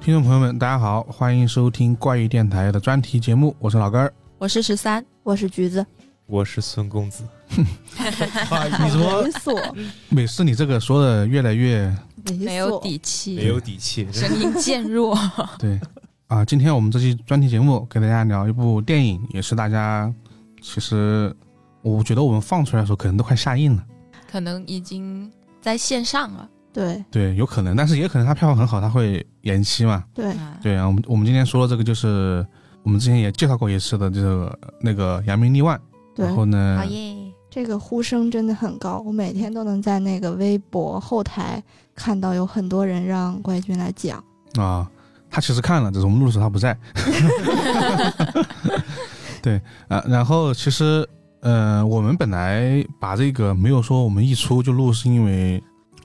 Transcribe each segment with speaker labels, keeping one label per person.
Speaker 1: 听众朋友们，大家好，欢迎收听怪异电台的专题节目，我是老根儿。
Speaker 2: 我是十三，
Speaker 3: 我是橘子，
Speaker 4: 我是孙公子，啊
Speaker 1: 你怎么
Speaker 3: 猥 琐，
Speaker 1: 每次你这个说的越来越
Speaker 2: 没
Speaker 3: 没
Speaker 2: 有底气，
Speaker 4: 没有底气，真
Speaker 2: 声音渐 弱。
Speaker 1: 对啊？今天我们这期专题节目给大家聊一部电影，也是大家其实我觉得我们放出来的时候可能都快下映了，
Speaker 2: 可能已经在线上了。
Speaker 3: 对
Speaker 1: 对，有可能，但是也可能它票房很好，它会延期嘛。
Speaker 3: 对，
Speaker 2: 啊，
Speaker 1: 对啊，我们我们今天说的这个就是我们之前也介绍过一次的，就是那个《扬名立万》，
Speaker 3: 对
Speaker 1: 然后呢
Speaker 4: 嗯
Speaker 2: 好，耶！
Speaker 3: 这个呼声真的很高，我每天都能在那个微博后台看到有很多人让怪君来讲。
Speaker 1: 啊，他其实看了，只是我们录的时候他不在。 对啊，然后其实呃，我们本来把这个没有说我们一出就录，是因为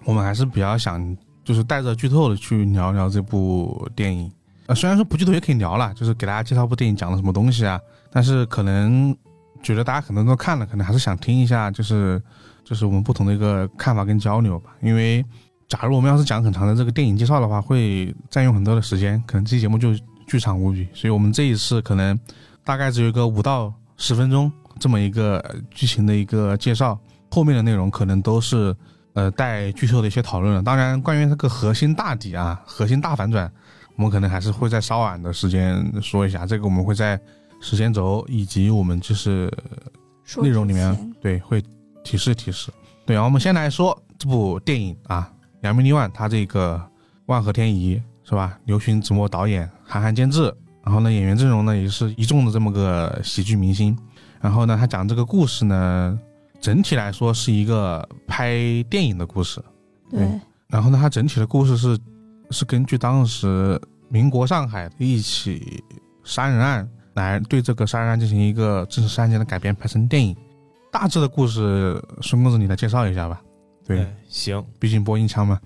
Speaker 1: 我们还是比较想就是带着剧透的去聊聊这部电影。呃，虽然说不剧透也可以聊啦，就是给大家介绍部电影讲了什么东西啊，但是可能觉得大家可能都看了，可能还是想听一下，就是就是我们不同的一个看法跟交流吧，因为。假如我们要是讲很长的这个电影介绍的话，会占用很多的时间，可能这期节目就巨长无比。所以我们这一次可能大概只有个五到十分钟这么一个呃剧情的一个介绍，后面的内容可能都是呃带剧透的一些讨论了。当然，关于这个核心大底啊、核心大反转，我们可能还是会在稍晚的时间说一下。这个我们会在时间轴以及我们就是
Speaker 3: 说
Speaker 1: 内容里
Speaker 3: 之
Speaker 1: 面
Speaker 3: 前
Speaker 1: 对会提示提示。对，然后我们先来说这部电影啊，《扬名立万》，它这个万和天宜是吧？刘巡子墨导演，韩寒监制，然后呢，演员阵容呢也是一众的这么个喜剧明星。然后呢，他讲这个故事呢，整体来说是一个拍电影的故事。
Speaker 3: 对
Speaker 1: 然后呢，它整体的故事是是根据当时民国上海的一起杀人案来对这个杀人案进行一个真实事件的改编拍成电影。大致的故事，孙公子你来介绍一下吧。对，
Speaker 4: 哎行，
Speaker 1: 毕竟播音腔嘛。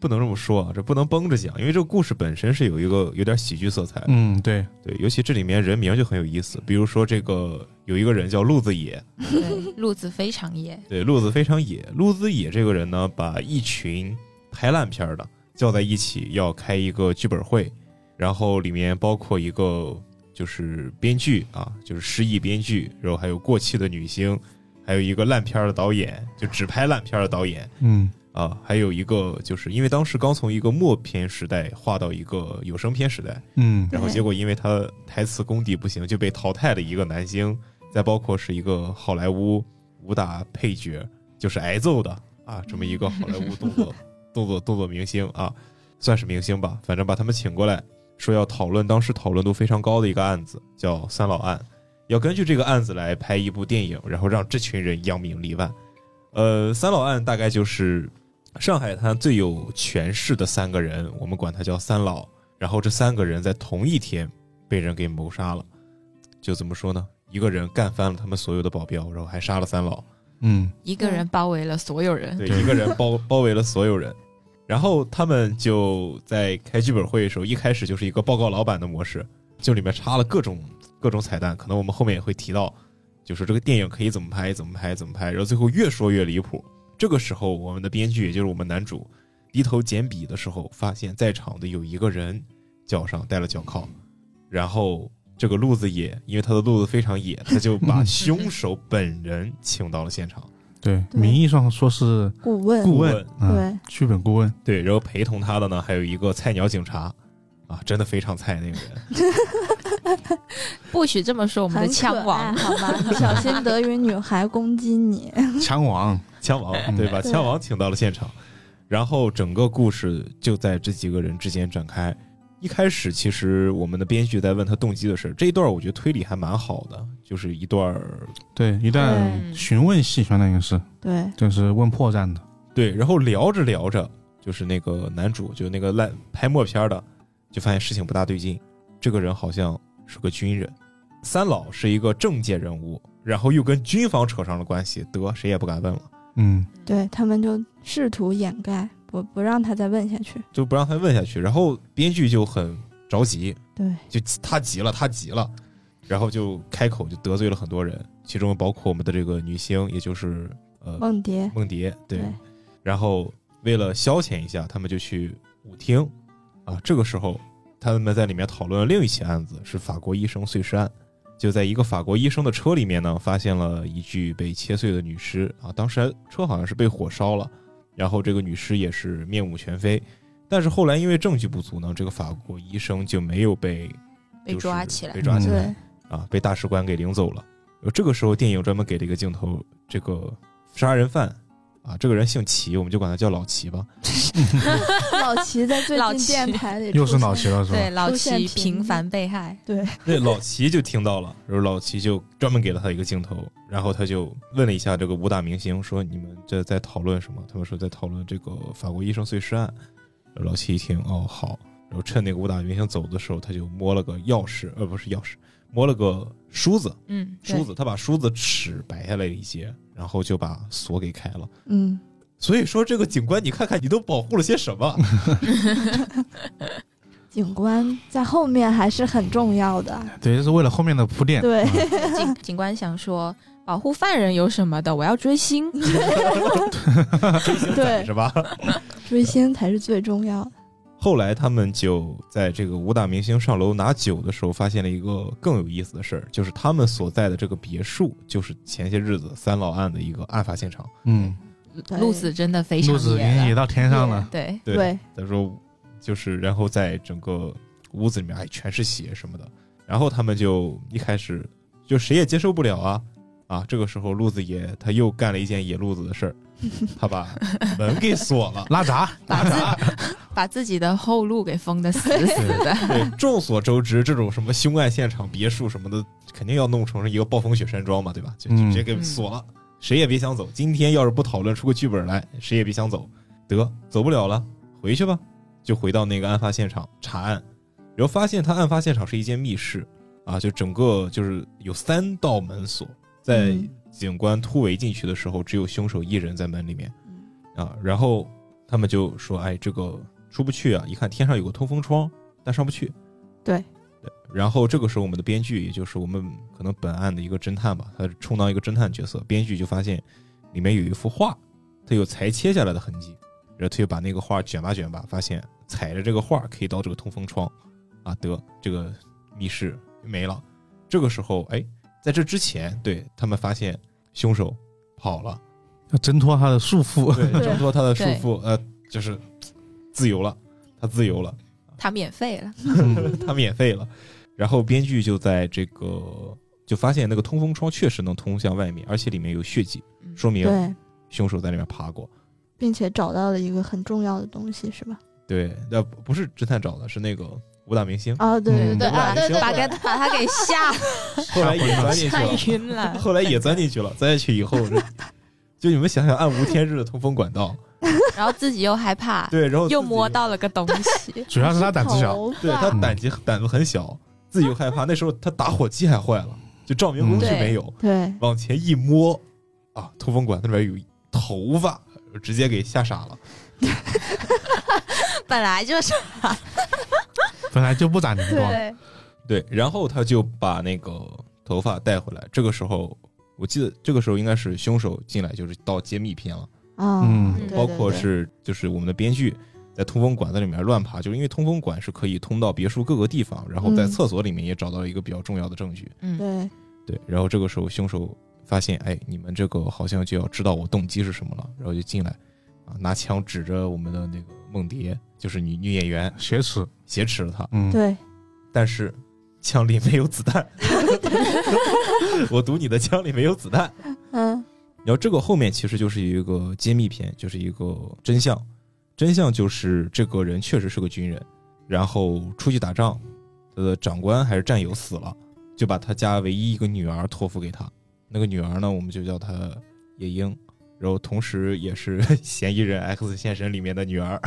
Speaker 4: 不能这么说啊，这不能绷着讲，因为这个故事本身是有一个有点喜剧色彩的，
Speaker 1: 嗯，对，
Speaker 4: 对，尤其这里面人名就很有意思，比如说这个有一个人叫陆子野，
Speaker 2: 对，路子非常野，
Speaker 4: 对，陆子非常野，陆子野这个人呢，把一群拍烂片儿的叫在一起，要开一个剧本会，然后里面包括一个就是编剧啊，就是失忆编剧，然后还有过气的女星，还有一个烂片儿的导演，就只拍烂片儿的导演，
Speaker 1: 嗯
Speaker 4: 啊，还有一个就是因为当时刚从一个默片时代划到一个有声片时代，
Speaker 1: 嗯
Speaker 4: 然后
Speaker 3: 对
Speaker 4: 结果因为他台词功底不行就被淘汰的一个男星，再包括是一个好莱坞武打配角，就是挨揍的啊，这么一个好莱坞动作动作动作明星啊，算是明星吧，反正把他们请过来，说要讨论当时讨论度非常高的一个案子，叫三老案，要根据这个案子来拍一部电影，然后让这群人扬名立万。呃，三老案大概就是上海滩最有权势的三个人，我们管他叫三老。然后这三个人在同一天被人给谋杀了，就怎么说呢？一个人干翻了他们所有的保镖，然后还杀了三老。
Speaker 1: 嗯
Speaker 2: 一个人包围了所有人。
Speaker 4: 对，
Speaker 1: 对
Speaker 4: 一个人包 包围了所有人。然后他们就在开剧本会的时候，一开始就是一个报告老板的模式，就里面插了各种各种彩蛋，可能我们后面也会提到，就是这个电影可以怎么拍，怎么拍，怎么拍，然后最后越说越离谱。这个时候，我们的编剧也就是我们男主低头捡笔的时候，发现在场的有一个人脚上戴了脚铐，然后这个路子野，因为他的路子非常野，他 就把凶手本人请到了现场，
Speaker 1: 对，
Speaker 3: 对
Speaker 1: 名义上说是
Speaker 3: 顾问
Speaker 1: 顾问
Speaker 4: 问
Speaker 1: 啊，
Speaker 3: 对
Speaker 1: 剧本顾问，
Speaker 4: 对，然后陪同他的呢还有一个菜鸟警察，啊，真的非常菜那个人。
Speaker 2: 不许这么说我们的
Speaker 3: 很
Speaker 2: 枪王。
Speaker 3: 可爱 好吗？你小心德云女孩攻击你。
Speaker 1: 枪王。
Speaker 4: 枪王
Speaker 1: 嗯
Speaker 4: 对吧？
Speaker 3: 对
Speaker 4: 枪王请到了现场，然后整个故事就在这几个人之间展开。一开始，其实我们的编剧在问他动机的事儿，这一段我觉得推理还蛮好的，就是一段儿
Speaker 1: 对，一段
Speaker 2: 对
Speaker 1: 询问戏相当于是，
Speaker 3: 对
Speaker 1: 就是问破绽的。
Speaker 4: 对，然后聊着聊着，就是那个男主，就那个烂拍默片儿的，就发现事情不大对劲，这个人好像是个军人，三老是一个政界人物，然后又跟军方扯上了关系，得谁也不敢问了。
Speaker 1: 嗯
Speaker 3: 对，他们就试图掩盖，不不让他再问下去。
Speaker 4: 就不让他问下去。然后编剧就很着急，
Speaker 3: 对，
Speaker 4: 就他急了，他急了，然后就开口就得罪了很多人，其中包括我们的这个女星，也就是呃
Speaker 3: 梦蝶，
Speaker 4: 梦蝶，对。
Speaker 3: 对
Speaker 4: 然后为了消遣一下，他们就去舞厅啊。这个时候，他们在里面讨论了另一起案子，是法国医生碎尸案。就在一个法国医生的车里面呢，发现了一具被切碎的女尸啊。当时车好像是被火烧了，然后这个女尸也是面目全非。但是后来因为证据不足呢，这个法国医生就没有被
Speaker 2: 被
Speaker 4: 就是
Speaker 2: 抓起来嗯
Speaker 4: 被。抓起来。
Speaker 3: 对，
Speaker 4: 啊，被大使馆给领走了。呃这个时候，电影专门给了一个镜头，这个杀人犯啊，这个人姓齐，我们就管他叫老齐吧。
Speaker 3: 老齐在最
Speaker 2: 老
Speaker 3: 近
Speaker 2: 齐
Speaker 3: 电台里
Speaker 1: 又是
Speaker 3: 出
Speaker 1: 老
Speaker 3: 现
Speaker 1: 齐了是吧？
Speaker 2: 对，老
Speaker 3: 出现
Speaker 2: 齐
Speaker 3: 频
Speaker 2: 频
Speaker 3: 率
Speaker 2: 繁被害，
Speaker 3: 对，
Speaker 4: 那老齐就听到了，然后老齐就专门给了他一个镜头，然后他就问了一下这个武打明星，说你们这在讨论什么？他们说在讨论这个法国医生碎尸案。然后老齐一听，哦好，然后趁那个武打明星走的时候，他就摸了个钥匙，呃不是钥匙，摸了个梳子，
Speaker 2: 嗯，对
Speaker 4: 梳子，他把梳子齿摆下来一截，然后就把锁给开了。
Speaker 3: 嗯，
Speaker 4: 所以说，这个警官，你看看你都保护了些什么？
Speaker 3: 警官在后面还是很重要的。
Speaker 1: 对，这是为了后面的铺垫。
Speaker 3: 对，
Speaker 1: 嗯
Speaker 2: 警警官想说，保护犯人有什么的？我要追星。
Speaker 3: 对，
Speaker 4: 是吧？
Speaker 3: 追星才是最重要的。
Speaker 4: 后来他们就在这个武打明星上楼拿酒的时候，发现了一个更有意思的事儿，就是他们所在的这个别墅，就是前些日子三老案的一个案发现场。
Speaker 1: 嗯，
Speaker 3: 对
Speaker 2: 路子真的非常
Speaker 1: 路子已
Speaker 2: 野
Speaker 1: 经
Speaker 2: 了
Speaker 1: 野到天上了。
Speaker 2: 对，
Speaker 4: 对，
Speaker 3: 对，
Speaker 4: 他说就是，然后在整个屋子里面，哎，全是血什么的。然后他们就一开始就谁也接受不了啊啊！这个时候，路子爷他又干了一件野路子的事儿，他把门给锁了。
Speaker 1: 拉闸，
Speaker 2: 把自 把自己的后路给封得死死的。
Speaker 4: 对，众所周知，这种什么凶案现场、别墅什么的，肯定要弄成是一个暴风雪山庄嘛，对吧？就就
Speaker 1: 嗯
Speaker 4: 直接给锁了，谁也别想走。今天要是不讨论出个剧本来，谁也别想走。得，走不了了，回去吧。就回到那个案发现场查案，然后发现他案发现场是一间密室啊，就整个就是有三道门锁，在
Speaker 3: 嗯
Speaker 4: 警官突围进去的时候，只有凶手一人在门里面
Speaker 3: 嗯
Speaker 4: 啊。然后他们就说：“哎，这个出不去啊！一看天上有个通风窗，但上不去。”
Speaker 3: 对
Speaker 4: 对。然后这个时候，我们的编剧，也就是我们可能本案的一个侦探吧，他充当一个侦探角色，编剧就发现里面有一幅画，它有裁切下来的痕迹，然后他就把那个画卷吧卷吧，发现踩着这个画可以到这个通风窗，啊，得这个密室没了。这个时候，哎，在这之前，对他们发现凶手跑了，
Speaker 1: 要挣脱他的束缚。
Speaker 4: 对，
Speaker 3: 对
Speaker 4: 挣脱他的束
Speaker 2: 对
Speaker 4: 缚，呃，就是嘖自由了，他自由了，
Speaker 2: 他免费了，
Speaker 1: 嗯
Speaker 4: 他免费了。然后编剧就在这个就发现那个通风窗确实能通向外面，而且里面有血迹，
Speaker 2: 嗯
Speaker 4: 说明
Speaker 3: 对，
Speaker 4: 凶手在里面爬过。
Speaker 3: 并且找到了一个很重要的东西，是吧？
Speaker 4: 对，那不是侦探找的，是那个武打明星，
Speaker 3: 啊，对对
Speaker 1: 嗯
Speaker 3: 对
Speaker 4: 对
Speaker 3: 啊，对对
Speaker 2: 把
Speaker 3: 对，
Speaker 2: 给把他给吓
Speaker 4: 后来也钻进去
Speaker 2: 吓
Speaker 4: 了。
Speaker 2: 晕了。
Speaker 4: 后来也钻进去了，钻进去以后，就你们想想暗无天日的通风管道，
Speaker 2: 然后自己又害怕，
Speaker 4: 对，然后
Speaker 2: 又
Speaker 4: 自己
Speaker 2: 摸，到了个东西。
Speaker 1: 主要是他胆子小，
Speaker 3: 头
Speaker 4: 对
Speaker 3: 发
Speaker 4: 他胆子胆子很小，自己又害怕。那时候他打火机还坏了，就照明工具没有，
Speaker 3: 对
Speaker 4: 往前一摸，啊，通风管那边有一头发，直接给吓傻了。
Speaker 2: 本来就是
Speaker 1: 本来就不咋灵光。
Speaker 3: 对，
Speaker 4: 对，然后他就把那个头发带回来。这个时候，我记得这个时候应该是凶手进来，就是到揭秘篇了。
Speaker 3: 啊，
Speaker 1: 嗯
Speaker 3: 对
Speaker 4: 包
Speaker 3: 对
Speaker 4: 括，
Speaker 3: 对
Speaker 4: 是就是我们的编剧在通风管子里面乱爬，就是因为通风管是可以通到别墅各个地方，然后在
Speaker 3: 嗯
Speaker 4: 厕所里面也找到一个比较重要的证据。
Speaker 2: 嗯，
Speaker 3: 对，
Speaker 4: 对，然后这个时候凶手发现，哎，你们这个好像就要知道我动机是什么了，然后就进来啊，拿枪指着我们的那个梦蝶，就是女女演员，
Speaker 1: 血耻，
Speaker 4: 挟持了她，
Speaker 1: 嗯，
Speaker 3: 对，
Speaker 4: 但是枪里没有子弹， 我赌你的枪里没有子弹。
Speaker 3: 嗯，
Speaker 4: 然后这个后面其实就是一个揭秘篇，就是一个真相。真相就是这个人确实是个军人，然后出去打仗，他的长官还是战友死了，就把他家唯一一个女儿托付给他。那个女儿呢，我们就叫她夜莺，然后同时也是 嫌疑人 X 现身里面的女儿。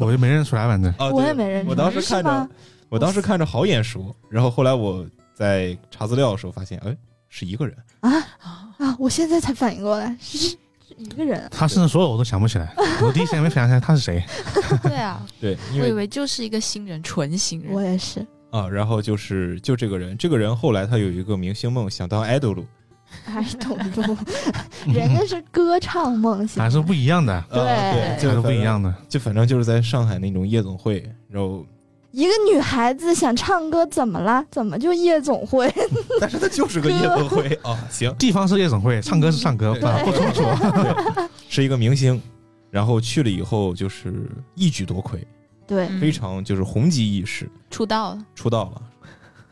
Speaker 1: 我就没认出来，反正
Speaker 4: 啊，
Speaker 3: 我
Speaker 4: 对
Speaker 3: 也没认出
Speaker 4: 我
Speaker 3: 来
Speaker 4: 当时
Speaker 3: 是
Speaker 4: 看着
Speaker 3: 吗，
Speaker 4: 我当时看着好眼熟，然后后来我在查资料的时候发现，哎，是一个人。
Speaker 3: 啊，我现在才反应过来，是是一个人，
Speaker 1: 他身上所有我都想不 起来，我第一时间没想起来他是谁。
Speaker 2: 对啊，
Speaker 4: 对，因
Speaker 2: 我
Speaker 4: 为
Speaker 2: 以为就是一个新人，纯新
Speaker 3: 我
Speaker 2: 人。
Speaker 3: 也是，
Speaker 4: 啊，然后就是就这个人，这个人后来他有一个明星梦，想当 idol，
Speaker 3: 还是董路，哎人家是歌唱梦 想，
Speaker 1: 还是不一样的，
Speaker 4: 啊对，
Speaker 3: 对
Speaker 1: 还
Speaker 4: 就是
Speaker 1: 不一
Speaker 4: 反正
Speaker 1: 样的。
Speaker 4: 就反正就是在上海那种夜总会，然后，
Speaker 3: 一个女孩子想唱歌怎么啦？怎么就夜总会？
Speaker 4: 但是它就是个夜总会啊，行，
Speaker 1: 地方是夜总会，唱歌是唱歌，
Speaker 4: 对
Speaker 1: 不不冲突。
Speaker 4: 是一个明星，然后去了以后就是一举夺魁，
Speaker 3: 对，
Speaker 2: 嗯
Speaker 4: 非常就是红极一时，
Speaker 2: 出道了，
Speaker 4: 出道了，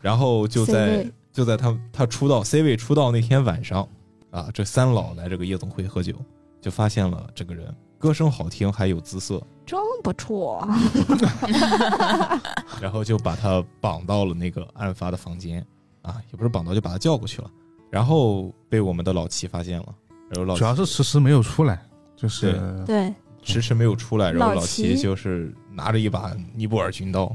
Speaker 4: 然后就
Speaker 3: C
Speaker 4: 在
Speaker 3: 位
Speaker 4: 就在他他出道 C 位出道那天晚上啊，这三老来这个夜总会喝酒，就发现了这个人歌声好听还有姿色，
Speaker 3: 真不错。
Speaker 4: 嗯然后就把他绑到了那个案发的房间啊，也不是绑到，就把他叫过去了，然后被我们的老齐发现了，然后老
Speaker 1: 主要是迟迟没有出来，就是
Speaker 3: 对
Speaker 4: 迟迟没有出来，然后
Speaker 3: 老
Speaker 4: 老齐
Speaker 3: 齐
Speaker 4: 就是拿着一把尼泊尔军刀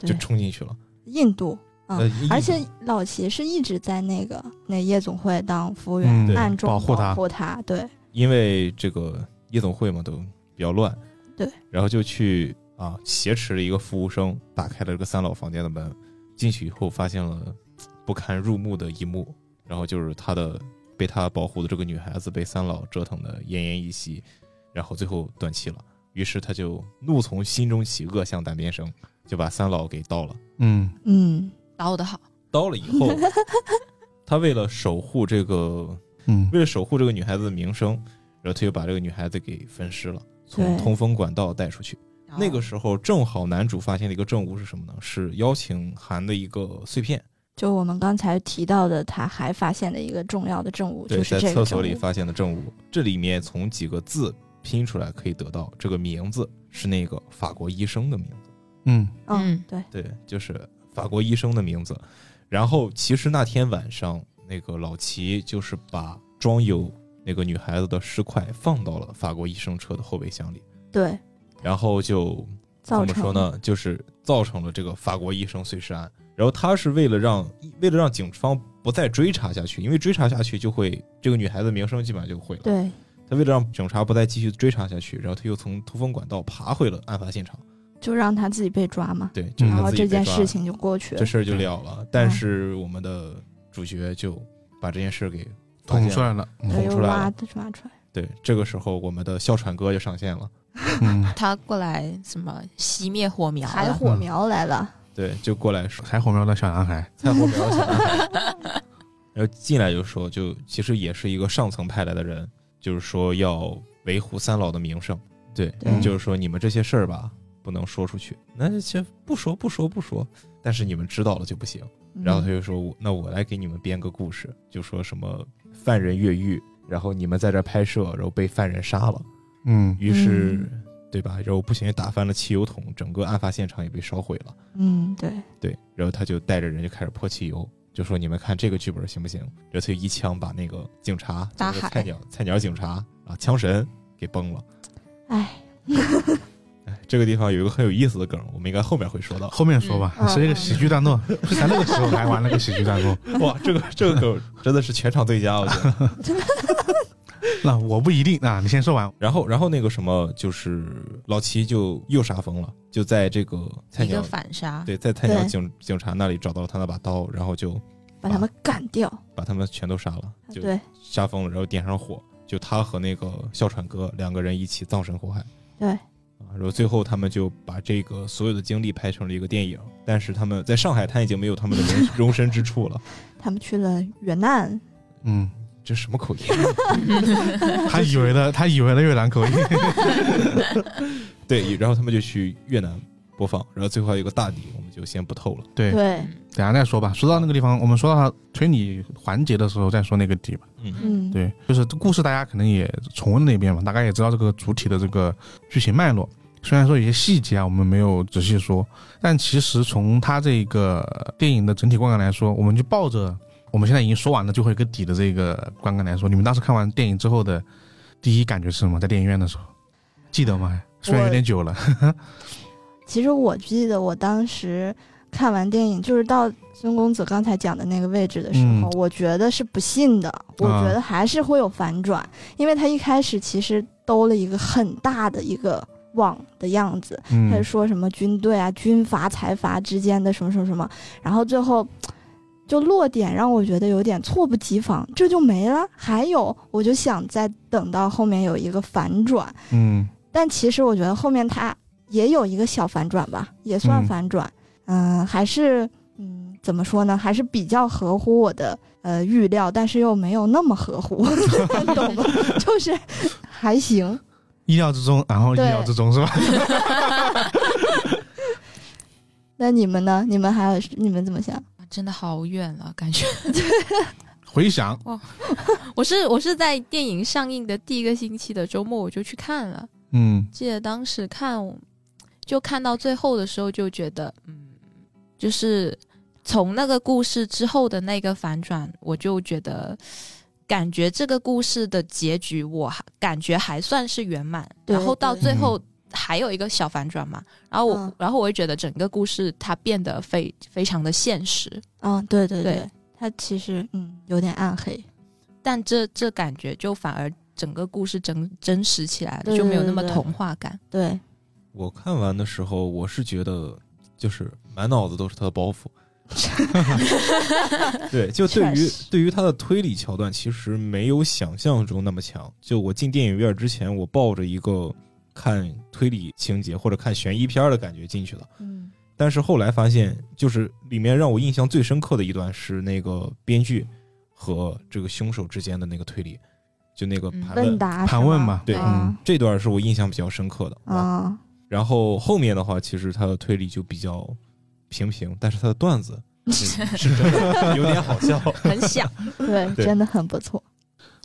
Speaker 4: 就
Speaker 3: 对，
Speaker 4: 冲进去了，
Speaker 3: 印度啊、
Speaker 4: 呃印度
Speaker 3: 而且老齐是一直在那个那夜总会当服务员，
Speaker 1: 嗯
Speaker 3: 暗中
Speaker 1: 保护他
Speaker 3: 保护他。对，
Speaker 4: 因为这个夜总会嘛都比较乱，
Speaker 3: 对，
Speaker 4: 然后就去啊挟持了一个服务生，打开了这个三老房间的门，进去以后发现了不堪入目的一幕，然后就是他的被他保护的这个女孩子被三老折腾的奄奄一息，然后最后断气了，于是他就怒从心中起，恶向胆边生，就把三老给刀了，
Speaker 1: 嗯，
Speaker 3: 嗯，
Speaker 2: 刀的好，
Speaker 4: 刀了以后，他为了守护这个
Speaker 1: 嗯
Speaker 4: 为了守护这个女孩子的名声，然后他就把这个女孩子给分尸了，从
Speaker 3: 对哦
Speaker 4: 通风管道带出去。
Speaker 2: 然后
Speaker 4: 那个时候正好男主发现了一个证物是什么呢？是邀请函的一个碎片，
Speaker 3: 就我们刚才提到的，他还发现的一个重要的证物
Speaker 4: 对，
Speaker 3: 就是
Speaker 4: 在
Speaker 3: 这
Speaker 4: 厕
Speaker 3: 个
Speaker 4: 所
Speaker 3: 证
Speaker 4: 里
Speaker 3: 物。
Speaker 4: 发现的证物。这里面从几个字拼出来可以得到，这个名字是那个法国医生的名字，
Speaker 1: 嗯
Speaker 3: 嗯
Speaker 2: 嗯，
Speaker 3: 对，
Speaker 4: 对，就是法国医生的名字。然后其实那天晚上，那个老齐就是把装有那个女孩子的尸块放到了法国医生车的后备箱里，
Speaker 3: 对，
Speaker 4: 然后就
Speaker 3: 造
Speaker 4: 怎么
Speaker 3: 成
Speaker 4: 说呢？就是造成了这个法国医生碎尸案。然后他是为了让为了让警方不再追查下去，因为追查下去就会这个女孩子名声基本上就毁了。
Speaker 3: 对，
Speaker 4: 他为了让警察不再继续追查下去，然后他又从通风管道爬回了案发现场。
Speaker 3: 就让他自己被抓嘛，
Speaker 4: 对，就
Speaker 1: 嗯
Speaker 4: 是他
Speaker 3: 然后
Speaker 4: 自己
Speaker 3: 这
Speaker 4: 被抓
Speaker 3: 件
Speaker 4: 了
Speaker 3: 事情就嗯过去了
Speaker 4: 这。事儿就了了。但是我们的主角就把这件事给发
Speaker 1: 捅
Speaker 4: 现了
Speaker 1: 出来了，嗯
Speaker 3: 对，
Speaker 4: 捅
Speaker 3: 又
Speaker 4: 出来
Speaker 3: 挖
Speaker 4: 了。
Speaker 3: 的抓出来，
Speaker 4: 对，这个时候我们的哮喘哥就上线了。
Speaker 1: 嗯，
Speaker 2: 他过来什么熄灭火苗啊
Speaker 3: 还
Speaker 2: 了，
Speaker 3: 火苗来了。
Speaker 4: 对，就过来说
Speaker 1: 还火苗的小男孩，
Speaker 4: 太后苗小男孩， 然后进来就说，就其实也是一个上层派来的人，就是说要维护三老的名声，对，
Speaker 3: 对
Speaker 4: 就是说你们这些事儿吧，不能说出去，那就先不说不说不说，但是你们知道了就不行。
Speaker 3: 嗯
Speaker 4: 然后他就说，我那我来给你们编个故事，就说什么犯人越狱，然后你们在这儿拍摄，然后被犯人杀了，
Speaker 1: 嗯
Speaker 4: 于是。对吧？然后不小心打翻了汽油桶，整个案发现场也被烧毁了。
Speaker 3: 嗯，对，
Speaker 4: 对，然后他就带着人就开始泼汽油，就说你们看这个剧本行不行？然后他就一枪把那个警察，就
Speaker 2: 大
Speaker 4: 那个
Speaker 2: 海
Speaker 4: 菜鸟菜鸟警察啊，枪神给崩了。
Speaker 3: 哎，
Speaker 4: 哎，这个地方有一个很有意思的梗，我们应该后面会 说到。
Speaker 1: 后面说吧，
Speaker 3: 嗯
Speaker 1: 是一个喜剧段 落，才那个时候还玩那个喜剧段落，
Speaker 4: 哇，这个这个梗真的是全场最佳，我觉得。
Speaker 1: 那我不一定啊，你先说完，
Speaker 4: 然后然后那个什么，就是老齐就又杀疯了，就在这个菜
Speaker 2: 一个
Speaker 4: 鸟
Speaker 2: 反杀，
Speaker 4: 对在菜鸟
Speaker 3: 对
Speaker 4: 警警察那里找到了他那把刀，然后就
Speaker 3: 把他们干掉。
Speaker 4: 把他们全都杀
Speaker 2: 啊
Speaker 4: 了，啊就
Speaker 3: 对
Speaker 4: 杀疯了，然后点上火，就他和那个哮喘哥两个人一起葬身火海。
Speaker 3: 对，
Speaker 4: 啊，然后最后他们就把这个所有的经历拍成了一个电影，但是他们在上海滩已经没有他们的 容容身之处了。
Speaker 3: 他们去了云南，
Speaker 1: 嗯，
Speaker 4: 这什么口音？啊
Speaker 1: 他以为 的他以为的越南口音，
Speaker 4: 对，然后他们就去越南播放，然后最后还有一个大底，我们就先不透了。
Speaker 1: 对，
Speaker 3: 对，
Speaker 1: 等下再说吧，说到那个地方，我们说到他推理环节的时候再说那个底吧。
Speaker 4: 嗯，
Speaker 3: 嗯，
Speaker 1: 对，就是故事大家可能也重温了一遍嘛，大概也知道这个主体的这个剧情脉络。虽然说有些细节啊我们没有仔细说，但其实从它这个电影的整体观感来说，我们就抱着我们现在已经说完了最后一个底的这个观感来说，你们当时看完电影之后的第一感觉是什么？在电影院的时候，记得吗？虽然有点久了，
Speaker 3: 其实我记得我当时看完电影，就是到孙公子刚才讲的那个位置的时候，
Speaker 1: 嗯
Speaker 3: 我觉得是不信的，我觉得还是会有反转，因为他一开始其实兜了一个很大的一个网的样子，他就
Speaker 1: 嗯
Speaker 3: 说什么军队啊、军阀、财阀之间的什么什么什么，然后最后。就落点让我觉得有点猝不及防，这就没了。还有，我就想再等到后面有一个反转，
Speaker 1: 嗯
Speaker 3: 但其实我觉得后面它也有一个小反转吧，也算
Speaker 1: 嗯
Speaker 3: 反转。嗯、还是嗯，怎么说呢？还是比较合乎我的呃预料，但是又没有那么合乎， 懂吗？就是还行。
Speaker 1: 意料之中，然后意
Speaker 3: 对
Speaker 1: 料之中是吧？
Speaker 3: 那你们呢？你们还有你们怎么想？
Speaker 2: 啊真的好远了，感觉
Speaker 1: 回想，
Speaker 2: 我是我是在电影上映的第一个星期的周末我就去看了，
Speaker 1: 嗯
Speaker 2: 记得当时看就看到最后的时候就觉得，嗯，就是从那个故事之后的那个反转，我就觉得感觉这个故事的结局我还感觉还算是圆满，
Speaker 3: 对
Speaker 2: 然后到
Speaker 3: 对
Speaker 2: 最后。还有一个小反转嘛，然后我，
Speaker 3: 嗯
Speaker 2: 然后我会觉得整个故事它变得非非常的现实，
Speaker 3: 嗯，对对
Speaker 2: 对
Speaker 3: 他其实嗯有点暗黑，
Speaker 2: 但这这感觉就反而整个故事真真实起来
Speaker 3: 对
Speaker 2: 了，就没有那
Speaker 3: 对
Speaker 2: 么
Speaker 3: 对
Speaker 2: 童话感。
Speaker 3: 对，
Speaker 4: 我看完的时候，我是觉得就是满脑子都是他的包袱。 对，就对
Speaker 3: 确
Speaker 4: 于
Speaker 3: 实
Speaker 4: 对于他的推理桥段，其实没有想象中那么强。就我进电影院之前，我抱着一个看推理情节或者看悬疑片儿的感觉进去了，
Speaker 3: 嗯
Speaker 4: 但是后来发现，就是里面让我印象最深刻的一段是那个编剧和这个凶手之间的那个推理，就那个
Speaker 2: 嗯
Speaker 4: 盘
Speaker 3: 问
Speaker 4: 问。
Speaker 3: 答
Speaker 1: 呃盘
Speaker 3: 是
Speaker 1: 问
Speaker 3: 吗
Speaker 1: 嘛嗯
Speaker 4: 对
Speaker 3: 啊
Speaker 4: 这段是我印象比较深刻的。
Speaker 3: 啊，
Speaker 4: 然后后面的话，其实他的推理就比较平平，但是他的 段子是真的有点好笑。
Speaker 2: 很想，
Speaker 1: 嗯
Speaker 3: 对，
Speaker 4: 对
Speaker 3: 真的很不错。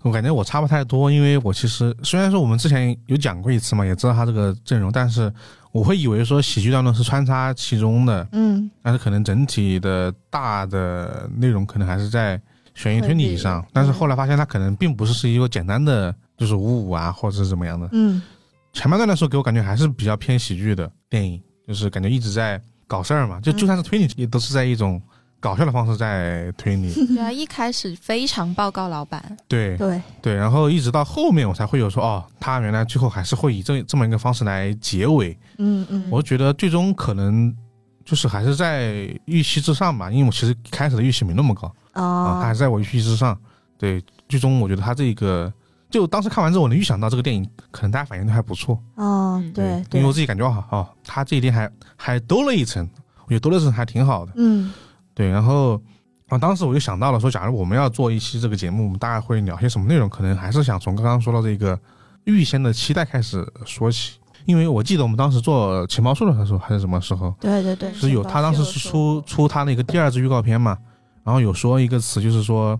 Speaker 1: 我感觉我差不太多，因为我其实虽然说我们之前有讲过一次嘛，也知道他这个阵容，但是我会以为说喜剧段落是穿插其中的，
Speaker 3: 嗯，
Speaker 1: 但是可能整体的大的内容可能还是在悬疑推理上
Speaker 3: 推理。
Speaker 1: 但是后来发现它可能并不是是一个简单的就是五五啊或者是怎么样的。
Speaker 3: 嗯，
Speaker 1: 前半段的时候给我感觉还是比较偏喜剧的电影，就是感觉一直在搞事儿嘛，就
Speaker 3: 嗯
Speaker 1: 就算是推理也都是在一种搞笑的方式在推理。
Speaker 2: 对啊，
Speaker 3: 嗯
Speaker 2: 一开始非常报告老板，
Speaker 1: 对
Speaker 3: 对，
Speaker 1: 对，然后一直到后面我才会有说哦，他原来最后还是会以这这么一个方式来结尾。
Speaker 3: 嗯嗯，
Speaker 1: 我觉得最终可能就是还是在预期之上吧，因为我其实一开始的预期没那么高。啊，它还
Speaker 3: 啊
Speaker 1: 是在我预期之上。对，最终我觉得它这个，就当时看完之后，我能预想到这个电影可能大家反应都还不错，
Speaker 3: 啊，对
Speaker 1: 因为我
Speaker 3: 对，
Speaker 1: 自己感觉啊，哦，它这一点还还多了一层，我觉得多了一层还挺好的。
Speaker 3: 嗯
Speaker 1: 对，然后啊，当时我就想到了说，假如我们要做一期这个节目，我们大概会聊些什么内容？可能还是想从刚刚说到这个预先的期待开始说起，因为我记得我们当时做情报树的时候还是什么时候，
Speaker 3: 对对对，
Speaker 1: 是有，
Speaker 3: 吧
Speaker 1: 他当时是出出他那个第二支预告片嘛，然后有说一个词，就是说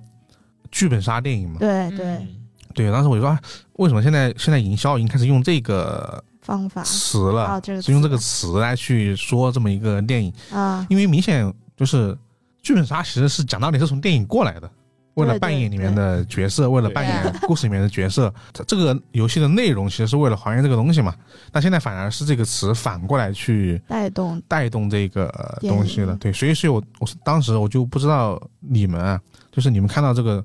Speaker 1: 剧本杀电影嘛。
Speaker 3: 对
Speaker 2: 嗯
Speaker 3: 对
Speaker 1: 对，当时我就说，啊为什么现在现在营销已经开始用这个
Speaker 3: 方法
Speaker 1: 词
Speaker 3: 啊，
Speaker 1: 了，
Speaker 3: 这个
Speaker 1: 是用这个
Speaker 3: 词
Speaker 1: 词来去说这么一个电影？
Speaker 3: 啊，
Speaker 1: 因为明显就是剧本杀其实是讲道理是从电影过来的。为了
Speaker 3: 对对
Speaker 1: 扮演里面的角色，为了扮演 故事里面的角色，它这个游戏的内容其实是为了还原这个东西嘛。但现在反而是这个词反过来去
Speaker 3: 带动
Speaker 1: 带动这个呃
Speaker 3: 电影
Speaker 1: 东西的。对，所以所以我我是当时我就不知道你们啊，就是你们看到这个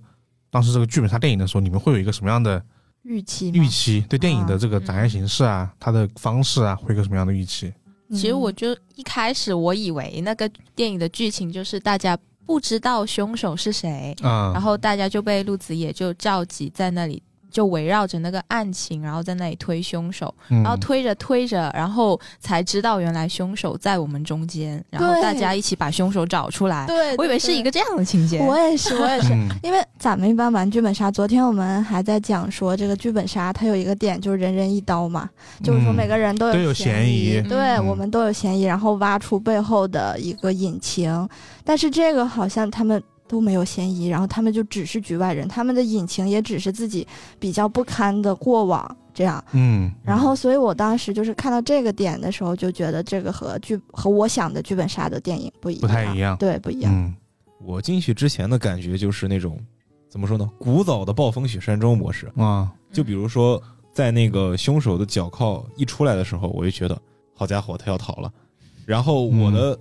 Speaker 1: 当时这个剧本杀电影的时候，你们会有一个什么样的
Speaker 3: 预期嘛
Speaker 1: 预，期？对电影的
Speaker 3: 啊
Speaker 1: 这个展现形式啊，它的方式啊，会有一个什么样的预期？
Speaker 3: 嗯
Speaker 2: 其实我就一开始我以为那个电影的剧情就是大家不知道凶手是谁，
Speaker 3: 嗯
Speaker 1: 啊、
Speaker 2: 然后大家就被陆子野就召集在那里，就围绕着那个案情，然后在那里推凶手，
Speaker 1: 嗯，
Speaker 2: 然后推着推着，然后才知道原来凶手在我们中间，然后
Speaker 3: 对
Speaker 2: 大家一起把凶手找出来。
Speaker 3: 对，
Speaker 2: 我以为是一个这样的情节
Speaker 3: 对，，我也 是，我也是，
Speaker 1: 嗯
Speaker 3: 因为咱们一般玩剧本杀，昨天我们还在讲说这个剧本杀它有一个点就是人人一刀嘛，就是说每个人都
Speaker 1: 都嗯有嫌
Speaker 3: 嫌
Speaker 1: 疑
Speaker 3: 对、
Speaker 2: 嗯
Speaker 3: 我们都有嫌疑，然后挖出背后的一个隐情，但是这个好像他们。都没有嫌疑，然后他们就只是局外人，他们的隐情也只是自己比较不堪的过往这样。
Speaker 1: 嗯，
Speaker 3: 然后，所以我当时就是看到这个点的时候，就觉得这个和剧和我想的剧本杀的电影不一样，
Speaker 1: 不太一样
Speaker 3: 对，不一样。
Speaker 1: 嗯
Speaker 4: 我进去之前的感觉就是那种怎么说呢，古早的暴风雪山庄模式。
Speaker 1: 啊，
Speaker 4: 就比如说，在那个凶手的脚铐一出来的时候，我就觉得好家伙，他要逃了。然后我的、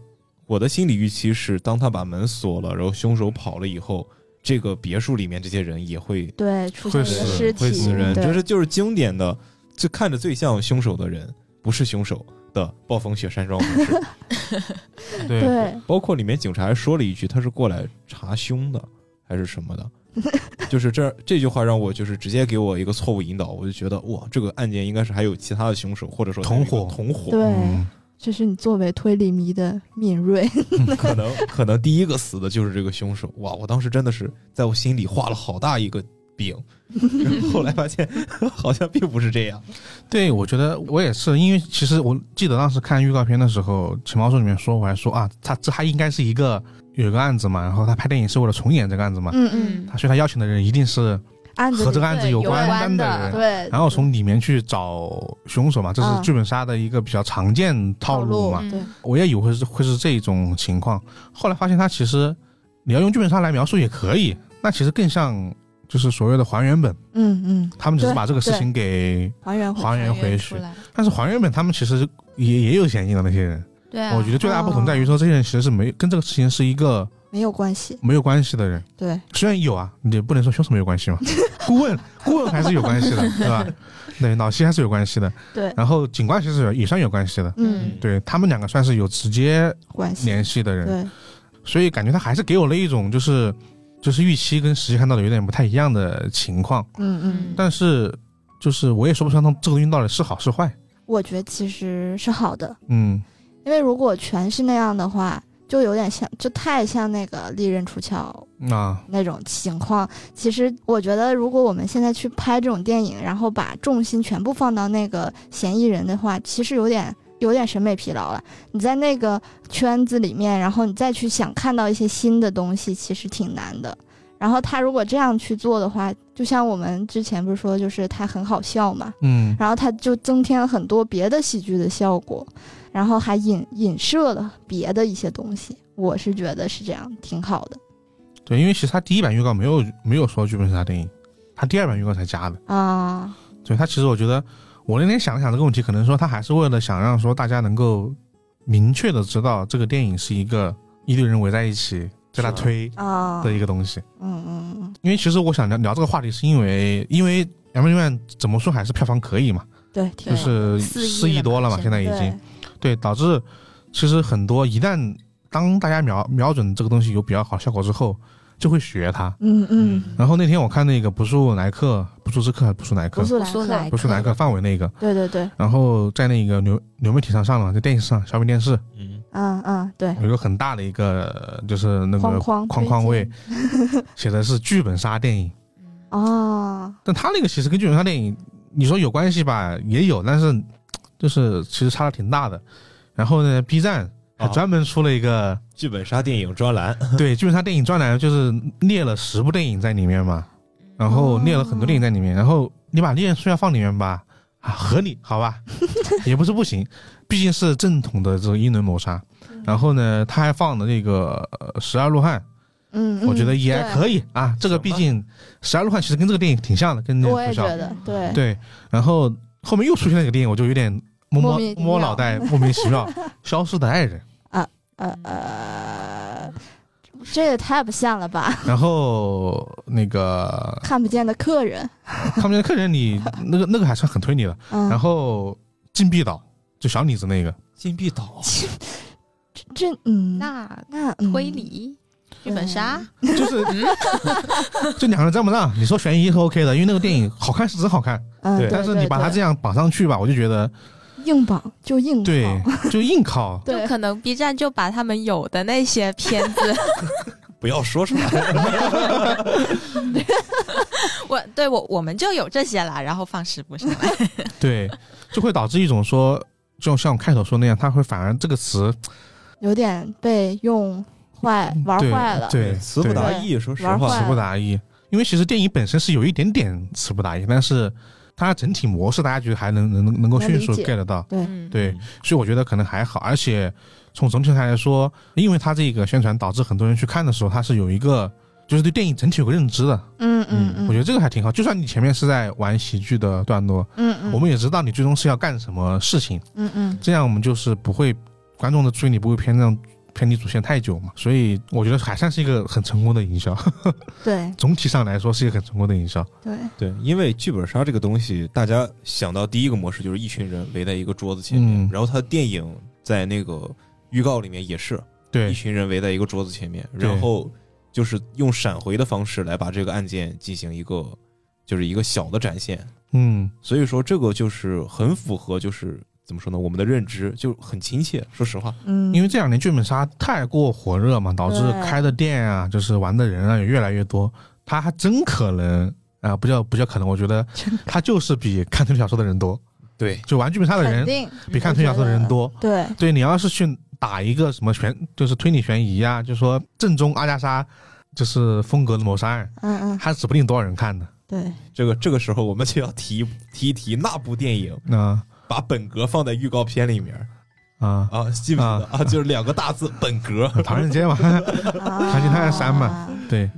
Speaker 4: 我的心理预期是，当他把门锁了，然后凶手跑了以后，这个别墅里面这些人也会
Speaker 3: 对，出现
Speaker 1: 会
Speaker 3: 一个
Speaker 1: 死
Speaker 3: 尸体，
Speaker 4: 会死人，
Speaker 3: 对
Speaker 4: 这是就是经典的，就看着最像凶手的人不是凶手的暴风雪山庄模式，
Speaker 1: 对
Speaker 3: 对，
Speaker 4: 包括里面警察还说了一句，他是过来查凶的还是什么的， 就是这这句话让我就是直接给我一个错误引导，我就觉得哇，这个案件应该是还有其他的凶手，或者说
Speaker 1: 同伙
Speaker 4: 同伙，
Speaker 3: 对
Speaker 1: 嗯
Speaker 3: 这是你作为推理迷的敏锐。
Speaker 4: 可能可能第一个死的就是这个凶手，哇，我当时真的是在我心里画了好大一个饼， 然后后来发现 好像并不是这样，
Speaker 1: 对，我觉得我也是，因为其实我记得当时看预告片的时候，《情报书》里面说，我还说啊，他这他应该是一个有一个案子嘛，然后他拍电影是为了重演这个案子嘛，
Speaker 3: 嗯
Speaker 2: 嗯
Speaker 1: 他所以他邀请的人一定是
Speaker 3: 案子
Speaker 1: 和这
Speaker 3: 里
Speaker 1: 个案子
Speaker 2: 对有
Speaker 1: 关
Speaker 2: 关
Speaker 1: 的
Speaker 2: 的
Speaker 1: 人，
Speaker 3: 对，
Speaker 1: 然后从里面去找凶手嘛，这是
Speaker 3: 嗯
Speaker 1: 剧本杀的一个比较常见套路嘛。
Speaker 3: 嗯对
Speaker 1: 我也以为会是会是这种情况，后来发现它其实你要用剧本杀来描述也可以，那其实更像就是所谓的还原本，
Speaker 3: 嗯嗯，
Speaker 1: 他们只是
Speaker 3: 对
Speaker 1: 把这个事
Speaker 3: 对
Speaker 1: 情给
Speaker 3: 还原回
Speaker 1: 还
Speaker 2: 还
Speaker 1: 原回
Speaker 2: 原
Speaker 1: 去
Speaker 2: 出，来，
Speaker 1: 但是还原本他们其实也也有嫌疑的那些人，
Speaker 2: 对啊，
Speaker 1: 我觉得最大不同在于说这些人其实是没跟这个事情是一个
Speaker 3: 没有关系，
Speaker 1: 没有关系的人，
Speaker 2: 哦
Speaker 3: 对，
Speaker 1: 虽然有啊，你也不能说凶手没有关系 嘛，顾问顾问还是有关系的，对吧？对，老西还是有关系的，
Speaker 3: 对
Speaker 1: 然后警官其实也算有关系的，
Speaker 3: 嗯，
Speaker 1: 对他们两个算是有直接
Speaker 3: 关系，
Speaker 1: 联系的人，
Speaker 3: 对，
Speaker 1: 所以感觉他还是给我了一种就是就是预期跟实际看到的有点不太一样的情况，
Speaker 3: 嗯嗯，
Speaker 1: 但是就是我也说不上他这个东西到底是好是坏，
Speaker 3: 我觉得其实是好的，
Speaker 1: 嗯，
Speaker 3: 因为如果全是那样的话，就有点像，就太像那个利刃出鞘
Speaker 1: 啊，
Speaker 3: 那种情况。其实我觉得，如果我们现在去拍这种电影，然后把重心全部放到那个嫌疑人的话，其实有点有点审美疲劳了。你在那个圈子里面，然后你再去想看到一些新的东西，其实挺难的。然后他如果这样去做的话，就像我们之前不是说，就是他很好笑嘛，
Speaker 1: 嗯，
Speaker 3: 然后他就增添了很多别的喜剧的效果，然后还引引射了别的一些东西。我是觉得是这样，挺好的
Speaker 1: 对，因为其实他第一版预告没有没有说剧本杀电影，他第二版预告才加的。
Speaker 3: 啊。
Speaker 1: 所以他其实我觉得，我那天想了想这个问题，可能说他还是为了想让说大家能够明确的知道这个电影是一个一堆人围在一起在那
Speaker 4: 是吧
Speaker 1: 推
Speaker 3: 啊，
Speaker 1: 的一个东西。
Speaker 3: 嗯嗯嗯，
Speaker 1: 因为其实我想聊聊这个话题，是因为因为《M 院怎么说还是票房可以嘛，
Speaker 3: 对，
Speaker 1: 就
Speaker 3: 挺好
Speaker 1: 是
Speaker 2: 四亿
Speaker 1: 四亿
Speaker 2: 了
Speaker 1: 多了嘛，
Speaker 2: 嘛
Speaker 1: 现在已
Speaker 3: 对
Speaker 1: 经对导致其实很多一旦当大家瞄瞄准这个东西有比较好效果之后，就会学它。
Speaker 3: 嗯嗯，
Speaker 1: 然后那天我看那个不速来客，不速之客，不速来客
Speaker 3: 不，速
Speaker 2: 不说
Speaker 3: 来
Speaker 2: 来
Speaker 3: 客，
Speaker 1: 不速来客范围那个，
Speaker 3: 对对对，
Speaker 1: 然后在那个流流媒体上上了，在电视上，小米电视
Speaker 4: 嗯，
Speaker 3: 嗯嗯对，
Speaker 1: 有一个很大的一个就是那
Speaker 3: 框
Speaker 1: 个
Speaker 3: 框
Speaker 1: 框框位， 写的是剧本杀电影，
Speaker 3: 哦，
Speaker 1: 但他那个其实跟剧本杀电影你说有关系吧，也有，但是就是其实差的挺大的。然后呢，B 站还
Speaker 4: 啊
Speaker 1: 专门出了一个、
Speaker 4: 剧本杀电影专栏，
Speaker 1: 对剧本杀电影专栏，就是列了十部电影在里面嘛，然
Speaker 3: 哦
Speaker 1: 后列了很多电影在里面，然后你把《猎人睡要放里面吧，啊，合理好 吧，也不是不行，毕竟是正统的这个英伦谋杀。然后呢，他还放了那个呃《十二路汉》，
Speaker 3: 嗯，
Speaker 1: 我觉得也
Speaker 3: 对
Speaker 1: 可以啊。这个
Speaker 4: 行吧
Speaker 1: 毕竟《十二路汉》其实跟这个电影挺像的，跟那
Speaker 3: 我
Speaker 1: 个
Speaker 3: 也
Speaker 1: 学
Speaker 3: 觉
Speaker 1: 校
Speaker 3: 得对，
Speaker 1: 对。然后后面又出现了一个电影，我就有点摸摸
Speaker 3: 莫名其妙
Speaker 1: 摸脑袋，莫名其妙，《消失的爱人》。
Speaker 3: 呃呃，这也太不像了吧？
Speaker 1: 然后那个
Speaker 3: 看不见的客人，
Speaker 1: 《看不见的客人》里，那个那个还算很推理的。
Speaker 3: 嗯，
Speaker 1: 然后《禁闭岛》就小李子那个，
Speaker 4: 禁闭岛，
Speaker 3: 这嗯，
Speaker 2: 那
Speaker 3: 那嗯
Speaker 2: 推，理、剧本杀，
Speaker 1: 就是， 就两个人站不让，你说悬疑是 OK 的，因为那个电影好看是真好看，
Speaker 3: 嗯嗯，
Speaker 4: 对
Speaker 3: 对
Speaker 1: 但是你把它这样绑上去吧，我就觉得
Speaker 3: 对硬绑就硬
Speaker 1: 对
Speaker 3: 绑，，。
Speaker 1: 就硬靠
Speaker 2: 就
Speaker 3: 对，
Speaker 2: 可能 B 站就把他们有的那些片 子，
Speaker 4: 不要说出来，
Speaker 2: 我对我我们就有这些啦，然后放十部上来，
Speaker 1: 对， 就会导致一种说，就像我开头说那样，它会反而这个词
Speaker 3: 有点被用坏玩
Speaker 1: 对
Speaker 3: 坏了，
Speaker 1: 对，
Speaker 4: 词不
Speaker 1: 对
Speaker 4: 达意，说实
Speaker 3: 玩
Speaker 4: 话
Speaker 3: 坏
Speaker 1: 词不达
Speaker 3: 哎
Speaker 1: 意。因为其实电影本身是有一点点词不达意，但是它整体模式大家觉得还能能能够
Speaker 3: 能
Speaker 1: 迅
Speaker 3: 理
Speaker 1: 速
Speaker 3: 解
Speaker 1: get 到，
Speaker 2: 嗯，
Speaker 1: 对，所以我觉得可能还好。而且从总体上来说，因为它这个宣传导致很多人去看的时候，它是有一个就是对电影整体有个认知的，
Speaker 3: 嗯嗯嗯，
Speaker 1: 我觉得这个还挺好。就算你前面是在玩喜剧的段落，
Speaker 3: 嗯嗯，
Speaker 1: 我们也知道你最终是要干什么事情，
Speaker 3: 嗯嗯
Speaker 1: 这样我们就是不会观众的注意力不会偏向偏离主线太久嘛，所以我觉得还算是一个很成功的营销，
Speaker 3: 对
Speaker 1: 总体上来说是一个很成功的营销。
Speaker 3: 对，
Speaker 4: 对，因为剧本杀这个东西，大家想到第一个模式就是一群人围在一个桌子前面，
Speaker 1: 嗯
Speaker 4: 然后他电影在那个预告里面也是一
Speaker 1: 对
Speaker 4: 群人围在一个桌子前面，
Speaker 1: 对
Speaker 4: 然后就是用闪回的方式来把这个案件进行一个就是一个小的展现，
Speaker 1: 嗯，
Speaker 4: 所以说这个就是很符合就是怎么说呢，我们的认知就很亲切，说实话，
Speaker 3: 嗯，
Speaker 1: 因为这两年剧本杀太过火热嘛，导致
Speaker 3: 对
Speaker 1: 开的店啊，就是玩的人啊也越来越多，他还真可能啊、不叫不叫可能，我觉得他就是比看推理小说的人多，
Speaker 4: 对
Speaker 1: 就玩剧本杀的
Speaker 3: 肯
Speaker 1: 人
Speaker 3: 定
Speaker 1: 比看推理小说的人多。
Speaker 3: 对，
Speaker 1: 对你要是去打一个什么悬，就是推理悬疑啊，就说正宗阿加莎就是风格的谋杀案，
Speaker 3: 嗯嗯
Speaker 1: 他指不定多少人看呢。
Speaker 3: 对，
Speaker 4: 这个这个时候我们就要提提一提那部电影，
Speaker 1: 那、
Speaker 4: 把本格放在预告片里面
Speaker 1: 啊，
Speaker 4: 啊，记不记得啊？就是两个大字本格。
Speaker 1: 唐人街嘛，
Speaker 3: 长
Speaker 1: 心探案三
Speaker 2: 啊
Speaker 1: 嘛，对，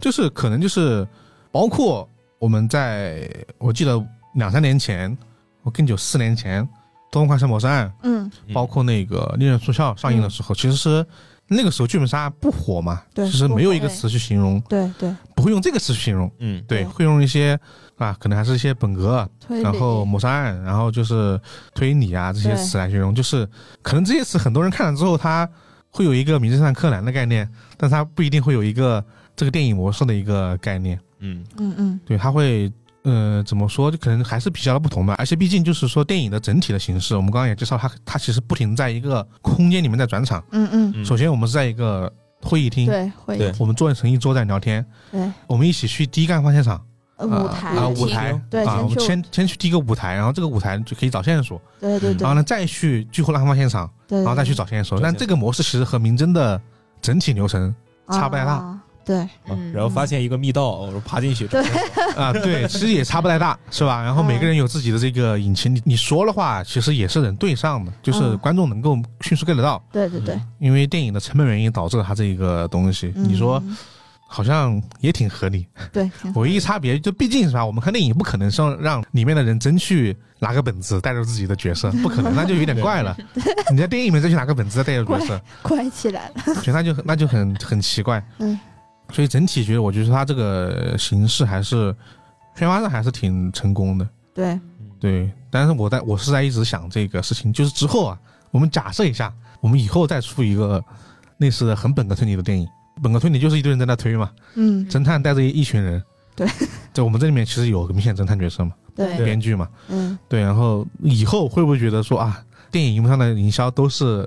Speaker 1: 就是可能就是包括我们在我记得两三年前，我更久四年前，《东方快车谋杀案
Speaker 3: 嗯，》
Speaker 1: 包括那个《利刃出鞘》上映的时候，其实是那个时候剧本杀不火嘛，
Speaker 3: 对
Speaker 1: 其实没有一个
Speaker 2: 不会
Speaker 1: 词去形容，
Speaker 3: 对对，
Speaker 1: 不会用这个词去形容，
Speaker 4: 嗯，
Speaker 1: 对，
Speaker 3: 对
Speaker 1: 会用一些啊，可能还是一些本格啊，
Speaker 3: 推理，
Speaker 1: 然后谋杀案，然后就是推理啊这些
Speaker 3: 对
Speaker 1: 词来形容，就是可能这些词很多人看了之后，他会有一个名侦探柯南的概念，但他不一定会有一个这个电影模式的一个概念。
Speaker 4: 嗯，
Speaker 3: 嗯嗯，
Speaker 1: 对，他会呃怎么说，就可能还是比较的不同吧。而且毕竟就是说电影的整体的形式，我们刚刚也介绍它，它其实不停在一个空间里面在转场。
Speaker 3: 嗯嗯，
Speaker 4: 嗯
Speaker 1: 首先我们是在一个会议厅，
Speaker 3: 对，会
Speaker 4: 对
Speaker 1: 我们坐成一桌在聊天，
Speaker 3: 对，
Speaker 1: 我们一起去第一个案发现场。
Speaker 3: 呃
Speaker 1: 啊
Speaker 3: 舞台
Speaker 1: 啊，
Speaker 2: 舞
Speaker 1: 舞
Speaker 2: 厅
Speaker 1: 台，
Speaker 3: 对
Speaker 1: 啊，
Speaker 3: 先
Speaker 1: 我们
Speaker 3: 去
Speaker 1: 先先去第一个舞台，然后这个舞台就可以找线索，
Speaker 3: 对对
Speaker 1: 然
Speaker 3: 对
Speaker 1: 后呢再去最后的案发现场，
Speaker 3: 对，
Speaker 1: 嗯然后再去
Speaker 3: 找
Speaker 1: 找线索。
Speaker 4: 对
Speaker 1: 但这个模式其实和明侦的整体流 程差不太大，
Speaker 3: 啊对
Speaker 4: 啊
Speaker 2: 嗯
Speaker 4: 然后发现一个密道，我说爬进去，
Speaker 3: 对
Speaker 1: 啊，对，其实也差不太大，是 吧？然后每个人有自己的这个引擎，你你说的话其实也是能对上的，就是
Speaker 3: 嗯
Speaker 1: 观众能够迅速 get 得到，
Speaker 3: 对对对，
Speaker 1: 因为电影的成本原因导致了它这个东西，你说
Speaker 3: 嗯
Speaker 1: 好像也挺合理。
Speaker 3: 对，挺好
Speaker 1: 唯一差别就毕竟是吧，我们看电影不可能是让让里面的人真去拿个本子带入自己的 角色，不可能，那就有点怪了。你在电影里面再去拿个本子再带入 角色，
Speaker 3: 怪起来了，
Speaker 1: 所以那就那就很很奇怪。
Speaker 3: 嗯，
Speaker 1: 所以整体觉得，我觉得它这个形式还是宣发上还是挺成功的。
Speaker 3: 对，
Speaker 1: 对，但是我在我是在一直想这个事情，就是之后啊，我们假设一下，我们以后再出一个类似的很本格推理的电影。本格推理就是一堆人在那推嘛，
Speaker 3: 嗯，
Speaker 1: 侦探带着一群人，
Speaker 3: 对，
Speaker 1: 在我们这里面其实有个明显侦探角色嘛，
Speaker 3: 对，
Speaker 1: 编剧嘛，
Speaker 3: 嗯，
Speaker 1: 对，然后以后会不会觉得说啊，电影荧幕上的营销都是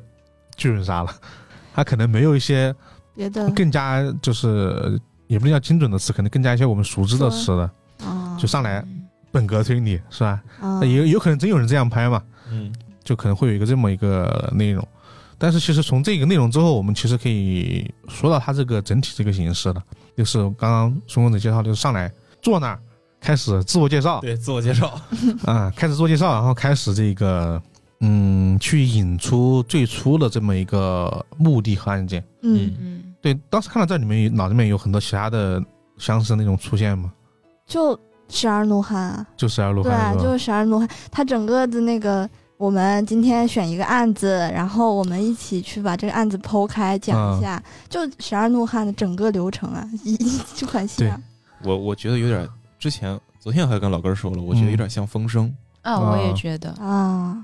Speaker 1: 剧本杀了？ 它可能没有一些
Speaker 3: 别的
Speaker 1: 更加就是也不能叫精准的词，可能更加一些我们熟知的
Speaker 3: 说
Speaker 1: 词了，
Speaker 3: 啊，
Speaker 1: 就上来
Speaker 2: 嗯
Speaker 1: 本格推理是吧？
Speaker 3: 啊
Speaker 1: 那也有可能真有人这样拍嘛，
Speaker 4: 嗯，
Speaker 1: 就可能会有一个这么一个内容。但是其实从这个内容之后，我们其实可以说到它这个整体这个形式了，就是刚刚孙公子介绍，就是上来坐那儿开始自我介绍，
Speaker 4: 对，自我介绍，
Speaker 1: 啊，开始做介绍，然后开始这个，嗯，去引出最初的这么一个目的和案件。
Speaker 3: 嗯。
Speaker 2: 嗯，
Speaker 1: 对，当时看到这里面，脑子里面有很多其他的相似的那种出现嘛，
Speaker 3: 就十二怒汉啊，
Speaker 1: 就是要录
Speaker 3: 对啊
Speaker 1: 汉，
Speaker 3: 就是十二怒汉，他整个的那个，我们今天选一个案子，然后我们一起去把这个案子剖开
Speaker 1: 啊
Speaker 3: 讲一下，就十二怒汉的整个流程啊，一就很像，
Speaker 4: 我我觉得有点，之前昨天还跟老根儿说了，我觉得有点像风声，
Speaker 2: 啊，我也觉得，
Speaker 3: 啊，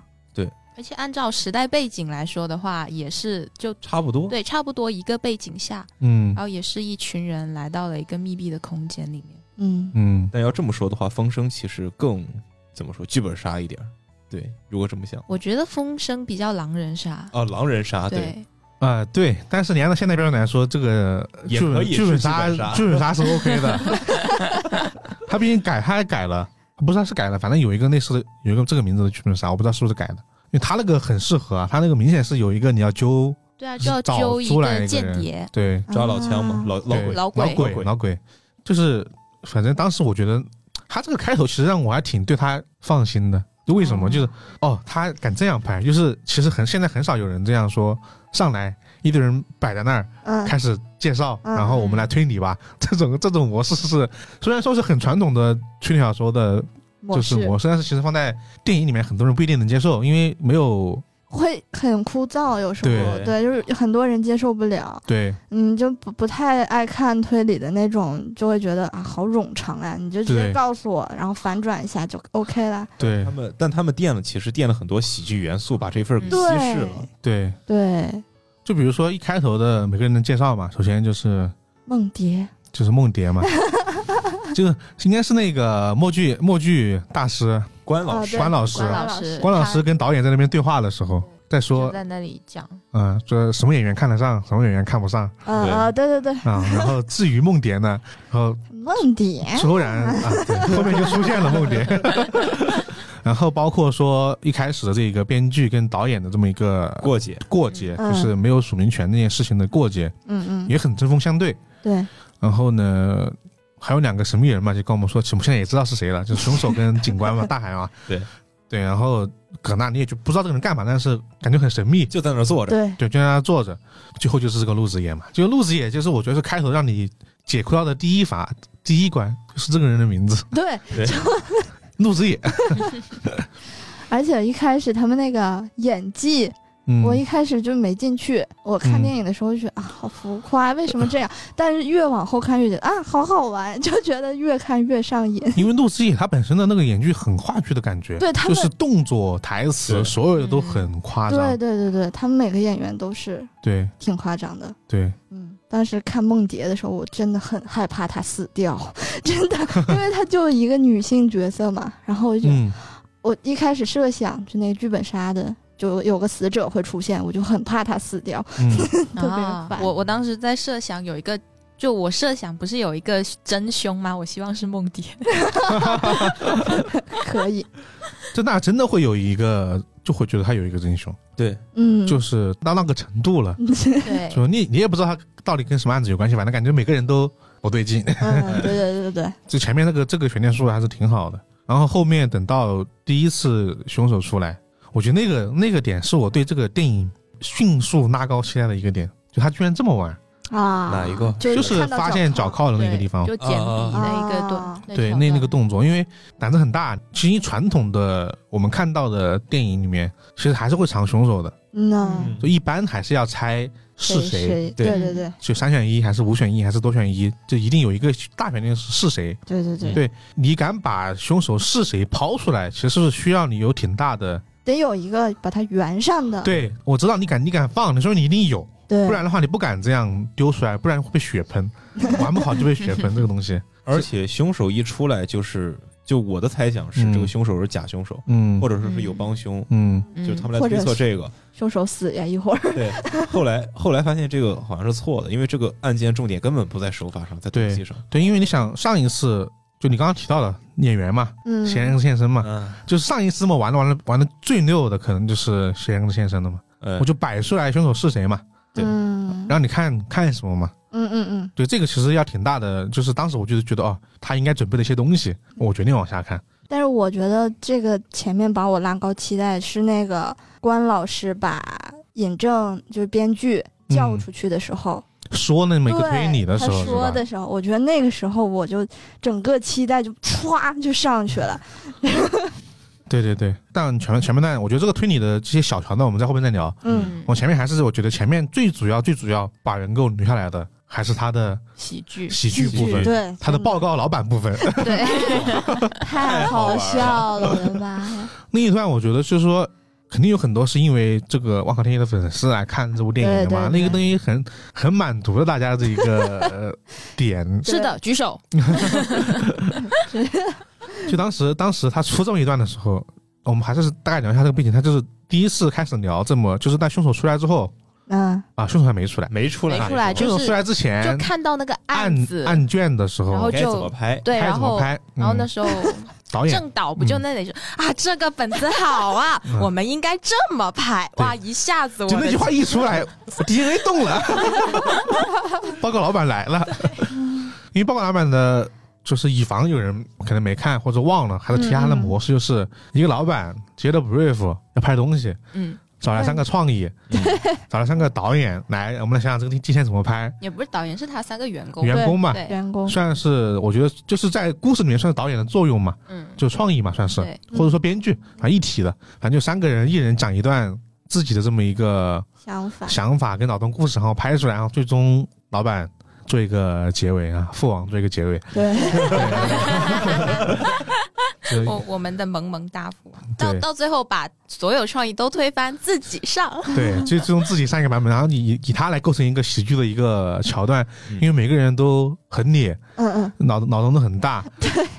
Speaker 2: 而且按照时代背景来说的话，也是就
Speaker 4: 差不多，
Speaker 2: 对，差不多一个背景下，
Speaker 1: 嗯
Speaker 3: 啊
Speaker 2: 然后也是一群人来到了一个密闭的空间里面。
Speaker 3: 嗯，
Speaker 1: 嗯，
Speaker 4: 但要这么说的话，风声其实更怎么说，剧本杀一点儿，对，如果这么想
Speaker 2: 我觉得风声比较狼人杀，
Speaker 4: 啊，狼人杀，对，
Speaker 2: 对，
Speaker 1: 啊、对。但是你按照现在标准来说，这个
Speaker 4: 也
Speaker 1: 剧本
Speaker 4: 可以
Speaker 1: 剧
Speaker 4: 是
Speaker 1: 本
Speaker 4: 剧
Speaker 1: 杀
Speaker 4: 本杀
Speaker 1: 剧本杀是 OK 的， 他毕竟改他还改了，不是他是改了，反正有一个类似的有一个这个名字的剧本杀，我不知道是不是改的，因为他那个很适合啊，他那个明显是有一个你要揪
Speaker 2: 对啊，就要
Speaker 1: 找
Speaker 2: 揪一
Speaker 1: 出来一
Speaker 2: 个
Speaker 1: 个
Speaker 2: 间
Speaker 1: 人
Speaker 2: 谍，
Speaker 1: 对
Speaker 4: 抓老枪嘛
Speaker 3: 啊，
Speaker 4: 老老
Speaker 1: 对
Speaker 4: 鬼，
Speaker 2: 老
Speaker 1: 老
Speaker 2: 鬼
Speaker 1: 鬼
Speaker 4: 鬼
Speaker 1: 老鬼，就是反正当时我觉得他这个开头其实让我还挺对他放心的。就为什么？
Speaker 3: 哦
Speaker 1: 就是哦，他敢这样拍，就是其实很现在很少有人这样说，上来一堆人摆在那儿
Speaker 3: 嗯，
Speaker 1: 开始介绍，
Speaker 3: 嗯
Speaker 1: 然后我们来推理吧。这种这种模式是虽然说是很传统的推理小说的
Speaker 3: 模
Speaker 1: 就是
Speaker 3: 式，
Speaker 1: 模式，但是其实放在电影里面很多人不一定能接受，因为没有
Speaker 3: 会很枯燥，有时候
Speaker 1: 对
Speaker 3: 就是很多人接受不了，
Speaker 1: 对
Speaker 3: 嗯，就不不太爱看推理的那种，就会觉得啊好冗长啊，你就直接
Speaker 1: 对
Speaker 3: 告诉我，然后反转一下就 OK 了。
Speaker 1: 对
Speaker 4: 他们，但他们垫了，其实垫了很多喜剧元素，把这份儿给稀释
Speaker 3: 对
Speaker 4: 了。
Speaker 1: 对，
Speaker 3: 对，
Speaker 1: 就比如说一开头的每个人的介绍嘛，首先就是
Speaker 3: 梦蝶，
Speaker 1: 就是梦蝶 嘛，就是应该是那个默剧默剧大师
Speaker 4: 关
Speaker 3: 啊
Speaker 4: 老师
Speaker 3: 对
Speaker 1: 关老师
Speaker 2: 关老师
Speaker 1: 关老师
Speaker 3: 他
Speaker 1: 跟导演在那边对话的时候，在
Speaker 2: 就
Speaker 1: 说
Speaker 2: 在那里讲，
Speaker 1: 嗯、说什么演员看得上，什么演员看不上
Speaker 3: 呃呃，对对对，
Speaker 1: 啊。然后至于梦蝶呢，然后
Speaker 3: 梦蝶，
Speaker 1: 突然啊，对， 后面就出现了梦蝶。然后包括说一开始的这个编剧跟导演的这么一个
Speaker 4: 过节，
Speaker 1: 过节，
Speaker 3: 嗯
Speaker 1: 就是没有署名权这件事情的过节，
Speaker 3: 嗯嗯，
Speaker 1: 也很针锋相对。
Speaker 3: 对，
Speaker 1: 然后呢，还有两个神秘人嘛，就跟我们说，我们现在也知道是谁了，就是凶手跟警官 嘛，大海嘛，
Speaker 4: 对
Speaker 1: 对。然后葛纳你也就不知道这个人干嘛，但是感觉很神秘，
Speaker 4: 就在那儿坐着。
Speaker 3: 对，
Speaker 1: 对，就让他坐着。最后就是这个陆子野嘛，这个陆子野就是我觉得是开头让你解困到的第一法第一关，就是这个人的名字
Speaker 3: 对，
Speaker 1: 陆子野。
Speaker 3: 而且一开始他们那个演技，
Speaker 1: 嗯，
Speaker 3: 我一开始就没进去。我看
Speaker 1: 嗯
Speaker 3: 电影的时候就觉得、啊，好浮夸，为什么这样？ 但是越往后看越觉得啊，好好玩，就觉得越看越上瘾。
Speaker 1: 因为陆子野他本身的那个演技很话剧的感觉，
Speaker 3: 对他
Speaker 1: 就
Speaker 3: 们
Speaker 1: 是动作、台词，
Speaker 4: 对
Speaker 1: 所有的都很夸张。
Speaker 3: 对对对对，他们每个演员都是
Speaker 1: 对
Speaker 3: 挺夸张的。
Speaker 1: 对
Speaker 3: 嗯，当时看梦蝶的时候，我真的很害怕她死掉， 真的，因为她就一个女性角色嘛。然后我就觉得、
Speaker 1: 嗯，
Speaker 3: 我一开始设想就那个剧本杀的，就有个死者会出现，我就很怕她死掉，
Speaker 1: 嗯，
Speaker 3: 特别烦。
Speaker 2: 啊我我当时在设想有一个，就我设想不是有一个真凶吗？我希望是梦蝶。
Speaker 3: 可以，
Speaker 1: 这那真的会有一个，就会觉得他有一个真凶，
Speaker 4: 对，
Speaker 3: 嗯，
Speaker 1: 就是到那个程度了，
Speaker 2: 对
Speaker 1: 就你你也不知道他到底跟什么案子有关系，反正感觉每个人都不对劲。
Speaker 3: 嗯，对对对对对，
Speaker 1: 就前面那个这个悬念树还是挺好的，然后后面等到第一次凶手出来，我觉得那个那个点是我对这个电影迅速拉高期待的一个点，就他居然这么玩，
Speaker 3: 啊，
Speaker 4: 哪一个？
Speaker 3: 就
Speaker 1: 就是
Speaker 3: 看到
Speaker 1: 发现
Speaker 3: 脚
Speaker 1: 脚
Speaker 3: 铐，
Speaker 1: 铐的那个地方，
Speaker 2: 就剪笔的一个
Speaker 3: 啊
Speaker 2: 动，
Speaker 1: 对
Speaker 2: 条
Speaker 1: 那那
Speaker 2: 段
Speaker 1: 个动作，因为胆子很大。其实传统的我们看到的电影里面，其实还是会藏凶手的，
Speaker 3: 嗯呐，
Speaker 4: 嗯
Speaker 1: 就一般还是要猜是
Speaker 3: 谁
Speaker 1: 谁，？
Speaker 3: 对
Speaker 4: 对
Speaker 3: 对对
Speaker 1: 就三选一还是五选一还是多选一，就一定有一个大选定是谁。
Speaker 3: 对对对，
Speaker 1: 对你敢把凶手是谁抛出来，其实是需要你有挺大的。
Speaker 3: 得有一个把它圆上的，
Speaker 1: 对我知道你敢，你敢放，你说你一定有，
Speaker 3: 嗯对，
Speaker 1: 不然的话你不敢这样丢出来，不然会被血喷，玩不好就被血喷这 个东西。
Speaker 4: 而且凶手一出来就是，就我的猜想是
Speaker 1: 嗯
Speaker 4: 这个凶手是假凶手，
Speaker 1: 嗯
Speaker 4: 或者说是有帮凶，
Speaker 1: 嗯
Speaker 2: 嗯
Speaker 4: 就是他们
Speaker 3: 或
Speaker 4: 来
Speaker 3: 者
Speaker 4: 推测
Speaker 3: 是
Speaker 4: 这个。
Speaker 3: 凶手死呀一会儿，
Speaker 4: 对，后来 后来发现这个好像是错的，因为这个案件重点根本不在手法上，在动机上。
Speaker 1: 对，因为你想上一次就你刚刚提到的演员嘛，
Speaker 3: 嗯，
Speaker 1: 嫌疑人现身嘛，
Speaker 4: 嗯，
Speaker 1: 就是上一次嘛玩的玩的玩的最溜的可能就是嫌疑人现身了嘛，
Speaker 4: 呃
Speaker 1: 我就摆出来凶手是谁嘛，
Speaker 4: 对
Speaker 3: 嗯
Speaker 1: 让你看看什么嘛。
Speaker 3: 嗯嗯嗯，
Speaker 1: 对，这个其实要挺大的，就是当时我就觉得哦，他应该准备了一些东西，我决定往下看。
Speaker 3: 但是我觉得这个前面把我拉高期待是那个关老师把尹正就是编剧叫
Speaker 1: 嗯
Speaker 3: 出去的时候，
Speaker 1: 说那么一个
Speaker 3: 对，
Speaker 1: 推理的时候，
Speaker 3: 他说的时候，我觉得那个时候我就整个期待就歘就上去了。
Speaker 1: 对对对。但前面前面段，我觉得这个推理的这些小桥段，我们在后面再聊。
Speaker 3: 嗯，
Speaker 1: 我前面还是我觉得前面最主要最主要把人给我留下来的，还是他的
Speaker 2: 喜剧，
Speaker 1: 喜剧部分，
Speaker 3: 对，
Speaker 1: 他的
Speaker 3: 真
Speaker 1: 报告老板部分。
Speaker 2: 对，
Speaker 3: 太好笑了，我的妈呀！
Speaker 1: 另一段我觉得就是说，肯定有很多是因为这个《万口天一》的粉丝来看这部电影的嘛，
Speaker 3: 对对对
Speaker 1: 那个东西很很满足了大家这一个 呃点。
Speaker 2: 是的，举手。
Speaker 1: 就当时当时他出这么一段的时候，我们还是大概聊一下这个背景。他就是第一次开始聊这么，就是在凶手出来之后
Speaker 3: 嗯，
Speaker 1: 啊，凶手还没出来，
Speaker 4: 没出来，
Speaker 2: 没出来
Speaker 1: 凶手
Speaker 2: 哎就是
Speaker 1: 出来之
Speaker 2: 就
Speaker 1: 前
Speaker 2: 看到那个
Speaker 1: 案
Speaker 2: 子，
Speaker 1: 案卷的时
Speaker 2: 然后
Speaker 1: 候，
Speaker 4: 该
Speaker 2: 就
Speaker 4: 怎么拍？
Speaker 2: 对，
Speaker 1: 拍
Speaker 2: 然
Speaker 1: 怎么
Speaker 2: 后
Speaker 1: 拍，
Speaker 2: 然后
Speaker 1: 嗯
Speaker 2: 那时候
Speaker 1: 导演
Speaker 2: 正导不就那里说啊，这个本子好啊
Speaker 1: 嗯，
Speaker 2: 我们应该这么拍。
Speaker 1: 对
Speaker 2: 哇，一下子我
Speaker 1: 就那
Speaker 2: 的
Speaker 1: 句话一出 来，DNA 动了， 报告老板来了。因为报告老板的，就是以防有人可能没看或者忘了，还是提他的
Speaker 3: 嗯嗯
Speaker 1: 模式，就是一个老板接了 brief 要拍东西，
Speaker 2: 嗯，
Speaker 1: 找来三个创意，找来三个导演来，我们来想想这个今天怎么拍。
Speaker 2: 也不是导演，是他三个员工，
Speaker 1: 员工嘛，
Speaker 2: 对，
Speaker 3: 员工，
Speaker 1: 算是我觉得就是在故事里面算是导演的作用嘛，
Speaker 2: 嗯，
Speaker 1: 就创意嘛，算是
Speaker 2: 对嗯
Speaker 1: 或者说编剧啊一体的，反正就三个人一人讲一段自己的这么一个
Speaker 3: 想法
Speaker 1: 想法跟脑洞故事，然后拍出来，然后最终老板做一个结尾啊，父王做一个结尾。
Speaker 3: 对，
Speaker 1: 对
Speaker 2: 哦我我们的萌萌大富，到
Speaker 1: 对
Speaker 2: 到最后把所有创意都推翻，自己上。
Speaker 1: 对，就最终自己上一个版本，然后你以以它来构成一个喜剧的一个桥段，
Speaker 2: 嗯
Speaker 1: 因为每个人都很野，
Speaker 3: 嗯嗯，
Speaker 1: 脑脑洞都很大，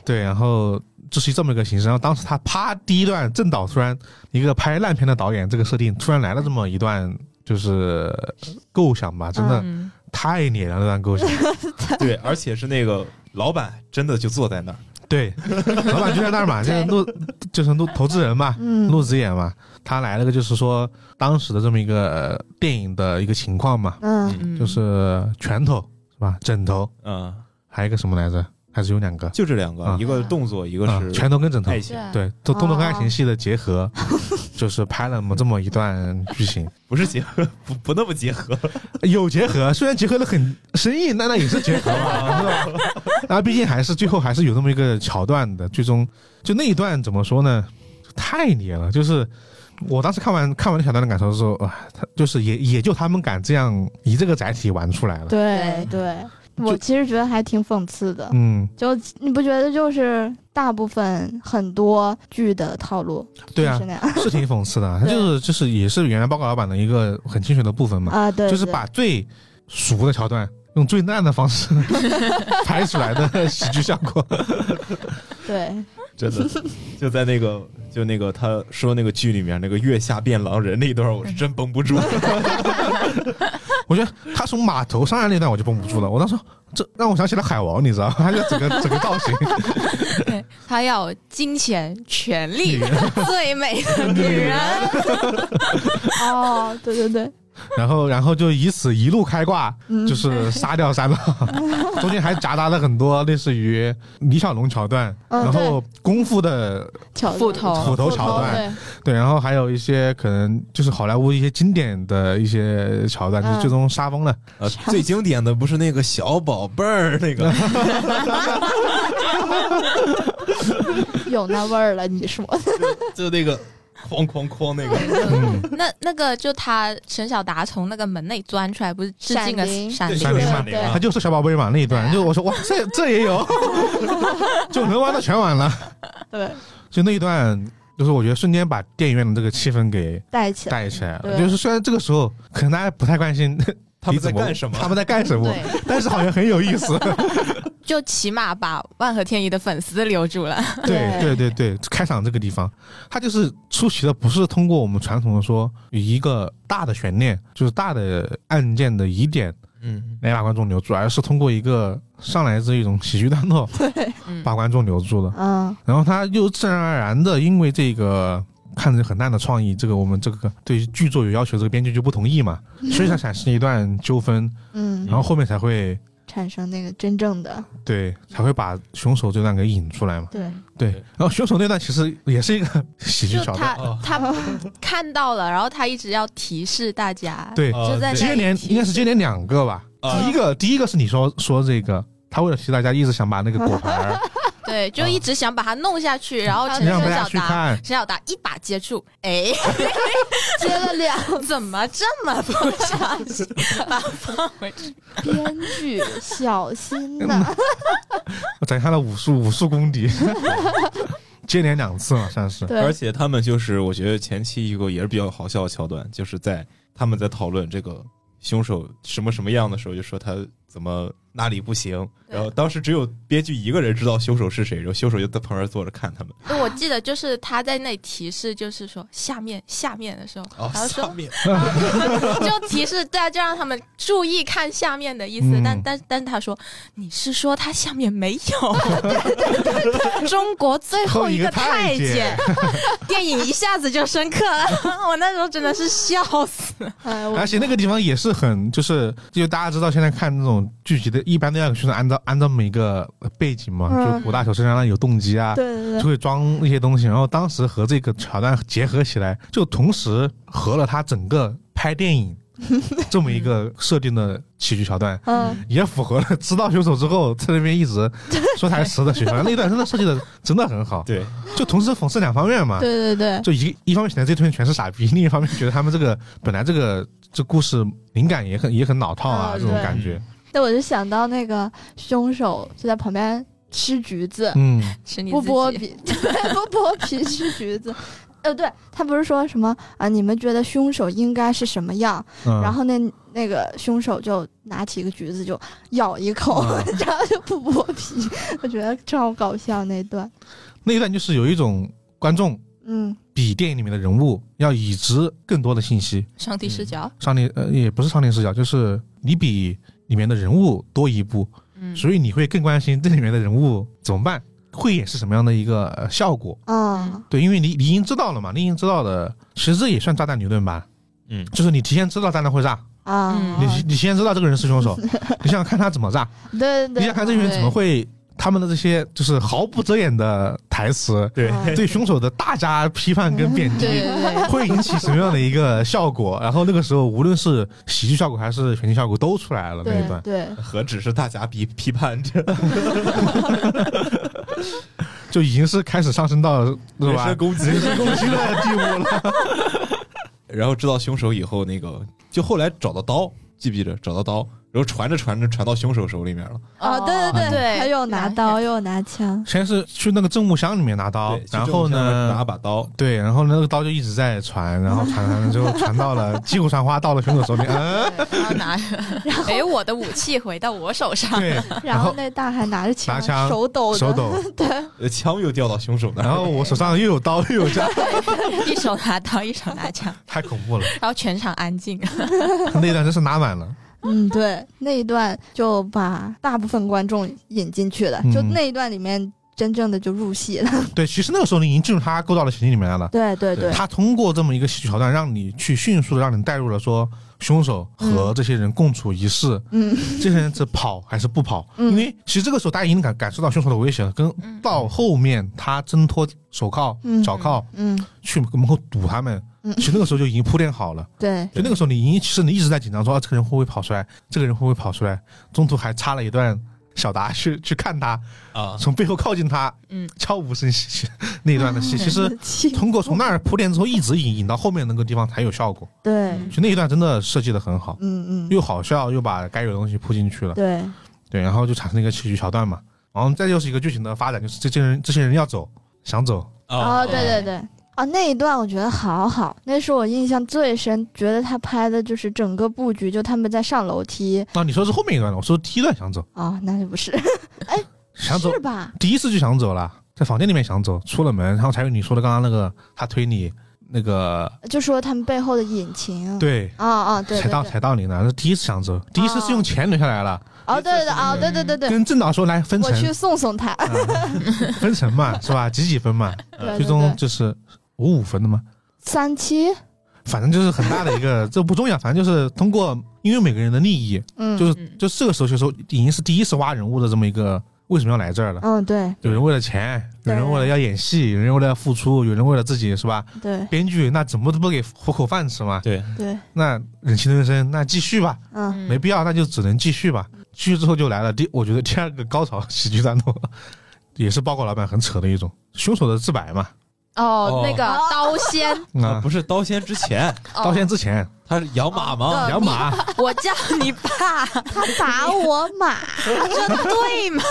Speaker 1: 对然后就是这么一个形式。然后当时他啪第一段正导突然一个拍烂片的导演，这个设定突然来了这么一段，就是构想吧，真的、
Speaker 2: 嗯，
Speaker 1: 太碾了那段构想。
Speaker 4: 对，而且是那个老板真的就坐在那儿，
Speaker 1: 对，老板就在那儿嘛，就是陆就是陆投资人嘛，
Speaker 3: 嗯
Speaker 1: 陆子演嘛，他来了个就是说当时的这么一个、呃电影的一个情况嘛，
Speaker 3: 嗯
Speaker 2: 嗯
Speaker 1: 就是拳头是吧，枕头，
Speaker 4: 嗯，
Speaker 1: 还有一个什么来着？还是有两个，
Speaker 4: 就这两个，
Speaker 1: 啊
Speaker 4: 一个动作，一个
Speaker 1: 啊
Speaker 4: 是
Speaker 1: 拳头跟枕头
Speaker 4: 爱，
Speaker 2: 啊
Speaker 4: 情，
Speaker 1: 对，动动作跟
Speaker 3: 哦
Speaker 1: 爱情戏的结 合，就是拍了这么一段剧情，
Speaker 4: 不是结 合，不不那么结合，
Speaker 1: 有结合，虽然结合的很生硬，但那也是结合嘛，是吧？ 然后毕竟还是最后还是有那么一个桥段的，最终就那一段怎么说呢？太野了，就是我当时看完看完那小段的感受的时候，啊，他就是也也就他们敢这样以这个载体玩出来了，
Speaker 3: 对
Speaker 2: 对
Speaker 3: 对，我其实觉得还挺讽刺的，
Speaker 1: 嗯，
Speaker 3: 就你不觉得就是大部分很多剧的套路
Speaker 1: 对啊
Speaker 3: 就是，那样
Speaker 1: 是挺讽刺 的，他就是就是也是原来报告老板的一个很精髓的部分嘛，
Speaker 3: 啊？对，
Speaker 1: 就是
Speaker 3: 对
Speaker 1: 把最俗的桥段用最烂的方式 拍出来的喜剧效果。
Speaker 3: 对
Speaker 4: 真的就在那个就那个他说那个剧里面那个月下变狼人那一段，我是真绷不住，
Speaker 1: 我觉得他从码头上来那段我就绷不住了，我当时这让我想起了海王，你知道吗？他就整个整个造型，
Speaker 2: 对他要金钱、权力、最美的女人。
Speaker 3: 哦，对对对，
Speaker 1: 然后然后就以此一路开挂，
Speaker 3: 嗯，
Speaker 1: 就是杀掉三郎，中间还夹杂了很多类似于李小龙桥段，
Speaker 3: 嗯哦
Speaker 1: 然后功夫的
Speaker 3: 巧
Speaker 2: 斧头
Speaker 1: 斧头桥段，对，然后还有一些可能就是好莱坞一些经典的一些桥段，
Speaker 3: 嗯
Speaker 1: 就是最终杀疯了。
Speaker 4: 呃，最经典的不是那个小宝贝儿那个，
Speaker 3: 对，有那味儿了，你说
Speaker 4: 就那个哐哐哐那个，
Speaker 1: 嗯，
Speaker 2: 那那个就他沈小达从那个门内钻出来，不是致敬了
Speaker 3: 闪灵
Speaker 2: 闪
Speaker 1: 闪
Speaker 2: 灵
Speaker 1: 灵
Speaker 2: 吗？
Speaker 1: 嘛
Speaker 4: 闪灵
Speaker 1: 他
Speaker 4: 啊，
Speaker 1: 就是小宝贝嘛那一段，就我说哇，这这也有， 就能玩的全玩了。
Speaker 3: 对，
Speaker 1: 就那一段，就是我觉得瞬间把电影院的这个气氛给
Speaker 3: 带起来，
Speaker 1: 带起来了。
Speaker 3: 对
Speaker 1: 就是虽然这个时候可能大家不太关心
Speaker 4: 他们在
Speaker 1: 你怎
Speaker 4: 干什么
Speaker 1: 他们在干什么，
Speaker 2: 对，
Speaker 1: 但是好像很有意思。
Speaker 2: 就起码把万和天宜的粉丝留住了。
Speaker 1: 对对对对，开场这个地方，它就是出奇的，不是通过我们传统的说以一个大的悬念，就是大的案件的疑点
Speaker 4: 嗯，
Speaker 1: 来把观众留住，而是通过一个上来自一种喜剧段落
Speaker 2: 嗯，
Speaker 1: 把观众留住了。
Speaker 3: 嗯
Speaker 1: 然后他又自然而然的，因为这个看着很烂的创意，这个我们这个对于剧作有要求，这个编剧就不同意嘛，
Speaker 2: 嗯
Speaker 1: 所以才产生一段纠纷，
Speaker 3: 嗯
Speaker 1: 然，后后面才会
Speaker 3: 产生那个真正的
Speaker 1: 对才会把凶手这段给引出来嘛。
Speaker 3: 对，
Speaker 1: 对，然后凶手那段其实也是一个 喜剧
Speaker 2: 就
Speaker 1: 桥段，
Speaker 2: 他
Speaker 4: 哦
Speaker 2: 他 看到了，然后他一直要提示大家。
Speaker 1: 对，
Speaker 4: 哦
Speaker 2: 就在
Speaker 4: 对
Speaker 2: 那
Speaker 1: 接连
Speaker 2: 提
Speaker 1: 应该是接连两个吧。
Speaker 4: 啊
Speaker 1: 第一个第一个是你说说这个，他为了提大家一直想把那个 果盘儿
Speaker 2: 对，就一直想把他弄下去，然后陈
Speaker 1: 啊让大
Speaker 2: 沈
Speaker 1: 家
Speaker 2: 小
Speaker 1: 去
Speaker 2: 达。
Speaker 1: 看，
Speaker 2: 沈小达一把接住， 哎，
Speaker 3: 接了两
Speaker 2: 怎么这么不小 心把它放回去？
Speaker 3: 编剧，小心
Speaker 1: 嗯
Speaker 3: 呐，
Speaker 1: 我展现他的武术武术功 底，接连两次嘛，算是。
Speaker 4: 而
Speaker 3: 对，
Speaker 4: 且他们就是我觉得前期一个也是比较好笑的桥段，就是在他们在讨论这个凶手什么什么样的时候，就说他怎么哪里不行，
Speaker 2: 对
Speaker 4: 然后当时只有编剧一个人知道凶手是谁，然后凶手就在旁边坐着看他们，
Speaker 2: 对我记得就是他在那里提示，就是说下面下面的时候，然后
Speaker 4: 哦下
Speaker 2: 说
Speaker 4: 面
Speaker 2: 就提示对啊，就让他们注意看下面的意思。
Speaker 1: 嗯
Speaker 2: 但但但是他说你是说他下面没有？中国最后一个太监， 电影一下子就深刻 了，我那时候真的是笑死。
Speaker 3: 哎，我
Speaker 1: 而且那个地方也是很，就是就大家知道现在看那种剧集的，一般都要就是按照按照每个背景嘛，
Speaker 3: 嗯
Speaker 1: 就古大球身上有动机啊，
Speaker 3: 对对
Speaker 1: 就
Speaker 3: 对，
Speaker 1: 会装一些东西。然后 当时和这个桥段结合起来，就同时合了他整个拍电影这么一个设定的喜剧桥段，
Speaker 3: 嗯，
Speaker 1: 也符合了知道凶手之后在那边一 直说台词的学校。那一段真的设计的真的很好，
Speaker 4: 对，
Speaker 1: 就同时讽刺两方面嘛。
Speaker 2: 对对对，
Speaker 1: 就一一方面显得这推人全是傻逼，另 一方面觉得他们这个本来这个这故事灵感也很也很老套啊，
Speaker 3: 啊
Speaker 1: 这种
Speaker 3: 对
Speaker 1: 感觉。
Speaker 3: 那我就想到那个凶手就在旁边吃橘子，
Speaker 1: 嗯，
Speaker 2: 是你
Speaker 3: 不
Speaker 2: 自
Speaker 3: 剥
Speaker 2: 己
Speaker 3: 皮， 不剥皮吃橘子。呃，对他不是说什么啊？你们觉得凶手应该是什么样？
Speaker 1: 嗯
Speaker 3: 然后那那个凶手就拿起一个橘子就咬一口，
Speaker 1: 嗯
Speaker 3: 然后就不剥皮。 我觉得超搞笑那段。
Speaker 1: 那一段就是有一种观众
Speaker 3: 嗯，
Speaker 1: 比电影里面的人物要已知更多的信息，
Speaker 2: 上帝视角，
Speaker 1: 上帝呃也不是上帝视角，就是你比里面的人物多一步，
Speaker 2: 嗯，
Speaker 1: 所以你会更关心这里面的人物怎么办，会演示什么样的一个呃效果。
Speaker 3: 啊，
Speaker 1: 对，因为你你已经知道了嘛，你已经知道的，其实这也算炸弹理论吧，
Speaker 4: 嗯，
Speaker 1: 就是你提前知道炸弹会炸，
Speaker 3: 啊，
Speaker 1: 你
Speaker 2: 嗯
Speaker 1: 你先知道这个人是凶 手，你想看他怎么炸，
Speaker 3: 对
Speaker 1: 你
Speaker 3: 对
Speaker 1: 想
Speaker 3: 对，
Speaker 1: 看这群人怎么会他们的这些就是毫不遮掩的台词，
Speaker 4: 对
Speaker 3: 嗯
Speaker 1: 对凶手的大加批判跟贬
Speaker 2: 对
Speaker 1: 低，
Speaker 2: 对对，
Speaker 1: 会引起什么样的一个效果？然后那个时候，无论是喜剧效果还是悬疑效果都出来了那一
Speaker 3: 对
Speaker 1: 段。
Speaker 3: 对，
Speaker 4: 何止是大家批批判这
Speaker 1: 就已经是开始上升到是
Speaker 4: 人
Speaker 1: 吧
Speaker 4: 身？攻击，
Speaker 1: 人身攻 击的地步了。
Speaker 4: 然后知道凶手以后，那个就后来找到刀，记不记得找到刀？然后传着传着传到凶手手里面了，
Speaker 3: 啊，对对
Speaker 2: 嗯哦对，
Speaker 3: 他又拿刀又拿枪，
Speaker 1: 先是去那个证物箱里面拿刀
Speaker 4: 对，
Speaker 1: 然后
Speaker 4: 拿
Speaker 1: 呢，
Speaker 4: 把刀，
Speaker 1: 对，然后那个刀就一直在传，然后传传之后传到了 击鼓传花，到了凶手手里。嗯，
Speaker 2: 对然后拿着，哎，我的武器回到我手上，
Speaker 1: 对，
Speaker 3: 然
Speaker 1: 后
Speaker 3: 后那大汉拿着
Speaker 1: 拿枪
Speaker 3: 手抖的，
Speaker 1: 手抖，
Speaker 4: 呃枪又掉到凶手那 儿，
Speaker 1: 然后我手上又有刀又有枪，
Speaker 2: 一手拿刀，一手拿枪，
Speaker 1: 太恐怖了。
Speaker 2: 然后全场安静。
Speaker 1: 那一段真是拉满了。
Speaker 3: 嗯，对，那一段就把大部分观众引进去了，就
Speaker 1: 嗯
Speaker 3: 那一段里面真正的就入戏了。
Speaker 1: 对，其实那个时候你已经进入他构造的情境里面来了。
Speaker 3: 对对
Speaker 4: 对
Speaker 3: 对，
Speaker 1: 他通过这么一个喜剧桥段，让你去迅速的让你带入了说凶手和这些人共处一室，
Speaker 3: 嗯
Speaker 1: 这些人是跑还是不跑？
Speaker 3: 嗯
Speaker 1: 因为其实这个时候大家已经感感受到凶手的威胁了，跟
Speaker 2: 嗯
Speaker 1: 到后面他挣脱手铐、
Speaker 3: 嗯
Speaker 1: 脚铐
Speaker 3: 嗯，
Speaker 1: 去门口堵他们，
Speaker 3: 嗯
Speaker 1: 其实那个时候就已经铺垫好了。
Speaker 3: 对，
Speaker 1: 就那个时候你已经其实你一直在紧张说、啊、这个人会不会跑出来，这个人会不会跑出来？中途还插了一段。小达去去看他，
Speaker 4: 啊，
Speaker 1: 从背后靠近他，
Speaker 2: 嗯，
Speaker 1: 悄无声息 那一段的戏，其实 通过从那儿铺垫之后，一直引引到后面那个地方才有效果。
Speaker 3: 对，
Speaker 1: 就那一段真的设计的很好，
Speaker 3: 嗯嗯，
Speaker 1: 又好笑，又把该有的东西铺进去了。
Speaker 3: 对，
Speaker 1: 对，然后就产生了一个喜剧桥段嘛。然后再就是一个剧情的发展，就是这些人这些人要走，想走，
Speaker 3: 哦，对对对。啊，那一段我觉得好好，那是我印象最深，觉得他拍的就是整个布局，就他们在上楼梯
Speaker 1: 啊，你说是后面一段了，我说第一段想走，
Speaker 3: 啊、那就不是，
Speaker 1: 想走
Speaker 3: 是，吧？
Speaker 1: 第一次就想走了，在房间里面想走，出了门，然后才有你说的刚刚那个他推你那个，
Speaker 3: 就说他们背后的隐情，，
Speaker 1: 对，
Speaker 3: 啊啊，对
Speaker 1: 才
Speaker 3: 对
Speaker 1: 到
Speaker 3: 对，
Speaker 1: 才到你呢，是第一次想走，第一次是用钱留下来了，
Speaker 3: 哦，对对对，哦，对对对对，
Speaker 1: 跟正导说来分
Speaker 3: 我去
Speaker 1: 成，
Speaker 3: 送送他，
Speaker 1: 啊 分成嘛，是吧？几几分嘛，
Speaker 3: 对
Speaker 1: 最
Speaker 3: 对
Speaker 1: 终
Speaker 3: 对，
Speaker 1: 就是五五分的吗？
Speaker 3: 三七，
Speaker 1: 反正就是很大的一 个，这不重要，反正就是通过因为每个人的利益，
Speaker 3: 嗯，
Speaker 1: 就是
Speaker 2: 嗯
Speaker 1: 就这个时候就说已经是第一次挖人物的这么一个，为什么要来这儿了？
Speaker 3: 嗯，对
Speaker 1: 有人为了钱，有人
Speaker 3: 对
Speaker 1: 为了要演戏，有人为了要付出，有人为了自己是吧？
Speaker 3: 对
Speaker 1: 编剧那怎么都不给糊口饭吃嘛？
Speaker 4: 对，
Speaker 3: 对，
Speaker 1: 那忍气吞声，那继续吧，
Speaker 3: 嗯，
Speaker 1: 没必要，那就只能继续吧。继续之后就来了第，我觉得第二个高潮喜剧战斗， 也是包裹老板很扯的一种凶手的自白嘛。
Speaker 2: 哦
Speaker 4: 哦，
Speaker 2: 那个刀仙，
Speaker 3: 嗯
Speaker 4: 啊，
Speaker 1: 啊，
Speaker 4: 不是刀仙之前，
Speaker 1: 道歉
Speaker 2: 哦
Speaker 1: 之前，
Speaker 4: 他是养马吗？
Speaker 3: 哦
Speaker 1: 养马
Speaker 2: 我叫你 爸，
Speaker 3: 他打我马，
Speaker 2: 这对吗？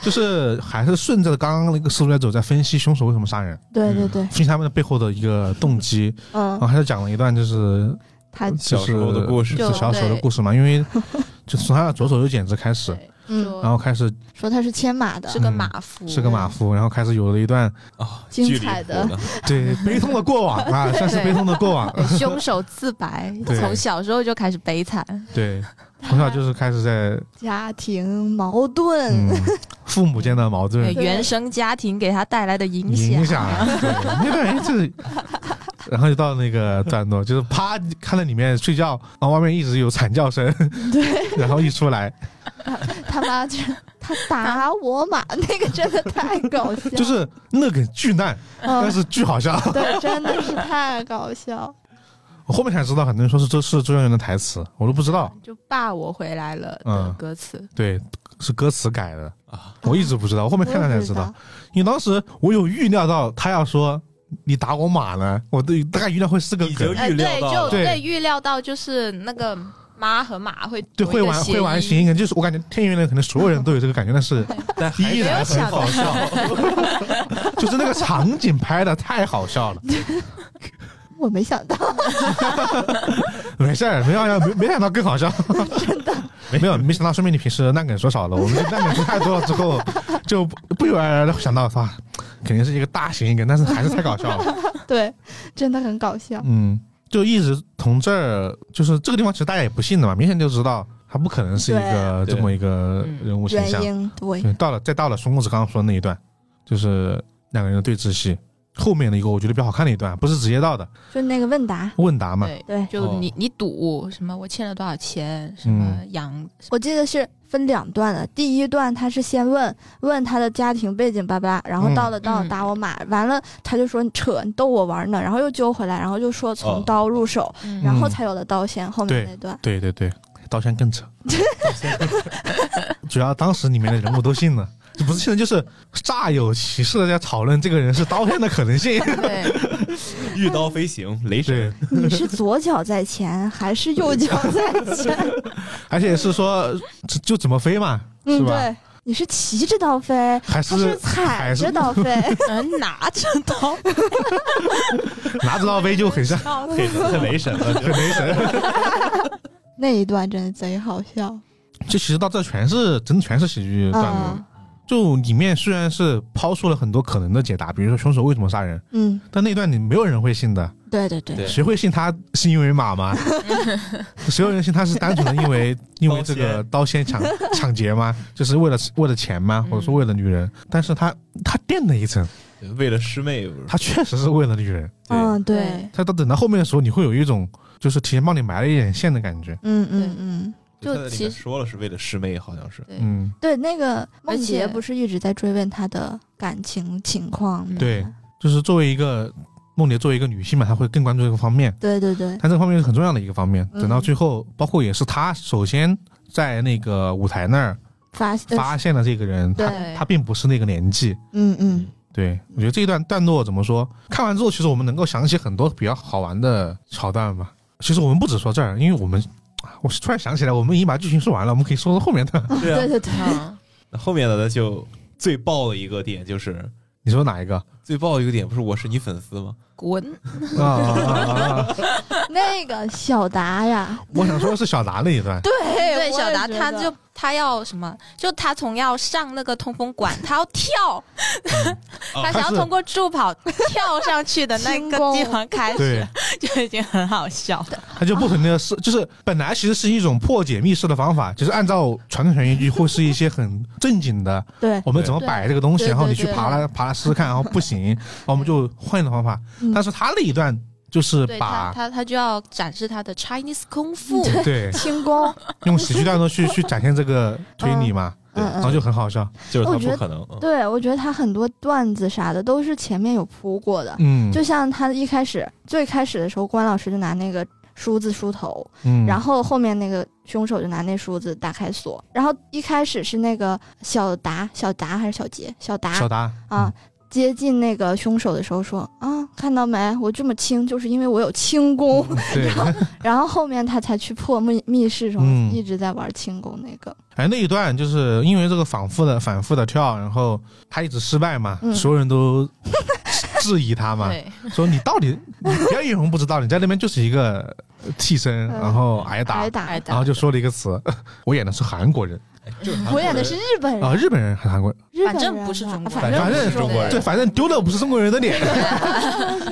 Speaker 1: 就是还是顺着刚刚那个思路在走，在分析凶手为什么杀人，
Speaker 3: 对对对，
Speaker 1: 分析他们的背后的一个动机，然后
Speaker 3: 嗯，
Speaker 1: 还是讲了一段就是
Speaker 3: 他
Speaker 1: 就是
Speaker 4: 小时候的故事
Speaker 1: 就小时候的故事嘛，因为就从他的左手右剪子开始，
Speaker 3: 嗯
Speaker 1: 然后开始
Speaker 3: 说他是牵马的
Speaker 2: 是，个马夫，
Speaker 1: 是个马
Speaker 3: 嗯
Speaker 1: 夫，然后开始有了一段
Speaker 4: 啊，
Speaker 3: 精
Speaker 4: 距离
Speaker 3: 彩的
Speaker 4: 谱
Speaker 1: 对悲痛的过往啊，算是悲痛的过往，
Speaker 2: 对凶手自 白，
Speaker 1: 对
Speaker 2: 从小时候就开始悲惨，
Speaker 1: 对，从小就是开始在
Speaker 3: 家庭矛盾
Speaker 1: 嗯，父母间的矛
Speaker 2: 对
Speaker 1: 盾
Speaker 3: 对
Speaker 2: 原生家庭给他带来的影
Speaker 1: 影
Speaker 2: 响。
Speaker 1: 响，对那段人就是。然后就到那个段落，就是啪看到里面睡觉，然后外面一直有惨叫声，
Speaker 3: 对
Speaker 1: 然后一出来
Speaker 3: 他妈就他打我马，那个真的太搞笑，
Speaker 1: 就是那个巨烂，但
Speaker 3: 嗯，
Speaker 1: 是巨好笑。
Speaker 3: 对，真的是太搞笑，
Speaker 1: 我后面才知道，很多人说是这是周扬青的台词，我都不知道。
Speaker 2: 就爸我回来了的
Speaker 1: 嗯
Speaker 2: 歌词，
Speaker 1: 对，是歌词改的，
Speaker 4: 啊，
Speaker 1: 我一直不知道，我后面看了才知道。。因为当时我有预料到他要说你打我马呢，我都大概预料会是个
Speaker 4: 已
Speaker 1: 梗
Speaker 4: 经，
Speaker 2: 呃，
Speaker 4: 预料
Speaker 2: 对，
Speaker 4: 到
Speaker 2: 就
Speaker 1: 对
Speaker 2: 预料到就是那个妈和马会
Speaker 1: 对，
Speaker 2: 有一
Speaker 1: 会
Speaker 2: 个
Speaker 1: 玩
Speaker 2: 谐
Speaker 1: 会玩
Speaker 2: 音
Speaker 1: 谐音梗，就是我感觉天元人可能所有人都有这个感觉，但是
Speaker 4: 但还
Speaker 1: 依
Speaker 4: 是
Speaker 1: 然
Speaker 4: 很
Speaker 2: 很
Speaker 4: 好
Speaker 2: 好
Speaker 4: 笑。
Speaker 1: 就是那个场景拍的太好笑了，
Speaker 3: 我没想到，
Speaker 1: 没事儿，没想到没没想到更好笑，真的没有没想到，说明你平时烂梗说少了，我们烂梗说太多了之后，就不不由而然的想到啊，肯定是一个大谐音梗，但是还是太搞笑了。
Speaker 3: 对，真的很搞笑。
Speaker 1: 嗯，就一直从这儿，就是这个地方，其实大家也不信的嘛，明显就知道他不可能是一个
Speaker 4: 对
Speaker 1: 这么一个人物形
Speaker 3: 原
Speaker 1: 象。
Speaker 3: 因对，
Speaker 1: 对，到了再到了孙公子刚刚说的那一段，就是两个人的对峙戏，后面的一个我觉得比较好看的一段，不是直接到的
Speaker 3: 就那个问答。
Speaker 1: 问答嘛，
Speaker 2: 对，
Speaker 3: 对，
Speaker 2: 就
Speaker 4: 哦
Speaker 2: 你你赌什么？我欠了多少钱？什么养？
Speaker 3: 我记得是分两段的。第一段他是先问问他的家庭背景巴拉，然后
Speaker 1: 嗯
Speaker 3: 到了到了
Speaker 2: 嗯
Speaker 3: 打我马，完了他就说你扯你逗我玩呢，然后又揪回来，然后就说
Speaker 4: 哦
Speaker 3: 从刀入手，
Speaker 2: 嗯
Speaker 3: 然后
Speaker 1: 嗯
Speaker 3: 才有了刀仙后面那段。
Speaker 1: 对对对，刀仙更扯， 主要当时里面的人物都信了。就不是信了，就是煞有其事的在讨论这个人是刀片的可能 性。
Speaker 2: 对，
Speaker 4: 玉刀飞行，雷神
Speaker 1: 对，
Speaker 3: 你是左脚在前还是右脚 在前？
Speaker 1: 而且是说就就怎么飞嘛，是
Speaker 3: 嗯，
Speaker 1: 吧？
Speaker 3: 对，你是骑着刀飞
Speaker 1: 还
Speaker 3: 还是
Speaker 1: 是
Speaker 3: 踩着刀飞？
Speaker 2: 嗯，拿着刀，
Speaker 1: 拿着刀飞就很像
Speaker 4: 太太雷神 了，
Speaker 1: 很雷神。
Speaker 3: 那一段真的贼好笑。
Speaker 1: 这其实到这全是真的全是喜剧段落，
Speaker 3: 嗯
Speaker 1: 就里面虽然是抛出了很多可能的解答，比如说凶手为什么杀人，
Speaker 3: 嗯，
Speaker 1: 但那段你没有人会信的，
Speaker 3: 对对对
Speaker 4: 对
Speaker 1: 谁会信他是因为马 吗？谁有人信他是单纯的因为因为这个刀仙抢抢劫吗？就是为了为了钱吗？
Speaker 2: 嗯
Speaker 1: 或者说为了女人？但是他他垫了一层，
Speaker 4: 对为了师妹，
Speaker 1: 他确实是为了女人。
Speaker 4: 对
Speaker 3: 嗯 对，，
Speaker 1: 他到等到后面的时候，你会有一种就是提前帮你埋了一点线的感觉。
Speaker 3: 嗯嗯嗯，
Speaker 2: 就
Speaker 4: 他在里面
Speaker 2: 其实
Speaker 4: 说了是为了师妹，好像是
Speaker 2: 对
Speaker 1: 嗯，
Speaker 3: 对，那个
Speaker 2: 而
Speaker 3: 梦
Speaker 2: 且
Speaker 3: 洁不是一直在追问他的感情情况吗？
Speaker 1: 对就是作为一个梦蝶，作为一个女性嘛，她会更关注这个方面。
Speaker 3: 对对对，
Speaker 1: 但这方面是很重要的一个方面。
Speaker 3: 嗯
Speaker 1: 等到最后，包括也是他首先在那个舞台那儿
Speaker 3: 发
Speaker 1: 发现了这个人，
Speaker 3: 呃对
Speaker 1: 他他并不是那个年纪。
Speaker 3: 嗯嗯，
Speaker 1: 对，我觉得这一段段落怎么说？看完之后，其实我们能够想起很多比较好玩的桥段吧。其实我们不止说这儿，因为我们，啊我突然想起来，我们已经把剧情说完了，我们可以说说后面的。
Speaker 4: 对啊
Speaker 3: 对。对对，
Speaker 2: 嗯
Speaker 4: 那后面的呢，就最爆的一个点就是
Speaker 1: 你说哪一个？啊
Speaker 4: 最爆的一个点，不是我是你粉丝吗？
Speaker 2: 滚，
Speaker 1: 啊啊啊啊！
Speaker 3: 那个小达呀，
Speaker 1: 我想说的是小达那一段，
Speaker 3: 对
Speaker 2: 对，
Speaker 3: 我
Speaker 2: 小
Speaker 3: 也
Speaker 2: 达
Speaker 3: 觉
Speaker 2: 他
Speaker 3: 得
Speaker 2: 就他要什么？就他从要上那个通风管，他要跳， 他想要
Speaker 1: 是
Speaker 2: 通过助跑跳上去的那个地方开
Speaker 1: 对
Speaker 2: 始，，就已经很好笑了。
Speaker 1: 他就不停的是，就是本来其实是一种破解密室的方法，就是按照传统悬疑剧或是一些很正经的，
Speaker 3: 对，
Speaker 1: 我们怎么摆这个东西，
Speaker 3: 对
Speaker 1: 然后你
Speaker 3: 对
Speaker 1: 去
Speaker 3: 对
Speaker 1: 爬来爬来试试看，然后不行，然后我们就换一种方法。
Speaker 3: 嗯
Speaker 1: 但是他那一段就是
Speaker 2: 对他，
Speaker 1: 把
Speaker 2: 他他就要展示他的 Chinese 功夫，
Speaker 1: 对
Speaker 3: 轻功，
Speaker 1: 用喜剧段落去去展现这个推理嘛，
Speaker 4: 对
Speaker 3: 嗯
Speaker 1: 然后
Speaker 3: 嗯。
Speaker 1: 就很好笑。
Speaker 4: 就是他
Speaker 3: 我觉
Speaker 4: 不
Speaker 3: 得
Speaker 4: 可能，嗯
Speaker 3: 对，我觉得他很多段子啥的都是前面有铺过的，
Speaker 1: 嗯，
Speaker 3: 就像他一开始最开始的时候，关老师就拿那个梳子梳头，
Speaker 1: 嗯，
Speaker 3: 然后后面那个凶手就拿那梳子打开锁，然后一开始是那个小达，小达还是小杰，小达
Speaker 1: 小达嗯
Speaker 3: 啊，接近那个凶手的时候说啊，看到没，我这么轻就是因为我有轻功，
Speaker 1: 嗯对，
Speaker 3: 然后后面他才去破密密室什么，
Speaker 1: 嗯
Speaker 3: 一直在玩轻功那个，
Speaker 1: 哎，那一段就是因为这个反复的反复的跳，然后他一直失败嘛，
Speaker 3: 嗯
Speaker 1: 所有人都质疑他 嘛，
Speaker 2: 对，
Speaker 1: 说你到底，你表演红不知道，你在那边就是一个替身，
Speaker 3: 嗯
Speaker 1: 然后挨打，
Speaker 3: 挨打，啊
Speaker 2: 挨打
Speaker 1: 然后就说了一个词，我演的是韩国人
Speaker 4: 哎就是韩
Speaker 3: 我
Speaker 4: 国
Speaker 3: 演的
Speaker 4: 人
Speaker 3: 是日本人，
Speaker 1: 啊、日本人还是韩国人，啊
Speaker 3: 日本
Speaker 2: 反正
Speaker 3: 人
Speaker 2: 不是
Speaker 3: 吧
Speaker 2: 中国
Speaker 3: 反
Speaker 2: 人
Speaker 1: 反
Speaker 3: 不
Speaker 1: 正
Speaker 3: 是
Speaker 1: 是中国人，对，反正丢的不是中国人的脸，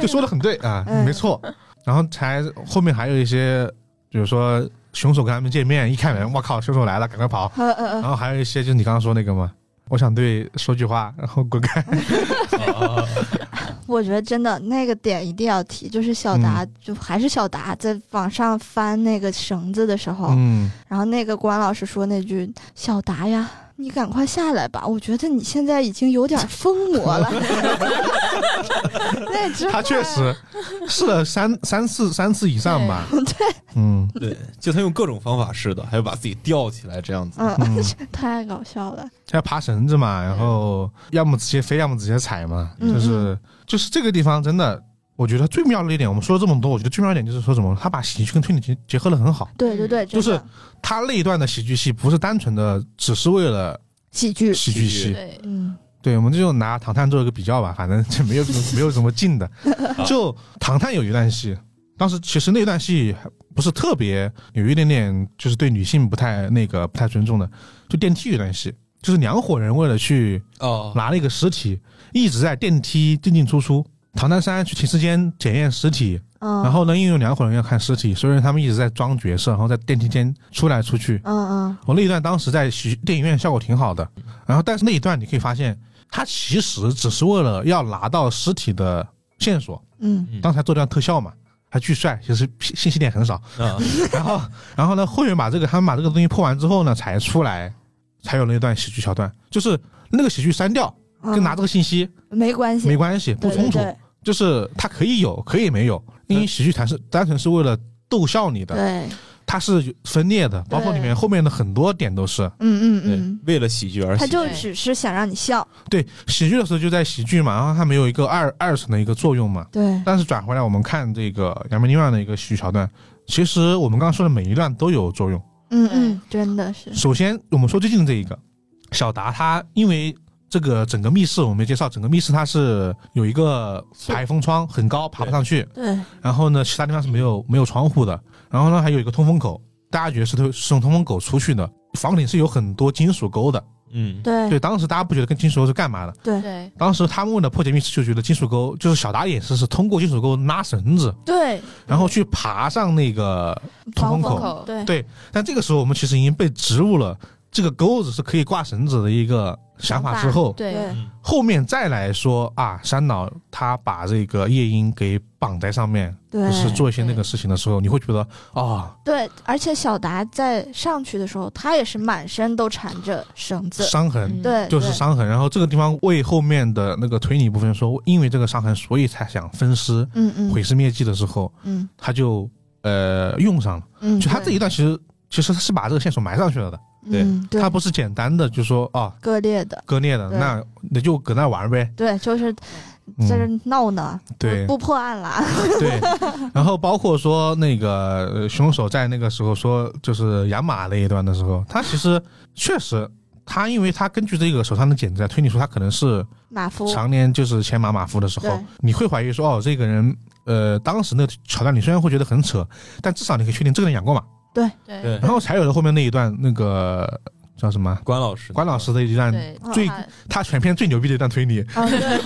Speaker 1: 就说的很对啊，
Speaker 3: 嗯
Speaker 1: 没错。然后才后面还有一些，比如说凶手跟他们见面，一开门，我靠，凶手来了，赶快跑。
Speaker 3: 呃呃
Speaker 1: 然
Speaker 3: 呃，
Speaker 1: 后还有一些就是你刚刚说那个嘛，我想对说句话，然后滚开。
Speaker 4: 啊啊
Speaker 3: 我觉得真的那个点一定要提，就是小达、
Speaker 1: 嗯
Speaker 3: 就还是小达在往上翻那个绳子的时候，
Speaker 1: 嗯，
Speaker 3: 然后那个关老师说那句：“小达呀，你赶快下来吧，我觉得你现在已经有点疯魔了。” 那也知
Speaker 1: 他确实试了三三次三次以上吧。
Speaker 3: 对，
Speaker 1: 嗯
Speaker 4: 对，就他用各种方法试的，还有把自己吊起来这样子。
Speaker 3: 嗯，
Speaker 1: 嗯，
Speaker 3: 太搞笑了。
Speaker 1: 要爬绳子
Speaker 4: 嗯
Speaker 1: 嘛，然后要么直接飞，要么直接踩嘛，就是就是这个地方真的。我觉得最妙的一点，我们说了这么多，我觉得最妙一点就是说什么，他把喜剧跟推理结结合的很好。
Speaker 3: 对对对，
Speaker 1: 嗯就
Speaker 3: 真
Speaker 1: 是
Speaker 3: 的
Speaker 1: 他那一段的喜剧戏不是单纯的只是为了
Speaker 3: 喜剧。
Speaker 1: 喜剧
Speaker 4: 喜剧
Speaker 1: 戏，
Speaker 2: 对，
Speaker 3: 嗯，
Speaker 1: 对，我们就拿唐探做一个比较吧，反正这 没有没有什么劲的。
Speaker 4: 啊
Speaker 1: 就唐探有一段戏，当时其实那段戏不是特别，有一点点就是对女性不太那个不太尊重的，就电梯有一段戏，就是两伙人为了去
Speaker 4: 哦，
Speaker 1: 拿了一个尸体，一直在电梯进进出出。唐探三去停尸间检验尸体，
Speaker 3: 嗯
Speaker 1: 然后呢，因为有两伙人要看尸体，所以他们一直在装角色，然后在电梯间出来出去。
Speaker 3: 嗯
Speaker 1: 我那一段当时在喜电影院效果挺好的，然后但是那一段你可以发现，他其实只是为了要拿到尸体的线索，
Speaker 3: 嗯
Speaker 4: 嗯
Speaker 1: 刚才做了段特效嘛，还巨帅，其实信信息点很少。
Speaker 4: 啊，
Speaker 3: 嗯
Speaker 1: 然后然后呢，后面把这个他们把这个东西破完之后呢，才出来，才有那段喜剧桥段，就是那个喜剧删掉
Speaker 3: 嗯，
Speaker 1: 跟拿这个信息
Speaker 3: 嗯没关系，
Speaker 1: 没关系，不
Speaker 3: 对对
Speaker 1: 冲突，
Speaker 3: 对
Speaker 1: 就是它可以有，可以没有，因为喜剧才是单纯是为了逗笑你的，
Speaker 3: 对，
Speaker 1: 它是分裂的，包括里面后面的很多点都是。
Speaker 3: 嗯嗯
Speaker 4: 对
Speaker 3: 嗯，，
Speaker 4: 为了喜剧而
Speaker 3: 他
Speaker 4: 喜剧，
Speaker 3: 就只是想让你笑。
Speaker 1: 对，喜剧的时候就在喜剧嘛，然后它没有一个二二层的一个作用嘛。
Speaker 3: 对，
Speaker 1: 但是转回来，我们看这个《扬名立万》的一个喜剧桥段，其实我们刚刚说的每一段都有作用。
Speaker 3: 嗯嗯，真的是，
Speaker 1: 首先，我们说最近这一个小达，他因为这个整个密室我们没介绍，整个密室它是有一个排风窗很高，爬不上去。
Speaker 3: 对，
Speaker 1: 然后呢，其他地方是没有没有窗户的。然后呢，还有一个通风口，大家觉得是通是从通风口出去的。房顶是有很多金属钩的，
Speaker 4: 嗯，
Speaker 3: 对，
Speaker 1: 对，当时大家不觉得跟金属钩是干嘛的，
Speaker 2: 对，
Speaker 1: 当时他们为了破解密室，就觉得金属钩就是小打野是是通过金属钩拉绳子，
Speaker 3: 对，
Speaker 1: 然后去爬上那个。
Speaker 3: 防
Speaker 1: 通风
Speaker 3: 风
Speaker 2: 口
Speaker 3: 对，
Speaker 1: 对但这个时候我们其实已经被植入了这个钩子是可以挂绳子的一个想法之后，
Speaker 2: 对，
Speaker 4: 嗯
Speaker 3: 对，
Speaker 1: 后面再来说啊，山老他把这个夜莺给绑在上面，
Speaker 3: 对，
Speaker 1: 就是做一些那
Speaker 2: 对
Speaker 1: 个事情的时候，你会觉得哦，
Speaker 3: 对，而且小达在上去的时候，他也是满身都缠着绳子，
Speaker 1: 伤痕
Speaker 2: 嗯
Speaker 3: 对，
Speaker 1: 就是
Speaker 3: 对
Speaker 1: 伤痕，然后这个地方为后面的那个推理部分说，因为这个伤痕，所以才想分尸、
Speaker 3: 嗯嗯
Speaker 1: 毁尸灭迹的时候，
Speaker 3: 嗯
Speaker 1: 他就呃用上了。
Speaker 3: 嗯，
Speaker 1: 就他
Speaker 2: 对
Speaker 1: 这一段其实其实是把这个线索埋上去了的，
Speaker 4: 对
Speaker 3: 嗯对
Speaker 1: 他不是简单的就说啊
Speaker 3: 割裂的，
Speaker 1: 割裂的，
Speaker 3: 对
Speaker 1: 那那就搁那玩呗，
Speaker 3: 对，就是
Speaker 1: 嗯
Speaker 3: 在这闹呢，
Speaker 1: 对
Speaker 3: 不不破案了，
Speaker 1: 对。 然后包括说那个呃凶手在那个时候说就是养马那一段的时候，他其实确实。他因为他根据这个手上的茧子来啊推理出他可能是
Speaker 3: 马夫，
Speaker 1: 常年就是牵马马夫的时候
Speaker 3: 对，
Speaker 1: 你会怀疑说哦，这个人呃当时那个桥段你虽然会觉得很扯，但至少你可以确定这个人养过马，
Speaker 2: 对，
Speaker 4: 对
Speaker 1: 然，后才有了后面那一段那个叫什么
Speaker 4: 关老师，
Speaker 1: 关老师的一段
Speaker 2: 对，
Speaker 1: 最
Speaker 2: 他
Speaker 1: 他全片最牛逼的一段推理，
Speaker 3: 啊，对对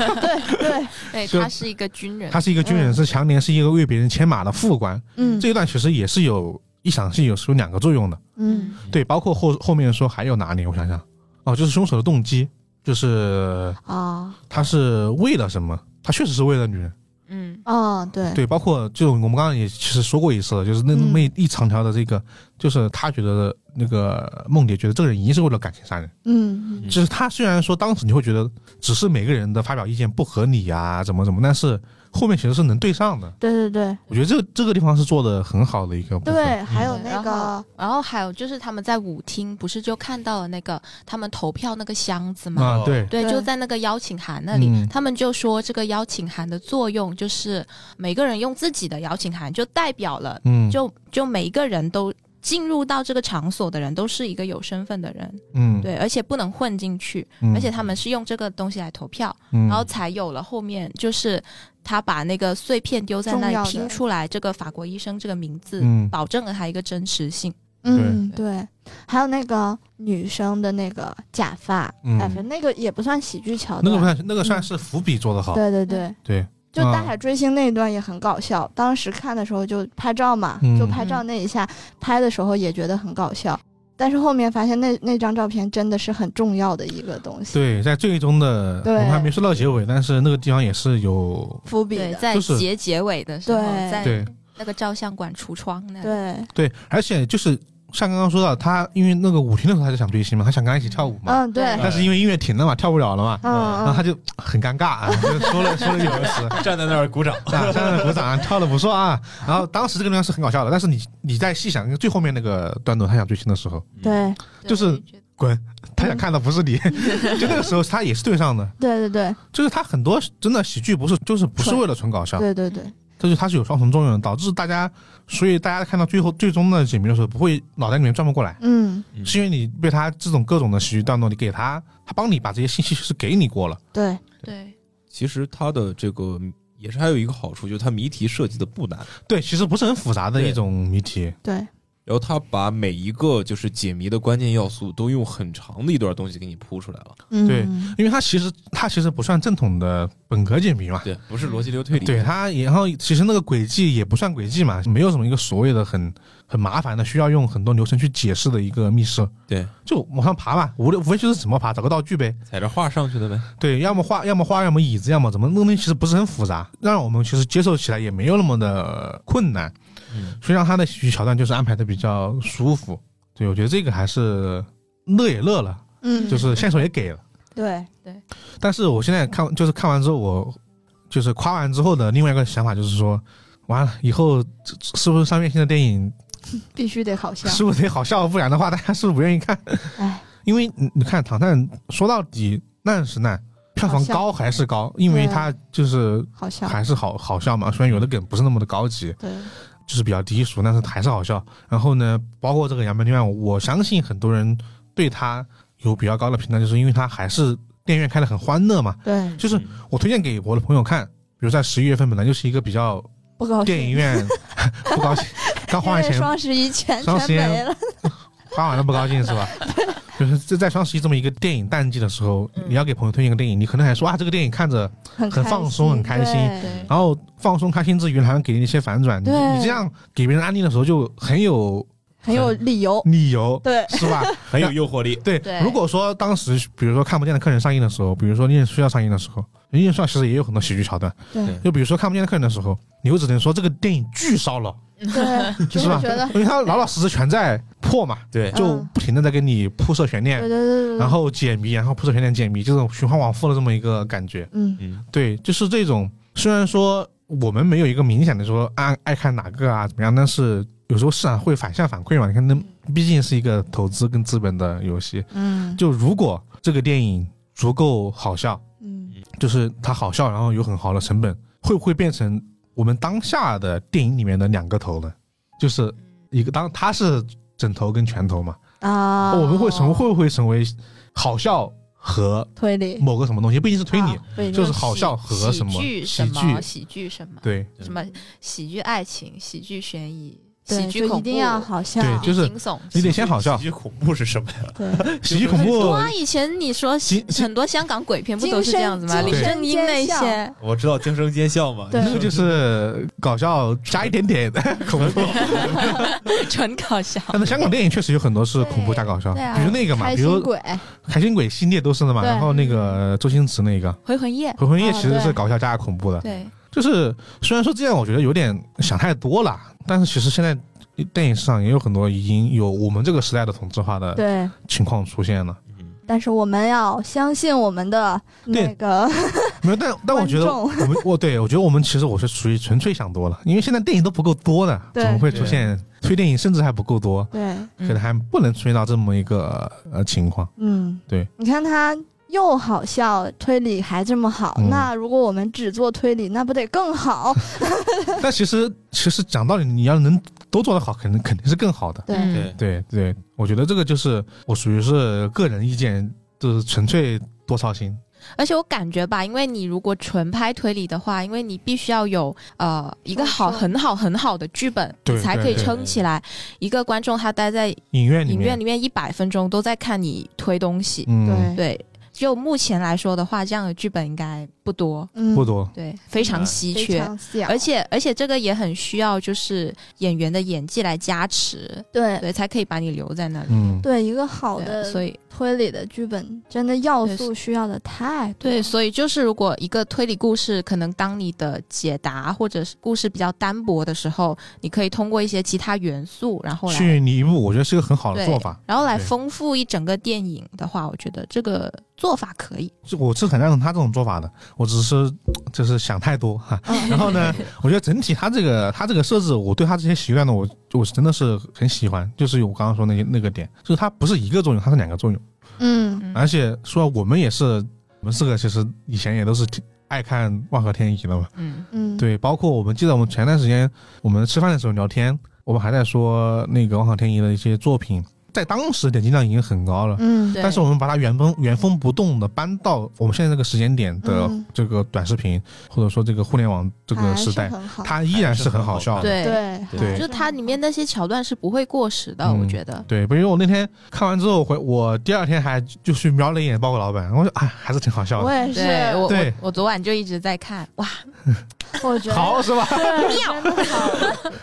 Speaker 3: 对，
Speaker 2: 对
Speaker 1: 就
Speaker 2: 他是一个军人，
Speaker 1: 他是一个军人，
Speaker 3: 嗯
Speaker 1: 是常年是一个为别人牵马的副官。
Speaker 3: 嗯
Speaker 1: 这一段其实也是有一场戏有是有两个作用的，
Speaker 3: 嗯，
Speaker 1: 对，包括后后面说还有哪里，我想想，哦，就是凶手的动机，就是
Speaker 2: 嗯
Speaker 3: 啊
Speaker 1: 他是为了什么？他确实是为了女人，
Speaker 2: 嗯，
Speaker 3: 啊，对
Speaker 1: 对，包括就我们刚刚也其实说过一次了，就是那那
Speaker 3: 嗯
Speaker 1: 么一长条的这个，就是他觉得那个梦蝶觉得这个人一定是为了感情杀人，
Speaker 3: 嗯，
Speaker 4: 嗯
Speaker 1: 就是他虽然说当时你会觉得只是每个人的发表意见不合理啊，怎么怎么，但是后面其实是能对上的。
Speaker 3: 对对对
Speaker 1: 我觉得这个这个地方是做的很好的一个部分。
Speaker 3: 对，还有
Speaker 2: 对
Speaker 3: 那
Speaker 2: 嗯然
Speaker 3: 个
Speaker 2: 后，然后还有就是他们在舞厅不是就看到了那个他们投票那个箱子嘛，
Speaker 1: 啊，对，
Speaker 2: 对，
Speaker 3: 对
Speaker 2: 就在那个邀请函那里，
Speaker 1: 嗯
Speaker 2: 他们就说这个邀请函的作用就是每个人用自己的邀请函，就代表了
Speaker 1: 嗯，
Speaker 2: 就就每一个人都进入到这个场所的人都是一个有身份的人，
Speaker 1: 嗯，
Speaker 2: 对，而且不能混进去，
Speaker 1: 嗯，
Speaker 2: 而且他们是用这个东西来投票，
Speaker 1: 嗯，
Speaker 2: 然后才有了后面就是他把那个碎片丢在那
Speaker 3: 重要
Speaker 2: 里
Speaker 3: 的
Speaker 2: 拼出来这个法国医生这个名字，
Speaker 1: 嗯
Speaker 2: 保证了他一个真实性。
Speaker 3: 嗯，
Speaker 2: 对
Speaker 3: 对，还有那个女生的那个假发，
Speaker 1: 嗯
Speaker 3: 哎，反正那个也不算喜剧桥
Speaker 1: 那个
Speaker 3: 段，
Speaker 1: 不算那个
Speaker 2: 嗯
Speaker 1: 算是伏笔做的好，
Speaker 3: 对对对。
Speaker 1: 对，
Speaker 3: 就
Speaker 1: 啊
Speaker 3: 大海追星那一段也很搞笑，当时看的时候就拍照嘛，
Speaker 1: 嗯
Speaker 3: 就拍照那一下，拍的时候也觉得很搞笑，但是后面发现那那张照片真的是很重要的一个东西，
Speaker 1: 对，在最终的我
Speaker 3: 对
Speaker 1: 们还没说到结尾，但是那个地方也是有
Speaker 3: 伏笔
Speaker 2: 对，
Speaker 3: 的，
Speaker 2: 在
Speaker 1: 就是
Speaker 2: 结结尾的时候，
Speaker 3: 对
Speaker 2: 在
Speaker 1: 对
Speaker 2: 那个照相馆橱窗那里，
Speaker 3: 对，
Speaker 1: 对，而且就是像刚刚说到，他因为那个舞停的时候他就想追星嘛，他想跟他一起跳舞嘛，
Speaker 3: 嗯，对，
Speaker 2: 对
Speaker 1: 但是因为音乐停了嘛，跳不了了嘛，然后
Speaker 3: 嗯
Speaker 1: 他就很尴尬啊，就说了说了一个词，
Speaker 4: 站在那儿鼓掌，
Speaker 1: 啊，站着鼓掌，跳的不错啊。然后当时这个地方是很搞笑的，但是你你再细想，最后面那个段落，他想追星的时候，
Speaker 3: 嗯，对
Speaker 1: 就是
Speaker 2: 觉得
Speaker 1: 他想看的不是你，
Speaker 3: 嗯
Speaker 1: 就那个时候他也是对上的，
Speaker 3: 对对对
Speaker 1: 就是他很多真的喜剧不是就是不是为了纯搞笑，
Speaker 3: 对对对，
Speaker 1: 这就是它是有双重作用的，导致大家，所以大家看到最后最终的解谜的时候，不会脑袋里面转不过来，
Speaker 3: 嗯，
Speaker 4: 嗯
Speaker 1: 是因为你被他这种各种的喜剧段落，你给他，他帮你把这些信息是给你过了，
Speaker 3: 对，
Speaker 2: 对
Speaker 5: 其实它的这个也是还有一个好处，就是它谜题设计的不难，
Speaker 1: 对，其实不是很复杂的一种谜题，
Speaker 3: 对，
Speaker 5: 然后它把每一个就是解谜的关键要素都用很长的一段东西给你铺出来了。
Speaker 3: 嗯，
Speaker 1: 对因为它其实它其实不算正统的本格解谜嘛，
Speaker 5: 对，不是逻辑流推理。
Speaker 1: 对它，然后其实那个轨迹也不算轨迹嘛，没有什么一个所谓的很很麻烦的，需要用很多流程去解释的一个密室，
Speaker 5: 对，
Speaker 1: 就往上爬嘛，无论无非就是怎么爬，找个道具呗，
Speaker 5: 踩着画上去的呗。
Speaker 1: 对，要么画，要么画，要么椅子，要么怎么，那个东西其实不是很复杂，让我们其实接受起来也没有那么的困难，
Speaker 5: 嗯，
Speaker 1: 所以让他的喜剧桥段就是安排的比较舒服。对，我觉得这个还是乐也乐了，
Speaker 3: 嗯，
Speaker 1: 就是线索也给了。
Speaker 3: 对，
Speaker 1: 但是我现在看，就是看完之后，我就是夸完之后的另外一个想法就是说，完了以后这这是不是上院线的电影
Speaker 3: 必须得好笑，
Speaker 1: 是不是得好笑？不然的话，大家是不是不愿意看？
Speaker 3: 哎，
Speaker 1: 因为你你看《唐探》，说到底难是难，票
Speaker 3: 好
Speaker 1: 房
Speaker 3: 笑
Speaker 1: 高还是高，因为
Speaker 3: 对
Speaker 1: 它就是
Speaker 3: 好笑，
Speaker 1: 还是好好笑嘛。虽然有的梗不是那么的高级，
Speaker 3: 对，
Speaker 1: 就是比较低俗，但是还是好笑。然后呢，包括这个《扬名立万》，啊我相信很多人对它有比较高的评价，就是因为它还是电影院开的很欢乐嘛。
Speaker 3: 对，
Speaker 4: 嗯
Speaker 1: 就是我推荐给我的朋友看，比如在十一月份本来就是一个比较
Speaker 3: 不高兴，
Speaker 1: 电影院 不高兴，刚花完
Speaker 3: 因为
Speaker 1: 钱
Speaker 3: 双十一全
Speaker 1: 双
Speaker 3: 全
Speaker 1: 十一
Speaker 3: 没了，
Speaker 1: 花完了不高兴 是吧？就是这在双十一这么一个电影淡季的时候，
Speaker 3: 嗯
Speaker 1: 你要给朋友推荐个电影，你可能还说啊这个电影看着
Speaker 3: 很
Speaker 1: 很
Speaker 3: 开
Speaker 1: 放松很开心
Speaker 3: 对
Speaker 2: 对
Speaker 1: 然后放松开心之余，还能给你一些反转。你
Speaker 3: 对
Speaker 1: 你这样给别人安利的时候，就很有
Speaker 3: 很有理由，
Speaker 1: 理 由，
Speaker 3: 对，
Speaker 1: 是吧？
Speaker 4: 很有诱惑力。
Speaker 1: 对。
Speaker 2: 对
Speaker 1: 如果说当时，比如说看不见的客人上映的时候，比如说《念书要》上映的时候，《念书要》其实也有很多喜剧桥段。
Speaker 3: 对
Speaker 1: 就比如说看不见的客人的时候，你又只能说这个电影巨烧 脑，
Speaker 3: 对，就是
Speaker 1: 吧
Speaker 3: 觉得，
Speaker 1: 因为它老老实实全在破嘛，
Speaker 4: 对
Speaker 1: 就
Speaker 3: 嗯
Speaker 1: 不停的在给你铺设悬
Speaker 3: 对
Speaker 1: 念，
Speaker 3: 对对对，
Speaker 1: 哎然后解谜，然后铺设悬念解谜，这种循环往复的这么一个感觉。
Speaker 3: 嗯，
Speaker 5: 嗯，
Speaker 1: 对，就是这种。虽然说我们没有一个明显的说爱爱看哪个啊怎么样，但是有时候市场会反向反馈嘛。你看，那毕竟是一个投资跟资本的游戏。
Speaker 3: 嗯，
Speaker 1: 就如果这个电影足够好笑，
Speaker 3: 嗯，
Speaker 1: 就是它好笑，然后有很好的成本，会不会变成我们当下的电影里面的两个头呢？就是一个当它是枕头跟拳头嘛，
Speaker 3: 啊，
Speaker 1: 我们会成会不会成为好笑和
Speaker 3: 推理，
Speaker 1: 某个什么东西？不一定是推理
Speaker 3: 嗯啊，，对
Speaker 1: 就是
Speaker 2: 喜
Speaker 1: 好笑和什么
Speaker 2: 喜剧
Speaker 1: 喜
Speaker 2: 什么
Speaker 1: 剧
Speaker 2: 喜剧什么
Speaker 1: 对。
Speaker 2: 什么喜剧爱情、喜剧悬疑、
Speaker 3: 对
Speaker 2: 喜剧
Speaker 3: 就
Speaker 2: 恐
Speaker 3: 一
Speaker 2: 怖、
Speaker 3: 定要好笑，
Speaker 1: 对就是
Speaker 2: 惊悚。
Speaker 1: 你得先好笑
Speaker 4: 喜，剧恐怖是什么呀？
Speaker 3: 对，
Speaker 1: 喜剧恐怖
Speaker 2: 多啊！以前你说
Speaker 1: 惊惊
Speaker 2: 很多香港鬼片不都是这样子吗？
Speaker 3: 惊
Speaker 2: 李
Speaker 1: 声
Speaker 2: 正英那
Speaker 3: 惊声尖
Speaker 2: 些，
Speaker 4: 我知道惊声尖笑嘛，
Speaker 3: 对
Speaker 1: 那个就是搞笑加一点点恐怖。
Speaker 2: 纯搞笑。
Speaker 1: 但是香港电影确实有很多是恐怖加搞笑，
Speaker 3: 对啊
Speaker 1: 比 如那个嘛，
Speaker 3: 开
Speaker 1: 比
Speaker 3: 心
Speaker 1: 如呃《
Speaker 3: 鬼，
Speaker 1: 开心鬼》系列都是的嘛。
Speaker 3: 对
Speaker 1: 然后那个周星驰那个《
Speaker 2: 回魂夜，
Speaker 1: 回魂夜》其
Speaker 3: 哦
Speaker 1: 实
Speaker 3: 对
Speaker 1: 是搞笑加恐怖的。
Speaker 2: 对
Speaker 1: 就是虽然说这样我觉得有点想太多了，但是其实现在电影市场也有很多已经有我们这个时代的同质化的
Speaker 3: 对，
Speaker 1: 情况出现了。
Speaker 4: 嗯
Speaker 3: 但是我们要相信我们的那
Speaker 1: 对
Speaker 3: 个，
Speaker 1: 没有，但但我觉得我
Speaker 3: 观
Speaker 1: 们我对我觉得我们其实我是属于纯粹想多了，因为现在电影都不够多的，
Speaker 3: 对
Speaker 1: 怎么会出现推电影甚至还不够多？
Speaker 3: 对，
Speaker 2: 嗯
Speaker 1: 可能还不能出现到这么一个呃情况。
Speaker 3: 嗯，
Speaker 1: 对，
Speaker 3: 你看他又好笑，推理还这么好，
Speaker 1: 嗯
Speaker 3: 那如果我们只做推理，那不得 更好？
Speaker 1: 但其实其实讲道理，你要能都做得好，肯定肯定是更好的。
Speaker 3: 对，
Speaker 2: 嗯
Speaker 5: 对，
Speaker 1: 对对，我觉得这个就是我属于是个人意见，就是纯粹多操心。
Speaker 2: 而且我感觉吧，因为你如果纯拍推理的话，因为你必须要有呃一个好
Speaker 3: 没错
Speaker 2: 很好很好的剧本，
Speaker 1: 对
Speaker 2: 你才可
Speaker 1: 对
Speaker 2: 以
Speaker 1: 对
Speaker 2: 撑起来。一个观众他待在
Speaker 1: 影院里
Speaker 2: 影
Speaker 1: 面，
Speaker 2: 院里面一百分钟都在看你推东西，
Speaker 1: 嗯，
Speaker 3: 对
Speaker 2: 对。就目前来说的话，这样的剧本应该不不多，
Speaker 3: 嗯
Speaker 1: 不，多。
Speaker 2: 对，非
Speaker 1: 嗯
Speaker 2: 常稀
Speaker 3: 非
Speaker 2: 缺。
Speaker 3: 常小，
Speaker 2: 而且而且这个也很需要就是演员的演技来加持，
Speaker 3: 对
Speaker 2: 对，才可以把你留在那里。
Speaker 1: 嗯，
Speaker 3: 对一个好
Speaker 2: 对
Speaker 3: 的
Speaker 2: 所以
Speaker 3: 推理的剧本，真的要
Speaker 2: 对
Speaker 3: 素需要的太多
Speaker 2: 对，所以就是如果一个推理故事，可能当你的解答或者是故事比较单薄的时候，你可以通过一些其他元素，然后来
Speaker 1: 去弥补，我觉得是个很好的
Speaker 2: 对
Speaker 1: 做法。
Speaker 2: 然后来
Speaker 1: 对
Speaker 2: 丰富一整个电影的话，我觉得这个做法可以。
Speaker 1: 就我是很赞同他这种做法的，我只是就是想太多哈。
Speaker 3: 哦
Speaker 1: 然后 呢，我觉得整体他这个他这个设置，我对他这些习惯呢，我我是真的是很喜欢。就是我刚刚说那那个点，就是它不是一个作用，它是两个作用。
Speaker 3: 嗯，
Speaker 2: 嗯
Speaker 1: 而且说我们也是，我们四个其实以前也都是挺爱看《万合天宜》的嘛。
Speaker 2: 嗯，
Speaker 3: 嗯，
Speaker 1: 对，包括我们记得我们前段时间我们吃饭的时候聊天，我们还在说那个《万合天宜》的一些作品，在当时点击量已经很高了。
Speaker 3: 嗯，
Speaker 2: 对
Speaker 1: 但是我们把它原封原封不动的搬到我们现在这个时间点的
Speaker 3: 嗯
Speaker 1: 这个短视频，或者说这个互联网这个
Speaker 3: 还
Speaker 1: 时
Speaker 3: 是
Speaker 1: 代，
Speaker 3: 很好，
Speaker 1: 它依然是很好笑的。
Speaker 2: 对，
Speaker 3: 对
Speaker 1: 对
Speaker 2: 就是它里面那些桥段是不会过时的，
Speaker 1: 嗯
Speaker 2: 我觉得。
Speaker 1: 对，不因为我那天看完之后回，我第二天还就去瞄了一眼《报告老板》，我说啊，还是挺好笑
Speaker 3: 我
Speaker 1: 的，
Speaker 3: 也是，
Speaker 2: 对我
Speaker 1: 对
Speaker 2: 我我昨晚就一直在看，哇，
Speaker 3: 我觉得
Speaker 1: 好是吧？
Speaker 3: 对真的好。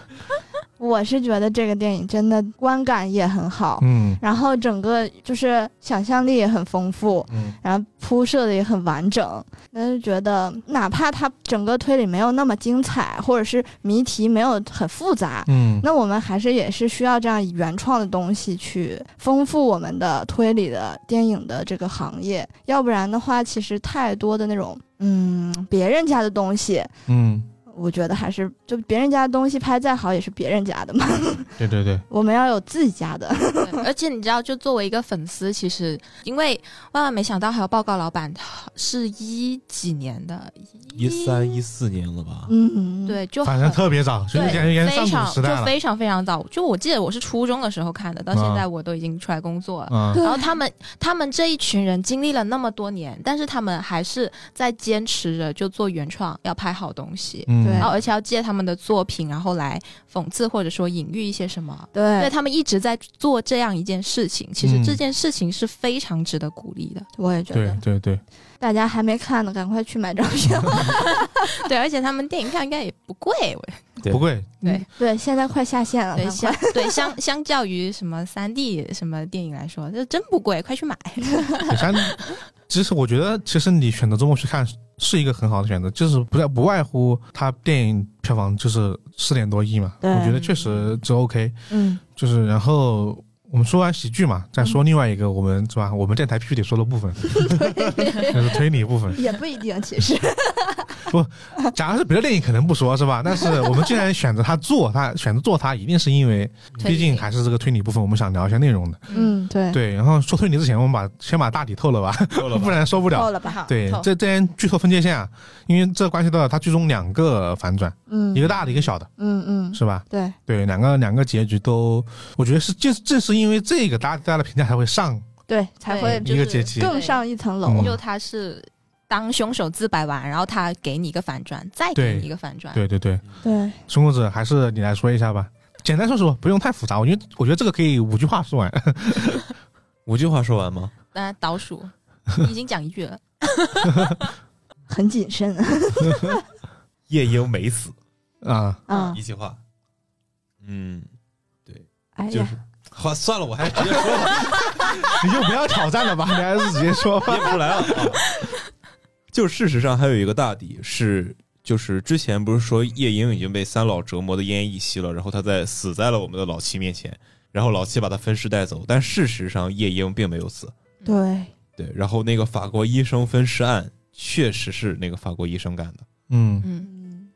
Speaker 3: 我是觉得这个电影真的观感也很好，
Speaker 1: 嗯
Speaker 3: 然后整个就是想象力也很丰富，
Speaker 1: 嗯，
Speaker 3: 然后铺设的也很完整。但是觉得哪怕它整个推理没有那么精彩，或者是谜题没有很复杂，
Speaker 1: 嗯，
Speaker 3: 那我们还是也是需要这样原创的东西去丰富我们的推理的电影的这个行业，要不然的话，其实太多的那种嗯别人家的东西，
Speaker 1: 嗯，
Speaker 3: 我觉得还是就别人家的东西拍再好也是别人家的嘛，
Speaker 1: 对对对，
Speaker 3: 我们要有自己家的。
Speaker 2: 对而且你知道，就作为一个粉丝，其实因为万万没想到还有报告老板是一几年的，
Speaker 5: 一三一四年了 吧？
Speaker 3: 嗯，
Speaker 2: 对，就
Speaker 1: 反正
Speaker 2: 很
Speaker 1: 特别早，所以感
Speaker 2: 对
Speaker 1: 觉跟
Speaker 2: 非
Speaker 1: 上
Speaker 2: 常
Speaker 1: 古时代
Speaker 2: 就
Speaker 1: 了，啊
Speaker 2: 非常非常早，就我记得我是初中的时候看的，到现在我都已经出来工作了。
Speaker 1: 嗯，
Speaker 2: 然后他们他们这一群人经历了那么多年，但是他们还是在坚持着就做原创，要拍好东西，
Speaker 1: 嗯
Speaker 3: 对
Speaker 2: 然后而且要借他们的作品，然后来讽刺或者说隐喻一些什么。对
Speaker 3: 对，
Speaker 2: 他们一直在做这样一件事情，其实
Speaker 1: 嗯
Speaker 2: 这件事情是非常值得鼓励的。
Speaker 3: 我也觉
Speaker 1: 对
Speaker 3: 得，
Speaker 1: 对对，
Speaker 3: 大家还没看呢，赶快去买张 票。
Speaker 2: 对，而且他们电影票应该也不贵，我
Speaker 5: 对
Speaker 1: 不贵，
Speaker 2: 对
Speaker 3: 对，现在快下线了，
Speaker 2: 对
Speaker 3: 赶
Speaker 2: 相
Speaker 3: 快。
Speaker 2: 对相相较于什么三 D 什么电影来说，这真不贵，快去买。
Speaker 1: 对山，其实我觉得，其实你选择周末去看是一个很好的选择，就是不在不外乎它电影票房就是四点多亿嘛，
Speaker 3: 对
Speaker 1: 我觉得确实这 OK。
Speaker 3: 嗯，
Speaker 1: 就是然后我们说完喜剧嘛，再说另外一个我们是吧，我们电台必须得说的部分，就是推理部分。
Speaker 3: 也不一定，其实
Speaker 1: 假如是别的电影可能不说是吧，但是我们既然选择它做，它选择做它，一定是因为
Speaker 2: 推
Speaker 1: 毕
Speaker 2: 理
Speaker 1: 竟还是这个推理部分，我们想聊一下内容的。
Speaker 3: 嗯，对，
Speaker 1: 对，然后说推理之前，我们把先把大体透了吧，
Speaker 4: 够了
Speaker 1: 不
Speaker 4: 吧？
Speaker 1: 然受不了
Speaker 3: 够。了吧？
Speaker 1: 对
Speaker 2: 透，
Speaker 1: 这这边剧透分界线啊，因为这关系到它剧中两个反转，
Speaker 3: 嗯，
Speaker 1: 一个大的，一个小的，
Speaker 3: 嗯嗯，
Speaker 1: 是吧？
Speaker 3: 对，
Speaker 1: 对，两个两个结局都，我觉得是正正是因为这个，大家大家的评价才会上
Speaker 3: 对，才会
Speaker 2: 对
Speaker 1: 一个阶级。
Speaker 3: 更上一层楼。
Speaker 1: 嗯
Speaker 2: 就他是当凶手自白完，然后他给你一个反转，再给
Speaker 1: 对
Speaker 2: 你一个反
Speaker 3: 嗯
Speaker 2: 转。
Speaker 1: 对对对，
Speaker 3: 对，
Speaker 1: 孙公子还是你来说一下吧，简单说说，不用太复杂。我觉得我觉得这个可以五句话说完。
Speaker 5: 五句话说完吗？
Speaker 2: 当然倒数 已经讲一句了，
Speaker 3: 很谨慎
Speaker 4: 夜莺没死，
Speaker 1: 啊，
Speaker 3: 啊
Speaker 4: 一。句话，
Speaker 5: 嗯，
Speaker 3: 哎
Speaker 4: 就
Speaker 3: 呀
Speaker 4: 是，好，算了，我还是直接说吧，
Speaker 1: 你就不要挑战了吧，你还是直接说吧。
Speaker 4: 憋不出来了。
Speaker 5: 就事实上还有一个大底是，就是之前不是说夜莺已经被三老折磨的奄奄一息了，然后他在死在了我们的老七面前，然后老七把他分尸带走，但事实上夜莺并没有死。
Speaker 3: 对，
Speaker 5: 对，然后那个法国医生分尸案确实是那个法国医生干的，
Speaker 1: 嗯
Speaker 2: 嗯，
Speaker 3: 嗯，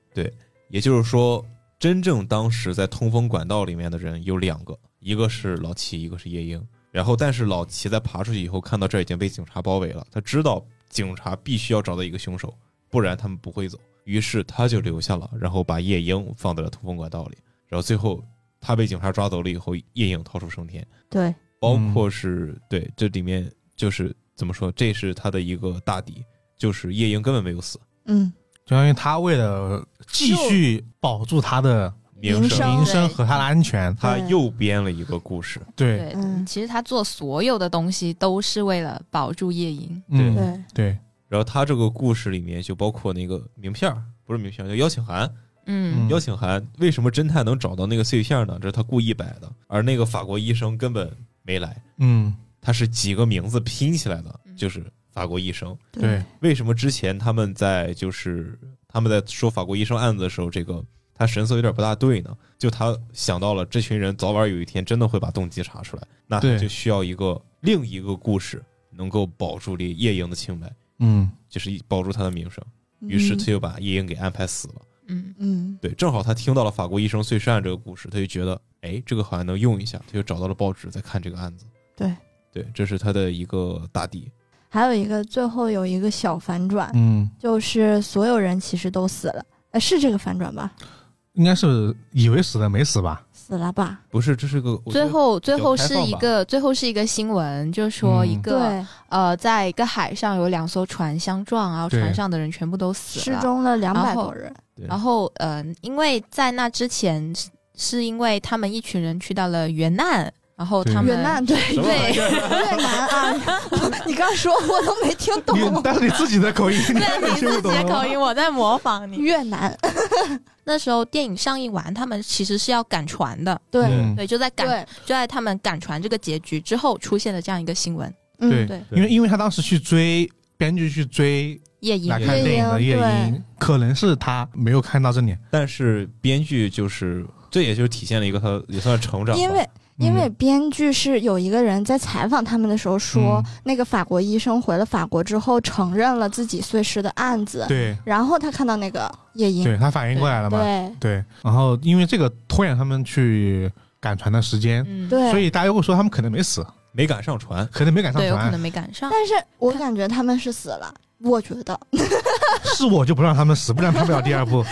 Speaker 5: 也就是说，真正当时在通风管道里面的人有两个，一个是老齐，一个是夜莺。然后，但是老齐在爬出去以后，看到这儿已经被警察包围了，他知道警察必须要找到一个凶手，不然他们不会走。于是他就留下了，然后把夜莺放在了通风管道里。然后最后他被警察抓走了以后，夜莺逃出升天。
Speaker 3: 对，
Speaker 5: 包括是、对这里面就是怎么说，这是他的一个大底，就是夜莺根本没有死，
Speaker 3: 嗯，
Speaker 1: 就相当于他为了继续保住他的
Speaker 5: 名
Speaker 3: 名声
Speaker 5: 声，
Speaker 1: 名声和他的安全，
Speaker 5: 他
Speaker 3: 对
Speaker 5: 又编了一个故事。
Speaker 1: 对，
Speaker 2: 对，
Speaker 3: 嗯
Speaker 2: 其实他做所有的东西都是为了保住夜莺。
Speaker 1: 嗯
Speaker 3: 对，
Speaker 1: 对，
Speaker 4: 然后他这个故事里面就包括那个名片儿，不是名片儿，叫邀请函。
Speaker 2: 嗯
Speaker 4: 邀请函为什么侦探能找到那个碎片儿呢？这是他故意摆的，而那个法国医生根本没来，
Speaker 1: 嗯，
Speaker 4: 他是几个名字拼起来的
Speaker 2: 嗯，
Speaker 4: 就是法国医生。
Speaker 1: 对，
Speaker 4: 为什么之前他们在就是他们在说法国医生案子的时候，这个他神色有点不大对呢？就他想到了这群人早晚有一天真的会把动机查出来，那他
Speaker 1: 对
Speaker 4: 就需要一个另一个故事能够保住这夜莺的清白，
Speaker 1: 嗯
Speaker 4: 就是保住他的名声。于是他就把夜莺给安排死了。
Speaker 2: 嗯
Speaker 3: 嗯
Speaker 4: 对，正好他听到了法国医生碎尸案这个故事，他就觉得，哎，这个好像能用一下，他就找到了报纸在看这个案子。
Speaker 3: 对
Speaker 4: 对，这是他的一个大底。
Speaker 3: 嗯，还有一个最后有一个小反转，
Speaker 1: 嗯，
Speaker 3: 就是所有人其实都死了，呃，是这个反转吧？
Speaker 1: 应该是以为死了没死吧？
Speaker 3: 死了吧？
Speaker 4: 不是，这是个我觉
Speaker 2: 最
Speaker 4: 得
Speaker 2: 后，最后
Speaker 4: 开
Speaker 2: 是
Speaker 4: 放
Speaker 2: 一
Speaker 4: 吧
Speaker 2: 个，最后是一个新闻，就说一
Speaker 1: 嗯
Speaker 2: 个、
Speaker 3: 对，
Speaker 2: 呃，在一个海上有两艘船相撞，然后
Speaker 1: 对
Speaker 2: 船上的人全部都死
Speaker 3: 失
Speaker 2: 了。
Speaker 3: 踪了两百
Speaker 2: 然后
Speaker 3: 多人。
Speaker 4: 对
Speaker 2: 然后，呃，因为在那之前是是因为他们一群人去到了云南，然后
Speaker 1: 对
Speaker 2: 他们
Speaker 3: 越南对
Speaker 4: 什么玩意
Speaker 2: 对
Speaker 4: 儿
Speaker 3: 越南啊， 我你刚说我都没听懂。
Speaker 1: 你但是你自己的口音，
Speaker 2: 对你自己的口音，我在模仿 你。
Speaker 3: 越南，
Speaker 2: 那时候电影上映完，他们其实是要赶船的，
Speaker 3: 对
Speaker 1: 嗯
Speaker 2: 对，就在赶，
Speaker 3: 对，
Speaker 2: 就在他们赶船这个结局之后出现了这样一个新闻，
Speaker 1: 对
Speaker 3: 嗯，
Speaker 2: 对，
Speaker 1: 因为因为他当时去追编剧去追
Speaker 2: 夜莺
Speaker 1: 来看电影的
Speaker 3: 夜
Speaker 1: 夜
Speaker 3: 莺
Speaker 1: 莺，可能是他没有看到这里，
Speaker 4: 但是编剧就是这，也就是体现了一个他也算是成长吧。
Speaker 3: 因为
Speaker 1: 嗯
Speaker 3: 因为编剧是有一个人在采访他们的时候说
Speaker 1: 嗯，
Speaker 3: 那个法国医生回了法国之后承认了自己碎尸的案子，
Speaker 1: 对
Speaker 3: 然后他看到那个夜莺，
Speaker 1: 对，他反应过来了嘛，
Speaker 3: 对
Speaker 1: 对，然后因为这个拖延他们去赶船的时间，
Speaker 2: 嗯，
Speaker 3: 对，
Speaker 1: 所以大家会说他们可能没死，
Speaker 4: 没赶上船，
Speaker 1: 可能没赶上
Speaker 2: 对，有可
Speaker 1: 船啊
Speaker 2: 能，没赶上。
Speaker 3: 但是我感觉他们是死了，我觉得
Speaker 1: 是我就不让他们死，不然拍不了第二 部。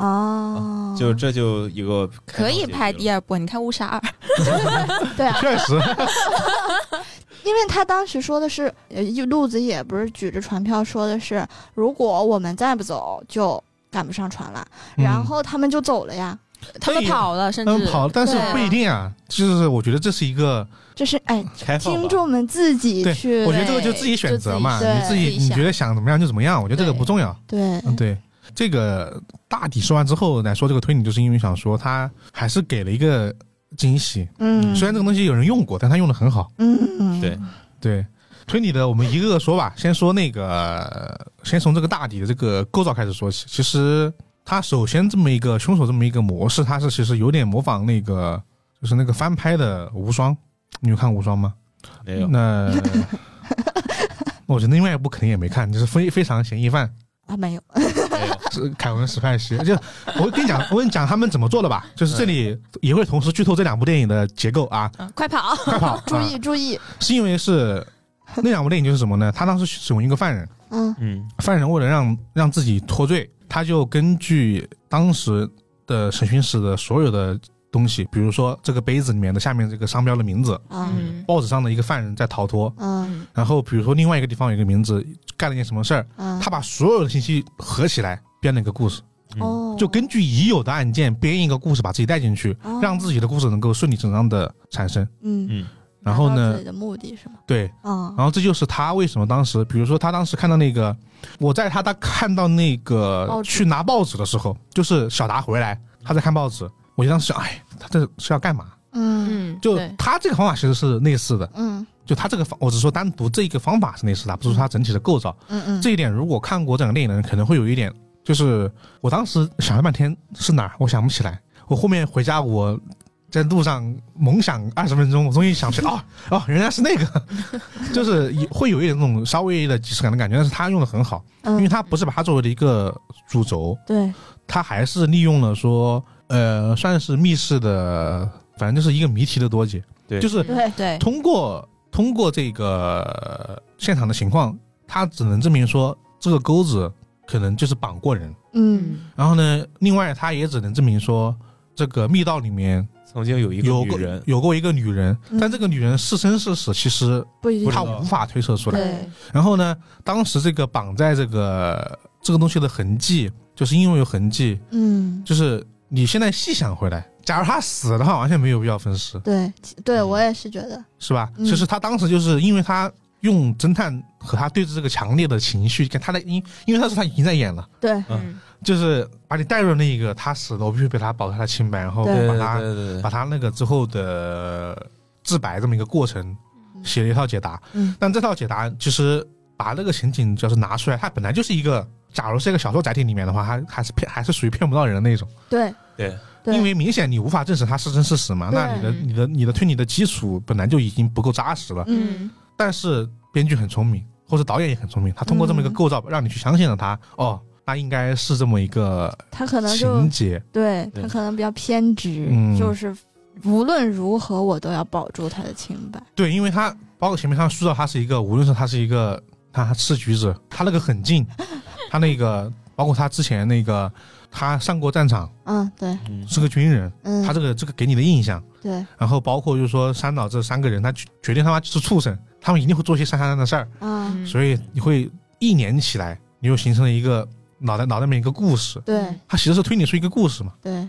Speaker 3: 啊，
Speaker 4: 就这就一个
Speaker 2: 可以拍第
Speaker 4: 二。
Speaker 2: 二部，你看《误杀二》，
Speaker 3: 对啊，
Speaker 1: 确实，
Speaker 3: 因为他当时说的是，呃，一路子也不是举着船票说的是，如果我们再不走就赶不上船了，
Speaker 1: 嗯
Speaker 3: 然后他们就走了呀。
Speaker 2: 他们
Speaker 1: 对
Speaker 2: 跑了，甚
Speaker 1: 他们
Speaker 2: 至
Speaker 1: 跑，但是
Speaker 2: 对
Speaker 1: 不一定啊，就是我觉得这是一个，
Speaker 3: 这是哎，
Speaker 4: 开放吧
Speaker 3: 听众们自己
Speaker 1: 对
Speaker 3: 去
Speaker 1: 我觉得这个就自己选择嘛，
Speaker 3: 对
Speaker 1: 你自
Speaker 2: 自
Speaker 1: 己
Speaker 2: 己
Speaker 1: 你
Speaker 2: 想
Speaker 1: 觉得想怎么样就怎么样，我觉得这个
Speaker 2: 对
Speaker 1: 不重要。
Speaker 3: 对
Speaker 1: 嗯，对，这个大体说完之后来说这个推理，就是因为想说他还是给了一个惊喜，
Speaker 3: 嗯，
Speaker 1: 虽然这个东西有人用过，但他用的很好。
Speaker 3: 嗯，
Speaker 4: 对
Speaker 1: 对，推理的我们一个个说吧，先说那个，呃先从这个大底的这个构造开始说起。其实他首先这么一个凶手这么一个模式，他是其实有点模仿那个，就是那个翻拍的《无双》，你有看《无双》吗？
Speaker 4: 没有，
Speaker 1: 那那我觉得另外一部肯定也没看，就是非非常嫌疑犯
Speaker 3: 啊没有，
Speaker 4: 没有，
Speaker 1: 是凯文史派西。就我跟你讲，我跟你讲他们怎么做的吧，就是这里也会同时剧透这两部电影的结构啊，
Speaker 2: 嗯快跑！
Speaker 1: 快跑！
Speaker 3: 注
Speaker 1: 啊
Speaker 3: 意注意，
Speaker 1: 是因为是那两部电影就是什么呢？他当时审问一个犯人，
Speaker 3: 嗯
Speaker 4: 嗯，
Speaker 1: 犯人为了让让自己脱罪，他就根据当时的审讯室的所有的东西，比如说这个杯子里面的下面这个商标的名字，
Speaker 3: 啊
Speaker 2: 嗯
Speaker 1: 报纸上的一个犯人在逃脱，
Speaker 3: 嗯
Speaker 2: 嗯
Speaker 1: 然后比如说另外一个地方有一个名字干了件什么事儿，
Speaker 3: 嗯，
Speaker 1: 他把所有的信息合起来编了一个故事，
Speaker 4: 嗯
Speaker 3: 哦
Speaker 1: 就根据已有的案件编一个故事，把自己带进去，
Speaker 3: 哦
Speaker 1: 让自己的故事能够顺理成章的产生。
Speaker 3: 嗯，
Speaker 4: 嗯，
Speaker 1: 然后
Speaker 3: 达到
Speaker 1: 呢
Speaker 3: 自己的目的是吗？
Speaker 1: 对，
Speaker 3: 啊
Speaker 1: 然后这就是他为什么当时，比如说他当时看到那个，我在他他看到那个
Speaker 3: 报纸
Speaker 1: 去拿报纸的时候，就是小达回来，他在看报纸，我就当时想，哎，他这是要干嘛？
Speaker 3: 嗯
Speaker 2: 嗯，
Speaker 1: 就
Speaker 2: 对
Speaker 1: 他这个方法其实是类似的，
Speaker 3: 嗯
Speaker 1: 就他这个方，我只说单独这一个方法是类似的，不是说它整体的构造。
Speaker 3: 嗯嗯，
Speaker 1: 这一点如果看过这两个电影的人，可能会有一点，就是我当时想了半天是哪儿，我想不起来。我后面回家我。在路上猛想二十分钟，我终于想起来，哦哦，原来是那个， 就是也会有一点那种稍微的即视感的感觉，但是他用的很好，因为
Speaker 3: 嗯
Speaker 1: 他不是把它作为了一个主轴，
Speaker 3: 对
Speaker 1: 他还是利用了说，呃，算是密室的，反正就是一个谜题的多解，
Speaker 4: 对
Speaker 1: 就是
Speaker 3: 对
Speaker 2: 对
Speaker 1: 通过通过这个呃现场的情况，他只能证明说这个钩子可能就是绑过人。
Speaker 3: 嗯
Speaker 1: 然后呢，另外他也只能证明说这个密道里面
Speaker 4: 嗯曾经有一个
Speaker 1: 有
Speaker 4: 女
Speaker 1: 过
Speaker 4: 人，
Speaker 1: 有过一个女人，
Speaker 3: 嗯
Speaker 1: 但这个女人是生是死，其实
Speaker 3: 不一定
Speaker 4: 不知
Speaker 1: 他
Speaker 4: 道
Speaker 1: 无法推测出
Speaker 2: 嗯
Speaker 1: 来。
Speaker 3: 对
Speaker 1: 然后呢，当时这个绑在这个这个东西的痕迹，就是因为有痕迹，
Speaker 3: 嗯。
Speaker 1: 就是你现在细想回来，假如他死的话，完全没有必要分尸，
Speaker 3: 对，对我也是觉得，
Speaker 1: 是吧？
Speaker 3: 嗯
Speaker 1: 其实他当时就是因为他用侦探和他对峙这个强烈的情绪，看他在因因为他是他已经在演了，
Speaker 3: 对，
Speaker 2: 嗯，
Speaker 1: 就是把你带入那一个他死了，我必须给他保他的清白，然后
Speaker 3: 对
Speaker 1: 把
Speaker 5: 对
Speaker 1: 他
Speaker 5: 对对
Speaker 1: 把
Speaker 5: 对，
Speaker 1: 他那个之后的自白这么一个过程写了一套解答。
Speaker 3: 嗯
Speaker 1: 但这套解答其实把那个情景就是拿出来，它本来就是一个，假如是一个小说载体里面的话，它还是骗还是属于骗不到人的那种。
Speaker 3: 对
Speaker 5: 对
Speaker 3: 对，
Speaker 1: 因为明显你无法证实它是真是死嘛，那你的
Speaker 2: 对
Speaker 1: 你的你的推理的基础本来就已经不够扎实了。
Speaker 3: 嗯
Speaker 1: 但是编剧很聪明，或者导演也很聪明，他通过这么一个
Speaker 3: 嗯
Speaker 1: 构造，让你去相信了他，哦，那应该是这么一个
Speaker 3: 他可能就
Speaker 1: 情节。
Speaker 3: 对他
Speaker 5: 对
Speaker 3: 可能比较偏执，
Speaker 1: 嗯
Speaker 3: 就是无论如何我都要保住他的清白。
Speaker 1: 对，因为他包括前面他塑造他是一个，无论是他是一个他吃橘子，他那个很 近，他那个包括他之前那个他上过战场，
Speaker 3: 嗯，对，
Speaker 5: 嗯
Speaker 1: 是个军人，
Speaker 3: 嗯，
Speaker 1: 他这个这个给你的印象，
Speaker 3: 对，
Speaker 1: 然后包括就是说三岛这三个人，他决决定他妈就是畜生，他们一定会做一些三三三的事儿，
Speaker 3: 嗯，
Speaker 1: 所以你会一连起来，你又形成了一个脑袋脑袋里面一个故事，
Speaker 3: 对
Speaker 1: 它其实是推理出一个故事嘛，
Speaker 3: 对，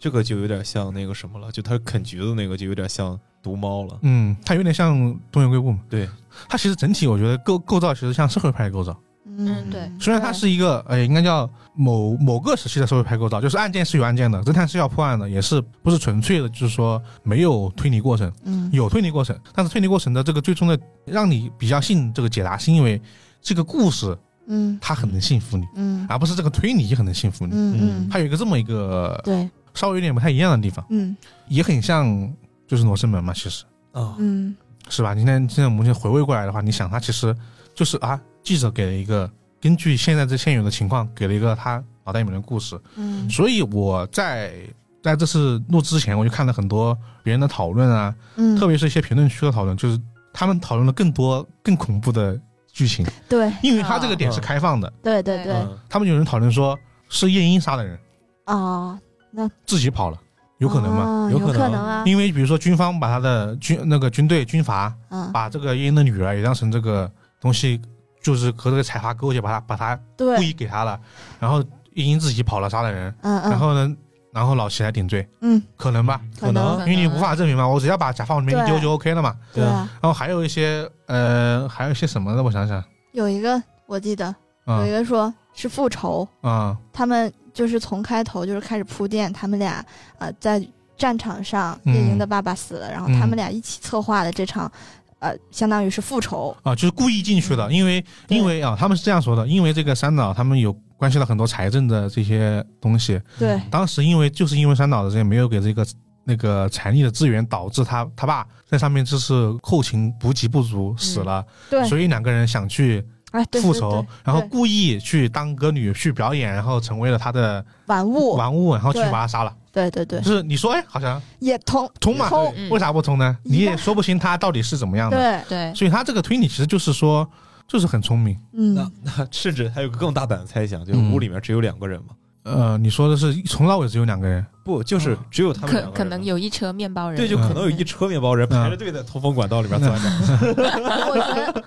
Speaker 5: 这个就有点像那个什么了，就他啃橘子那个就有点像毒猫了。
Speaker 1: 嗯，它有点像东野圭吾嘛，
Speaker 5: 对，
Speaker 1: 它其实整体我觉得构构造其实像社会派的构造。
Speaker 3: 嗯
Speaker 2: 对
Speaker 1: 虽然它是一个，呃，应该叫某某个时期的社会派构造，就是案件是有案件的，侦探是要破案的，也是不是纯粹的，就是说没有推理过程，
Speaker 3: 嗯
Speaker 1: 有推理过程，但是推理过程的这个最终的让你比较信这个解答，是因为这个故事
Speaker 3: 嗯
Speaker 1: 它很能信服你，
Speaker 3: 嗯
Speaker 1: 而不是这个推理很能信服你。
Speaker 3: 嗯嗯，
Speaker 1: 它有一个这么一个
Speaker 3: 对，
Speaker 1: 稍微有点不太一样的地方，
Speaker 3: 嗯
Speaker 1: 也很像就是罗生门嘛，其实
Speaker 5: 啊，
Speaker 3: 嗯
Speaker 1: 是吧？今天现在我们先回味过来的话，你想他其实就是啊，记者给了一个根据现在这现有的情况，给了一个他脑袋里面的故事。
Speaker 3: 嗯
Speaker 1: 所以我在在这次录制之前，我就看了很多别人的讨论啊，
Speaker 3: 嗯，
Speaker 1: 特别是一些评论区的讨论，就是他们讨论了更多更恐怖的剧情，
Speaker 3: 对
Speaker 1: 因为他这个点是开放的，
Speaker 3: 对对对
Speaker 5: 嗯
Speaker 1: 他们有人讨论说是夜莺杀的人，
Speaker 3: 啊，
Speaker 1: 自己跑了，嗯有可能吗？
Speaker 3: 啊
Speaker 5: 有
Speaker 3: 有
Speaker 5: 可能
Speaker 3: 能啊，
Speaker 1: 因为比如说军方把他的军那个军队军阀
Speaker 3: 嗯，
Speaker 1: 把这个夜莺的女儿也当成这个东西，就是和这个财阀勾结，把他把他故
Speaker 3: 对，
Speaker 1: 意给他了，然后夜莺自己跑了杀了人，
Speaker 3: 嗯嗯，
Speaker 1: 然后呢，然后老齐来顶罪，
Speaker 3: 嗯，
Speaker 1: 可能吧？
Speaker 3: 可能
Speaker 2: 可能
Speaker 1: 因为你无法证明嘛，我只要把甲方往里面一丢就 OK 了嘛。
Speaker 3: 对啊，
Speaker 1: 然后还有一些呃，还有一些什么的，我想想，
Speaker 3: 有一个我记得有
Speaker 1: 嗯
Speaker 3: 一个说是复仇，
Speaker 1: 嗯
Speaker 3: 他们就是从开头就是开始铺垫，他们俩呃在战场上，
Speaker 1: 嗯
Speaker 3: 夜莺的爸爸死了，然后
Speaker 1: 嗯
Speaker 3: 他们俩一起策划的这场，呃，相当于是复仇。
Speaker 1: 啊，就是故意进去的，因为
Speaker 3: 对
Speaker 1: 因为啊，他们是这样说的，因为这个三岛他们有关系到很多财政的这些东西，
Speaker 3: 对，
Speaker 1: 当时因为就是因为三岛的这些没有给这个那个财力的资源，导致他他爸在上面就是后勤补给不足死了，
Speaker 3: 嗯对
Speaker 1: 所以两个人想去
Speaker 3: 哎，对
Speaker 1: 复
Speaker 3: 对
Speaker 1: 仇
Speaker 3: 对，
Speaker 1: 然后
Speaker 3: 对
Speaker 1: 故意去当歌女去表演，然后成为了他的
Speaker 3: 玩物，
Speaker 1: 玩物，然后去
Speaker 3: 对
Speaker 1: 把他杀了。
Speaker 3: 对对对
Speaker 1: 就，是你说哎，好像
Speaker 3: 也通
Speaker 1: 通嘛，
Speaker 3: 通，
Speaker 2: 嗯
Speaker 1: 为啥不通呢？
Speaker 3: 一样
Speaker 1: 你也说不清他到底是怎么样的，
Speaker 3: 对，
Speaker 2: 对，
Speaker 1: 所以他这个推理其实就是说，就是很聪明。
Speaker 5: 那
Speaker 3: 嗯，
Speaker 5: 那甚至还有个更大胆的猜想，就是
Speaker 1: 嗯
Speaker 5: 屋里面只有两个人嘛？
Speaker 1: 呃，你说的是从到尾只有两个人，
Speaker 5: 不，就是只有他们两
Speaker 2: 可
Speaker 5: 个人
Speaker 2: 可能
Speaker 5: 嘛
Speaker 2: 有一车面包人，
Speaker 5: 对，就可能有一车面包人
Speaker 1: 嗯
Speaker 5: 排着队在通风管道里面钻着。
Speaker 3: 我觉得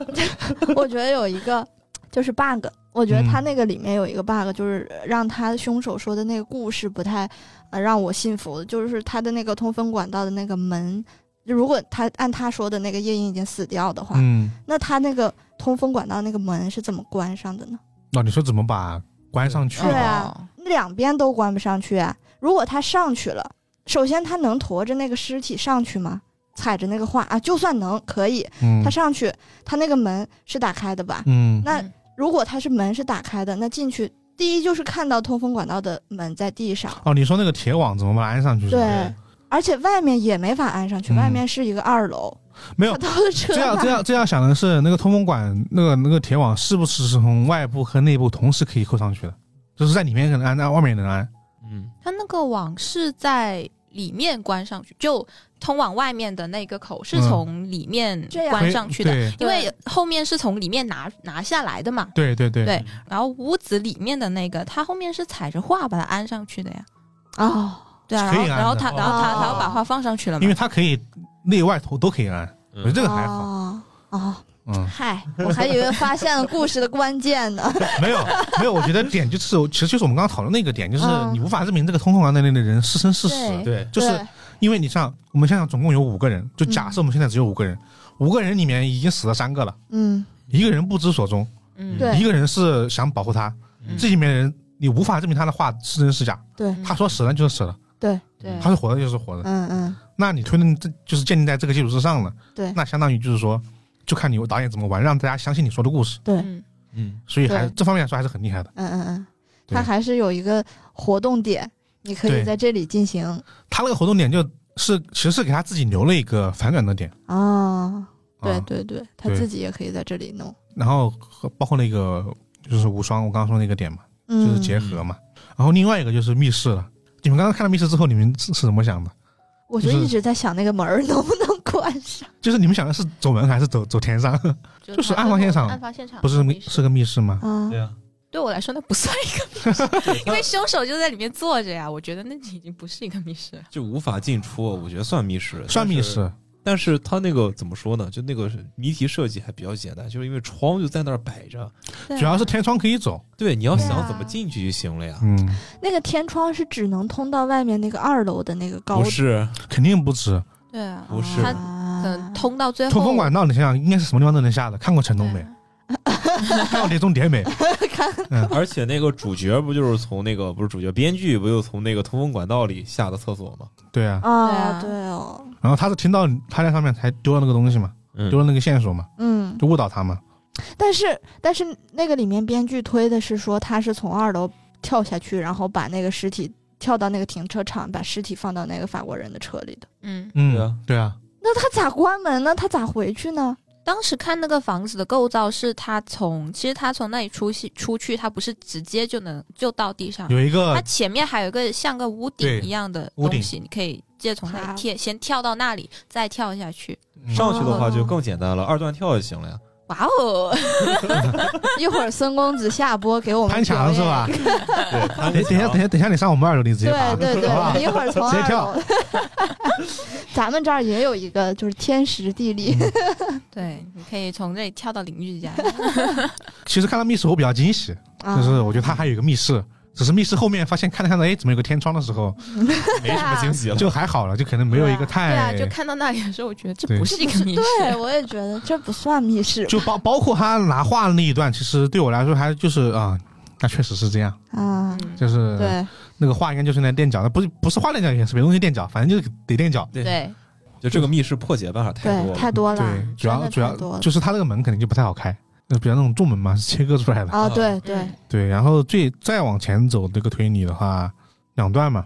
Speaker 3: 我觉得 有一个就是 bug。我觉得他那个里面有一个 bug，就是让他凶手说的那个故事不太，呃，让我信服。就是他的那个通风管道的那个门，如果他按他说的那个夜莺已经死掉的话，
Speaker 1: 嗯，
Speaker 3: 那他那个通风管道那个门是怎么关上的呢？
Speaker 1: 那、哦你说怎么把关上去？
Speaker 3: 对啊
Speaker 2: 哦，
Speaker 3: 两边都关不上去啊！如果他上去了，首先他能驮着那个尸体上去吗？踩着那个画啊，就算能可以，
Speaker 1: 嗯
Speaker 3: 他上去，他那个门是打开的吧？
Speaker 1: 嗯
Speaker 3: 那
Speaker 2: 嗯
Speaker 3: 如果他是门是打开的，那进去第一就是看到通风管道的门在地上，
Speaker 1: 哦，你说那个铁网怎么把它安上去？是吧
Speaker 3: 对，而且外面也没法安上去，
Speaker 1: 嗯
Speaker 3: 外面是一个二楼，
Speaker 1: 没有
Speaker 3: 他都是车
Speaker 1: 这样
Speaker 3: 嘛
Speaker 1: 这样这样想的是，那个通风管那个那个铁网是不是是从外部和内部同时可以扣上去的？就是在里面也能安，在外面也能安。
Speaker 5: 嗯，
Speaker 2: 它那个网是在里面关上去，就通往外面的那个口是
Speaker 1: 嗯
Speaker 2: 从里面
Speaker 3: 这样
Speaker 2: 关上去的，
Speaker 1: 对
Speaker 2: 因为
Speaker 3: 对
Speaker 2: 后面是从里面拿拿下来的嘛。
Speaker 1: 对对对
Speaker 2: 对，然后屋子里面的那个，它后面是踩着画把它安上去的呀。
Speaker 3: 哦，
Speaker 2: 对啊，然
Speaker 1: 可以
Speaker 2: 后
Speaker 1: 安的
Speaker 2: 然后他
Speaker 1: 哦
Speaker 2: 然后他他要把画放上去了
Speaker 1: 因
Speaker 2: 嘛
Speaker 1: 为。它可以内外头都可以安，我觉得这个还好。
Speaker 3: 哦哦，
Speaker 1: 嗯，
Speaker 3: 嗨，我还以为发现了故事的关键呢。
Speaker 1: 没有没有，我觉得点就是，其实就是我们刚刚讨论那个点，就是
Speaker 3: 嗯
Speaker 1: 你无法证明这个通风管那里的人是生是死，
Speaker 2: 对
Speaker 5: 对，
Speaker 1: 就是
Speaker 3: 对
Speaker 1: 因为你像我们现在总共有五个人，就假设我们现在只有五个人，五个人里面已经死了三个了，
Speaker 3: 嗯，
Speaker 1: 一个人不知所踪，
Speaker 2: 嗯，
Speaker 3: 对
Speaker 1: 一个人是想保护他，
Speaker 2: 嗯
Speaker 1: 这里面人你无法证明他的话是真是假，
Speaker 3: 对
Speaker 2: 嗯
Speaker 1: 他说死了就是死了，
Speaker 3: 对
Speaker 2: 对，
Speaker 1: 他说活着就是活着，
Speaker 3: 嗯嗯，
Speaker 1: 那你推论这就是建立在这个基础之上了，
Speaker 3: 对
Speaker 1: 那相当于就是说，就看你导演怎么玩，让大家相信你说的故事，
Speaker 3: 对，嗯
Speaker 2: 嗯
Speaker 5: 嗯，
Speaker 1: 所以还
Speaker 3: 对
Speaker 1: 这方面来说还是很厉害的。
Speaker 3: 嗯嗯，
Speaker 1: 对
Speaker 3: 它还是有一个活动点，你可
Speaker 1: 对
Speaker 3: 以在这里进行
Speaker 1: 他那个活动点就是其实是给他自己留了一个反转的点，
Speaker 3: 啊，对
Speaker 1: 啊，
Speaker 3: 对对，他
Speaker 1: 对
Speaker 3: 自己也可以在这里弄，
Speaker 1: 然后和包括那个就是无双，我刚刚说那个点嘛，就
Speaker 3: 嗯，
Speaker 1: 是结合嘛，然后另外一个就是密室了。你们刚刚看到密室之后，你们是是怎么想的？
Speaker 3: 我就
Speaker 1: 就是
Speaker 3: 一直在想那个门儿能不能关 上，
Speaker 1: 就是你们想的是走门还是走走天上？就是
Speaker 2: 他
Speaker 1: 案发
Speaker 2: 最
Speaker 1: 现
Speaker 2: 后
Speaker 1: 场
Speaker 2: 案发现场
Speaker 1: 不是
Speaker 2: 的
Speaker 1: 密
Speaker 2: 密室
Speaker 1: 是个密室吗？
Speaker 3: 啊，
Speaker 5: 啊，
Speaker 2: 对我来说那不算一个 密室，因为凶手就在里面坐着呀，我觉得那已经不是一个密室了。
Speaker 5: 就无法进出，我觉得算密室，
Speaker 1: 算密
Speaker 5: 但是。
Speaker 1: 室，
Speaker 5: 但是他那个怎么说呢？就那个谜题设计还比较简单，就是因为窗就在那儿摆着，
Speaker 2: 啊
Speaker 3: 对
Speaker 1: 主要是天窗可以走。
Speaker 5: 对，你要
Speaker 3: 对啊
Speaker 5: 想怎么进去就行了呀。
Speaker 1: 嗯，
Speaker 3: 那个天窗是只能通到外面那个二楼的那个高
Speaker 5: 不
Speaker 3: 度，
Speaker 5: 是，
Speaker 1: 肯定不止。
Speaker 2: 对啊，
Speaker 5: 不是
Speaker 2: 他
Speaker 3: 啊
Speaker 2: 可能通到最后
Speaker 1: 通风管道，你想想应该是什么地方都能下的。看过成
Speaker 2: 对
Speaker 1: 龙
Speaker 2: 啊
Speaker 1: 没？看过《碟中谍》没？
Speaker 5: 而且那个主角不就是从那个不是主角，编剧不就从那个通风管道里下的厕所吗？
Speaker 1: 对啊。
Speaker 2: 对
Speaker 3: 啊，
Speaker 2: 啊
Speaker 3: 对哦，
Speaker 1: 然后他是听到他在上面才丢了那个东西嘛，
Speaker 5: 嗯
Speaker 1: 丢了那个线索嘛，
Speaker 3: 嗯，
Speaker 1: 就误导他嘛。
Speaker 3: 但是但是那个里面编剧推的是说他是从二楼跳下去，然后把那个尸体跳到那个停车场，把尸体放到那个法国人的车里的。
Speaker 2: 嗯，
Speaker 5: 对
Speaker 1: 嗯
Speaker 5: 啊，
Speaker 1: 对啊，
Speaker 3: 那他咋关门呢？他咋回去呢？
Speaker 2: 当时看那个房子的构造是他从，其实他从那里出去出去，他不是直接就能就到地上，
Speaker 1: 有一个
Speaker 2: 它前面还有一个像个屋
Speaker 1: 对
Speaker 2: 顶一样的
Speaker 1: 屋
Speaker 2: 东西，你可以借从那
Speaker 3: 爬
Speaker 2: 里跳，先跳到那里，再跳下去。
Speaker 1: 嗯
Speaker 5: 上去的话就更简单了，二段跳就行了呀。
Speaker 2: 哇 哦，
Speaker 3: 一会儿孙公子下播给我
Speaker 1: 攀
Speaker 3: 们表
Speaker 1: 墙
Speaker 3: 演
Speaker 1: 是吧？
Speaker 5: 对，
Speaker 1: 等等一下，等一下，等一下，你上我们二楼，你直接爬，
Speaker 3: 对对
Speaker 1: 好不好
Speaker 3: 对，一会儿从
Speaker 1: 直接
Speaker 3: 二
Speaker 1: 跳
Speaker 3: 楼。 咱们这儿也有一个，就是天时地利。
Speaker 1: 嗯
Speaker 2: 对，你可以从这里跳到邻居 家。
Speaker 1: 其实看到密室我比较惊喜， 嗯
Speaker 3: 啊
Speaker 1: 就是我觉得他还有一个密室，只是密室后面发现看着看着，哎，怎么有个天窗的时候，
Speaker 5: 没什么惊喜了。
Speaker 1: 就还好了，就可能没有一个
Speaker 2: 对
Speaker 1: 太
Speaker 2: 啊，就看到那里的时候，我觉得这
Speaker 1: 对
Speaker 2: 不是一个密室。嗯
Speaker 3: 对，我也觉得这不算密室
Speaker 1: 就包包括他拿画的那一段，其实对我来说还就是啊、那确实是这样，
Speaker 3: 啊。
Speaker 2: 嗯
Speaker 1: 就是
Speaker 3: 对，
Speaker 1: 那个画应该就是那垫脚，那不是不是画垫脚也是别东西垫脚，反正就是得垫脚。
Speaker 5: 对
Speaker 2: 对，
Speaker 5: 就这个密室破解办法太
Speaker 3: 对，
Speaker 5: 多了。
Speaker 3: 太多了，
Speaker 1: 对，主要
Speaker 3: 真的
Speaker 1: 主
Speaker 3: 太多
Speaker 1: 要
Speaker 3: 了
Speaker 1: 就是他那个门肯定就不太好开，那比较那种重门嘛， 是切割出来的。
Speaker 3: 啊，对对
Speaker 2: 嗯，
Speaker 1: 对，然后最再往前走这个推理的话，两段嘛，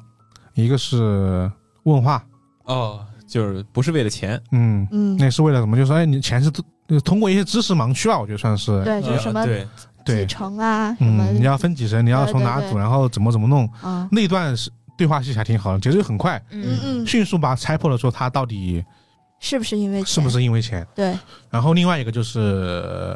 Speaker 1: 一个是问话，
Speaker 5: 哦，就是不是为了钱，
Speaker 1: 嗯，
Speaker 3: 嗯
Speaker 1: 那，是为了什么？就是哎，你前是就是通过一些知识盲区吧，啊我觉得算是
Speaker 3: 对，就是
Speaker 5: 呃
Speaker 3: 什么
Speaker 5: 对，
Speaker 3: 继
Speaker 1: 对，
Speaker 3: 承啊，什么
Speaker 1: 嗯，你要分几层，你要
Speaker 3: 对
Speaker 1: 从
Speaker 3: 对
Speaker 1: 哪
Speaker 3: 对
Speaker 1: 组，然后怎么怎么弄，
Speaker 3: 啊，
Speaker 1: 那一段是对话戏还挺好的，节奏很快，
Speaker 3: 嗯
Speaker 2: 嗯，
Speaker 3: 嗯，
Speaker 1: 迅速把拆破了说他到底
Speaker 3: 是不是因为
Speaker 1: 是不
Speaker 3: 钱
Speaker 1: 是因为钱。
Speaker 3: 对
Speaker 1: 然后另外一个就是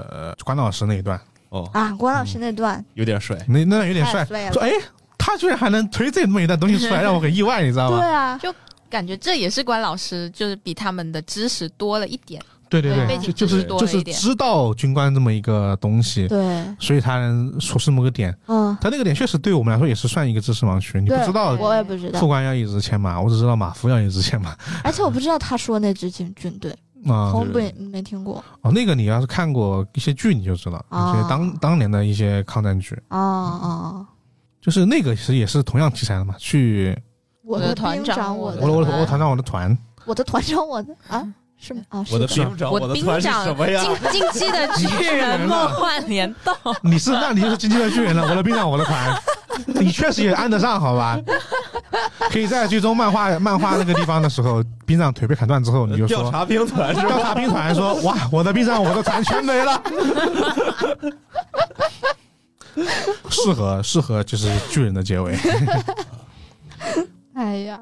Speaker 1: 呃关老师那一段，
Speaker 5: 哦，
Speaker 3: 啊？关老师那段
Speaker 5: 有点帅。
Speaker 1: 那那段嗯有点帅
Speaker 3: 太，帅
Speaker 1: 说
Speaker 3: 了，
Speaker 1: 哎，他居然还能推这么一段东西出来，让我很意外，你知道
Speaker 3: 对
Speaker 1: 吗？
Speaker 3: 啊，
Speaker 2: 感觉这也是关老师，就是比他们的知识多了一点。
Speaker 1: 对对
Speaker 2: 对
Speaker 1: 对，
Speaker 2: 背景
Speaker 1: 就就
Speaker 2: 知识
Speaker 1: 是
Speaker 2: 多
Speaker 1: 就
Speaker 2: 了
Speaker 1: 是
Speaker 2: 一点
Speaker 1: 知道军官这么一个东西，
Speaker 3: 对，
Speaker 1: 所以他能说是某个点，
Speaker 3: 嗯，
Speaker 1: 他那个点确实对我们来说也是算一个知识盲区，你不
Speaker 3: 对
Speaker 1: 知道
Speaker 3: 我也不知
Speaker 1: 副
Speaker 3: 道，
Speaker 1: 官要一直牵马，我只知道马夫要一直牵马
Speaker 3: 而且我不知道他说那支军军队，
Speaker 1: 啊。
Speaker 3: 从
Speaker 5: 对
Speaker 3: 没没听过
Speaker 1: 哦，那个你要是看过一些剧，你就知道
Speaker 2: 哦
Speaker 3: 啊
Speaker 1: 一些当当年的一些抗战剧，
Speaker 3: 啊啊。
Speaker 1: 就是那个其实也是同样题材的嘛，去
Speaker 3: 我
Speaker 2: 的
Speaker 3: 的
Speaker 2: 团
Speaker 3: 兵
Speaker 2: 长
Speaker 3: 长，
Speaker 2: 我
Speaker 3: 的
Speaker 1: 我的我的
Speaker 2: 团
Speaker 1: 我团长我的 团，
Speaker 3: 我的团长，我的啊，是吗？啊，是
Speaker 5: 我的
Speaker 3: 的
Speaker 5: 兵长，我
Speaker 2: 的
Speaker 5: 的
Speaker 2: 兵
Speaker 5: 团是
Speaker 2: 长
Speaker 5: 什么呀？
Speaker 2: 近近期的 巨人梦幻联动，
Speaker 1: 你是那你就是经济的巨人了，我的兵长我的团，你确实也按得上好吧？可以在最终漫画漫画那个地方的时候，兵长腿被砍断之后，你就
Speaker 5: 调
Speaker 1: 说。
Speaker 5: 查兵团是吧？
Speaker 1: 调查兵团说：“哇，我的兵长，我的团全没了。”适合适合就是巨人的结尾。
Speaker 3: 哎呀，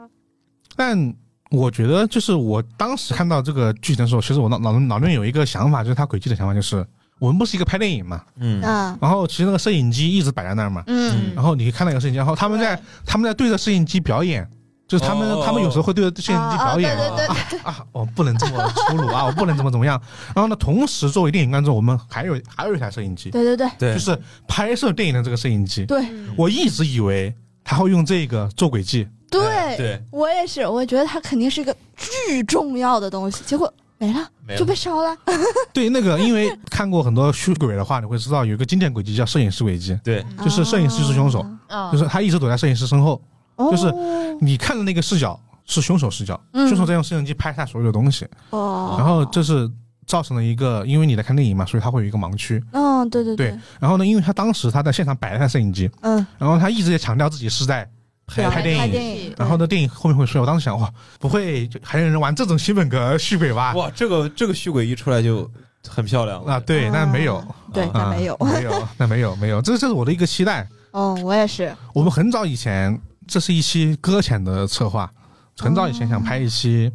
Speaker 1: 但我觉得，就是我当时看到这个剧情的时候，其实我脑脑中脑中有一个想法，就是他轨迹的想法，就是我们不是一个拍电影嘛，
Speaker 5: 嗯
Speaker 3: 啊，
Speaker 1: 然后其实那个摄影机一直摆在那儿嘛，
Speaker 3: 嗯，
Speaker 1: 然后你可以看到一个摄影机，然后他们在他们在对着摄影机表演，就是他们
Speaker 5: 哦
Speaker 1: 他们有时候会对着摄影机表演
Speaker 3: 啊啊对对对
Speaker 1: 啊，我不能这么粗鲁啊，我 不能怎么怎么样。然后呢，同时作为电影观众，我们还有还有一台摄影机，
Speaker 3: 对对对
Speaker 5: 对
Speaker 1: 就，是拍摄电影的这个摄影机。
Speaker 3: 对
Speaker 1: 我一直以为他会用这个做轨迹，
Speaker 5: 哎
Speaker 3: 对，
Speaker 5: 对，
Speaker 3: 我也是，我觉得它肯定是一个巨重要的东西，结果没了，
Speaker 5: 没
Speaker 3: 就
Speaker 5: 了
Speaker 3: 被烧了。
Speaker 1: 对，那个因为看过很多虚轨的话，你会知道有一个经典轨迹叫摄影师轨迹，
Speaker 5: 对，
Speaker 1: 就是摄影师就是凶手嗯
Speaker 2: 啊
Speaker 1: 就是他一直躲在摄影师身后，
Speaker 3: 哦，
Speaker 1: 就是你看的那个视角是凶手视角，
Speaker 3: 嗯
Speaker 1: 凶手在用摄像机拍下所有的东西，
Speaker 3: 哦，
Speaker 1: 然后这是造成了一个，因为你在看电影嘛，所以他会有一个盲区。
Speaker 3: 嗯，对对
Speaker 1: 对，然后呢，因为他当时他在现场摆了台摄影机，
Speaker 3: 嗯，
Speaker 1: 然后他一直在强调自己是在拍
Speaker 3: 对
Speaker 1: 拍电
Speaker 3: 拍
Speaker 1: 影。
Speaker 3: 电影，
Speaker 1: 然后呢，电影后面会说，我当时想，哇，不会就还有人玩这种新本格续鬼吧？
Speaker 5: 哇，这个这个虚鬼一出来就很漂亮了
Speaker 1: 啊，对，那没有，
Speaker 3: 对？对，那
Speaker 1: 啊
Speaker 3: 没有。
Speaker 1: 没有，那没有，没有，这这是我的一个期待。
Speaker 3: 嗯，我也是。
Speaker 1: 我们很早以前，这是一期搁浅的策划，很早以前想拍一期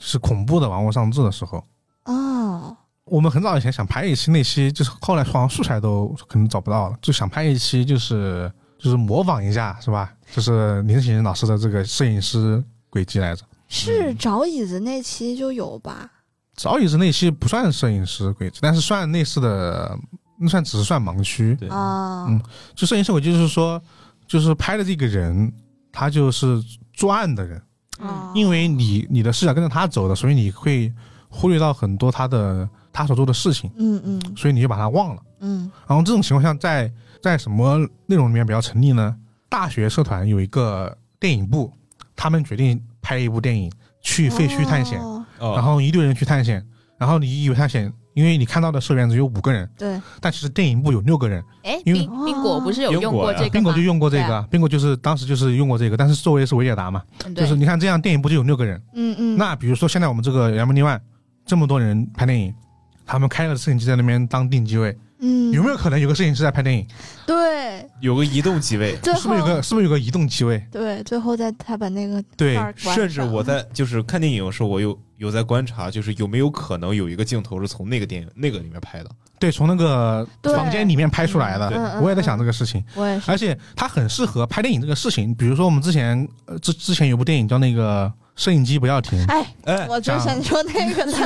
Speaker 1: 是恐怖的玩物丧志的时候，
Speaker 3: 哦，
Speaker 1: 我们很早以前想拍一期那期，就是后来好像素材都可能找不到了，就想拍一期就是就是模仿一下是吧？就是林行老师的这个摄影师轨迹来着。嗯
Speaker 3: 是找椅子那期就有吧？
Speaker 1: 早已是那期不算摄影师轨迹，但是算类似的，那算只是算盲区。
Speaker 5: 对
Speaker 3: 啊，
Speaker 1: 嗯就摄影师轨迹就是说，就是拍的这个人，他就是作案的人。
Speaker 3: 啊哦
Speaker 2: 嗯
Speaker 1: 哦因为你你的视角跟着他走的，所以你会忽略到很多他的他所做的事情，
Speaker 3: 嗯嗯
Speaker 1: 所以你就把他忘了。
Speaker 3: 嗯，
Speaker 1: 然后这种情况下在，在什么内容里面比较成立呢？大学社团有一个电影部，他们决定拍一部电影去废墟探险，
Speaker 3: 哦
Speaker 5: 哦
Speaker 1: 然后一堆人去探险，然后你以为探险，因为你看到的社员只有五个人，
Speaker 3: 对，
Speaker 1: 但其实电影部有六个人。
Speaker 2: 哎，
Speaker 1: 因为
Speaker 2: 冰冰果不是有用过这个
Speaker 1: 冰
Speaker 2: 吗
Speaker 1: 果就用过这
Speaker 2: 对
Speaker 1: 个，冰果就是当时就是用过这个，但是作为是维也达嘛，
Speaker 2: 嗯
Speaker 1: 就是
Speaker 2: 对
Speaker 1: 你看这样电影部就有六个人。
Speaker 3: 嗯嗯，
Speaker 1: 那比如说现在我们这个 M 零万这么多人拍电影，他们开了摄影机在那边当定机位，
Speaker 3: 嗯
Speaker 1: 有没有可能有个摄影师在拍电影？
Speaker 3: 对
Speaker 5: 有个移动机位，
Speaker 3: 最
Speaker 1: 是不是有
Speaker 3: 后
Speaker 1: 个是不是有个移动机位？
Speaker 3: 对最后再他把那个
Speaker 1: 对，
Speaker 5: 甚至我在就是看电影的时候，我有有在观察，就是有没有可能有一个镜头是从那个电影那个里面拍的。
Speaker 1: 对，从那个
Speaker 3: 对
Speaker 1: 房间里面拍出来
Speaker 3: 嗯嗯
Speaker 1: 的。
Speaker 3: 嗯
Speaker 1: 我也在想这个事情，
Speaker 3: 我也是
Speaker 1: 而且它很适合拍电影这个事情。比如说我们之前呃之之前有部电影叫那个《摄影机不要 停》，
Speaker 3: 哎，
Speaker 5: 哎，
Speaker 3: 我就想说那个呢，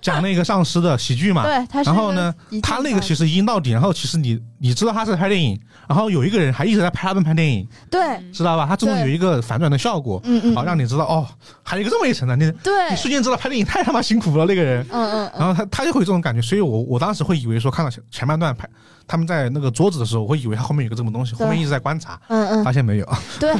Speaker 1: 讲那个丧尸的喜剧嘛。
Speaker 3: 对，他是
Speaker 1: 然后呢，
Speaker 3: 一
Speaker 1: 他
Speaker 3: 镜
Speaker 1: 那个
Speaker 3: 到
Speaker 1: 其实一镜到底，然后其实你你知道他是在拍电影，然后有一个人还一直在拍他们拍电影，
Speaker 3: 对，
Speaker 2: 嗯
Speaker 1: 知道吧？他最后
Speaker 3: 对
Speaker 1: 有一个反转的效果。
Speaker 3: 嗯嗯，
Speaker 1: 好让你知道哦，还有一个这么一层的，你
Speaker 3: 对
Speaker 1: 你，瞬间知道拍电影太他妈辛苦了那个人。
Speaker 3: 嗯嗯
Speaker 1: 然
Speaker 3: 嗯，
Speaker 1: 后他他就会有这种感觉，所以我我当时会以为说看到前前半段拍他们在那个桌子的时候，我会以为他后面有个这么东西，
Speaker 3: 对
Speaker 1: 后面一直在观察，
Speaker 3: 嗯嗯，
Speaker 1: 发现没有。
Speaker 3: 对，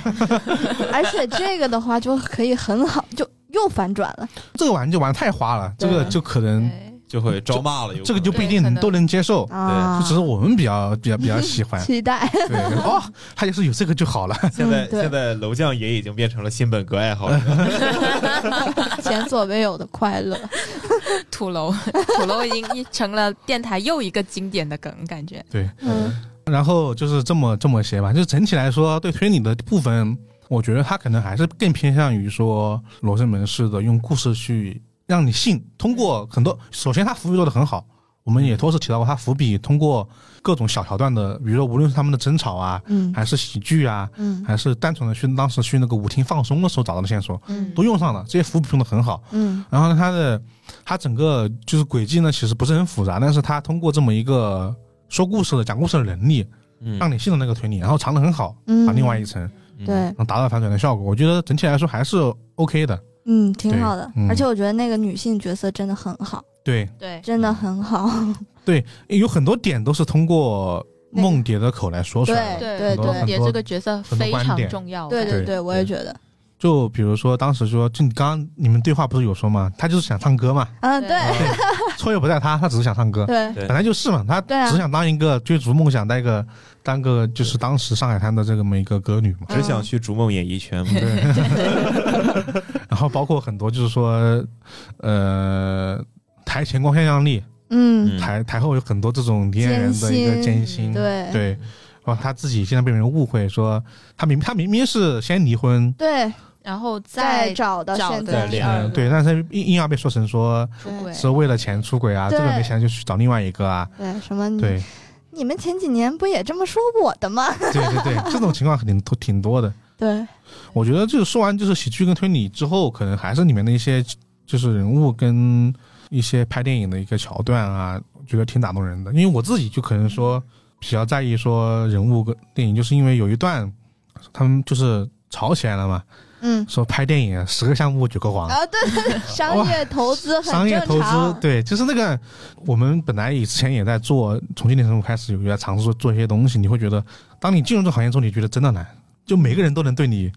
Speaker 3: 而且这个的话就可以很好，就又反转了。
Speaker 1: 这个玩意就玩得太花了，这
Speaker 3: 对
Speaker 1: 个就可能
Speaker 2: 对
Speaker 5: 就会招骂了，有
Speaker 1: 这个就不一
Speaker 2: 对可
Speaker 1: 定
Speaker 2: 能
Speaker 1: 都能接受，
Speaker 3: 啊，。
Speaker 1: 就只是我们比较比较比较喜欢
Speaker 3: 期待。
Speaker 1: 对哦，他就是有这个就好了。
Speaker 5: 现在
Speaker 3: 嗯对
Speaker 5: 现在楼酱也已经变成了新本格爱 好者，
Speaker 3: 前所未有的快乐。
Speaker 2: 土楼， 土楼已经一成了电台又一个经典的梗，感觉
Speaker 1: 对，
Speaker 3: 嗯
Speaker 1: 然后就是这么这么些吧，就整体来说，对推理的部分，我觉得它可能还是更偏向于说罗生门式的，用故事去让你信。通过很多，首先它伏笔做的很好，我们也多次提到过，它伏笔通过各种小桥段的，比如说无论是他们的争吵啊，
Speaker 3: 嗯
Speaker 1: 还是喜剧啊，
Speaker 3: 嗯
Speaker 1: 还是单纯的去当时去那个舞厅放松的时候找到的线索，
Speaker 3: 嗯
Speaker 1: 都用上了，这些伏笔用的很好。
Speaker 3: 嗯
Speaker 1: 然后呢，它的它整个就是轨迹呢，其实不是很复杂，但是它通过这么一个说故事的讲故事的能力，
Speaker 5: 嗯
Speaker 1: 让你信了那个推理，然后藏得很好，
Speaker 3: 嗯，
Speaker 1: 啊把另外一层，
Speaker 3: 对，嗯
Speaker 1: 能达到反转的效果。我觉得整体来说还是 OK 的。
Speaker 3: 嗯，挺好的
Speaker 1: 对嗯。
Speaker 3: 而且我觉得那个女性角色真的很好，
Speaker 1: 对，
Speaker 2: 对
Speaker 3: 真的很好。
Speaker 1: 有很多点都是通通过
Speaker 3: 那个
Speaker 1: 梦蝶的口来说出来的。
Speaker 2: 对
Speaker 3: 对
Speaker 1: 很多
Speaker 3: 对
Speaker 2: 梦蝶
Speaker 1: 很多
Speaker 2: 这个角色非常重要，
Speaker 3: 对
Speaker 1: 对
Speaker 3: 对对，我也觉得。
Speaker 1: 就比如说当时说，就你刚刚你们对话不是有说吗？他就是想唱歌嘛，
Speaker 3: 嗯，
Speaker 2: 对
Speaker 3: 对
Speaker 1: 对，错又不在他，他只是想唱歌，
Speaker 3: 对
Speaker 5: 对
Speaker 1: 本来就是嘛，他
Speaker 3: 对啊
Speaker 1: 只想当一个追逐梦想，当一个当个就是当时上海滩的这么一个歌女嘛。
Speaker 5: 只想去逐梦演艺 圈嘛。
Speaker 1: 然后包括很多就是说，呃，台前光鲜亮丽，
Speaker 3: 嗯，
Speaker 5: 嗯
Speaker 1: 台台后有很多这种恋人的一个艰
Speaker 3: 艰
Speaker 1: 辛，
Speaker 3: 对
Speaker 1: 对，然后他自己现在被人误会说他明他明明是先离婚，
Speaker 3: 对，
Speaker 2: 然后再
Speaker 3: 再找到
Speaker 2: 找
Speaker 3: 现
Speaker 2: 的
Speaker 3: 在
Speaker 5: 第
Speaker 3: 第
Speaker 5: 二
Speaker 3: 二
Speaker 1: 嗯，
Speaker 3: 个，
Speaker 1: 对，但是硬硬要被说成说
Speaker 2: 出轨，
Speaker 1: 是为了钱出轨啊，这
Speaker 3: 对
Speaker 1: 个没钱就去找另外一个啊，
Speaker 3: 对，什么你
Speaker 1: 对，
Speaker 3: 你们前几年不也这么说我的吗？
Speaker 1: 对 对对，这种情况肯定都挺多的。
Speaker 3: 对，
Speaker 1: 我觉得就是说完就是喜剧跟推理之后，可能还是里面的一些就是人物跟一些拍电影的一个桥段啊，觉得挺打动人的。因为我自己就可能说比较在意说人物跟电影，就是因为有一段他们就是吵起来了嘛，
Speaker 3: 嗯，
Speaker 1: 说拍电影啊十个项目九个黄，
Speaker 3: 啊， 对，对对商业投资很
Speaker 1: 商业
Speaker 3: 正
Speaker 1: 投
Speaker 3: 常
Speaker 1: 资，对，就是那个我们本来以前也在做，从今年生活开始有在尝试做做一些东西，你会觉得，当你进入这个行业之后，你觉得真的难，就每个人都能对你